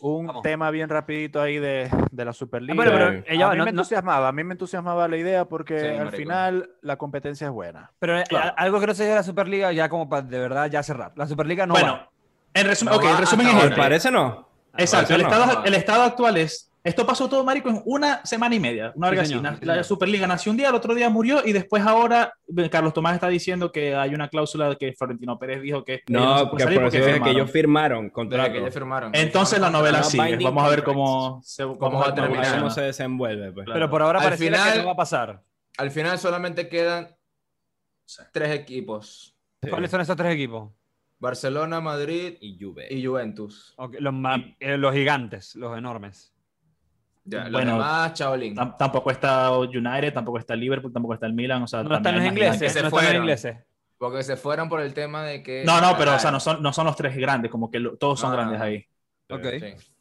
S2: un
S1: Vamos.
S2: tema bien rapidito ahí de, de la Superliga.
S1: bueno,
S3: pero,
S2: a
S1: ella-
S2: mí
S1: no-
S2: me
S1: no-
S2: entusiasmaba, a mí me entusiasmaba la idea porque
S5: Sí,
S2: al
S5: marico.
S2: final la competencia es buena.
S1: Pero eh,
S4: Claro.
S1: a- algo que no se dio de la Superliga, ya como para de verdad ya cerrar. La Superliga no
S4: bueno,
S1: va.
S4: en resumen,
S5: No
S4: ok,
S5: va
S4: el resumen
S5: hasta
S4: es
S5: ahora.
S3: Por
S4: este.
S3: parece no.
S4: Exacto, el
S3: No,
S4: estado,
S5: no.
S4: el estado actual es. Esto pasó todo, Marico, en una semana y media. Una
S1: Sí,
S4: verga
S1: señor,
S4: así.
S1: sí,
S4: La,
S1: señor.
S4: Superliga nació un día, el otro día murió y después ahora eh, Carlos Tomás está diciendo que hay una cláusula que Florentino Pérez dijo pues, que ellos
S3: No,
S4: se pueden
S3: que
S4: salir
S3: por eso
S4: porque
S3: es que
S4: firmaron.
S3: ellos firmaron
S5: Desde que
S3: contrato.
S5: ellos firmaron.
S4: Entonces la novela
S5: Ah,
S3: Firmaron
S4: sigue.
S3: binding
S4: Vamos a ver
S3: contracts.
S4: cómo, se, cómo,
S5: ¿Cómo va a
S4: va a
S3: Vamos a ver
S4: terminar.
S3: ¿Cómo se desenvuelve? Pues.
S4: Claro.
S1: Pero por ahora
S5: Al
S1: parece que
S5: final-
S1: no va a pasar.
S5: Al final solamente quedan
S4: Sí.
S5: tres equipos.
S3: Sí.
S1: ¿Cuáles son esos tres equipos?
S5: Barcelona, Madrid
S6: Y Juve.
S5: y Juventus.
S1: Ok, los, ma- eh, los gigantes, los enormes.
S5: Ya, los
S4: Bueno,
S5: demás, chavalín.
S4: Tam- Tampoco está United, tampoco está Liverpool, tampoco está el Milan. O sea,
S1: No están los
S4: también hay más
S1: ingleses.
S5: se
S1: No están los
S5: fueron.
S1: ingleses.
S5: Porque se fueron por el tema de que...
S4: gigantes. No, no, pero o
S1: Ah.
S4: sea, no son, no son los tres grandes, como que lo- todos son
S5: No, no,
S4: grandes
S5: no.
S4: ahí.
S1: Ok.
S5: Sí.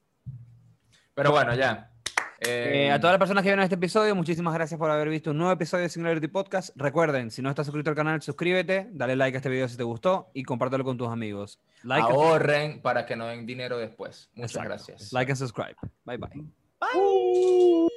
S5: Pero bueno, ya. Eh,
S1: Eh, a todas las personas que vieron este episodio, muchísimas gracias por haber visto un nuevo episodio de Singularity Podcast. Recuerden, si no estás suscrito al canal, suscríbete, dale like a este video si te gustó y compártelo con tus amigos. Like, and-
S5: ahorren para que no den dinero después. Muchas
S1: Exacto.
S5: gracias.
S1: like and subscribe. Bye bye.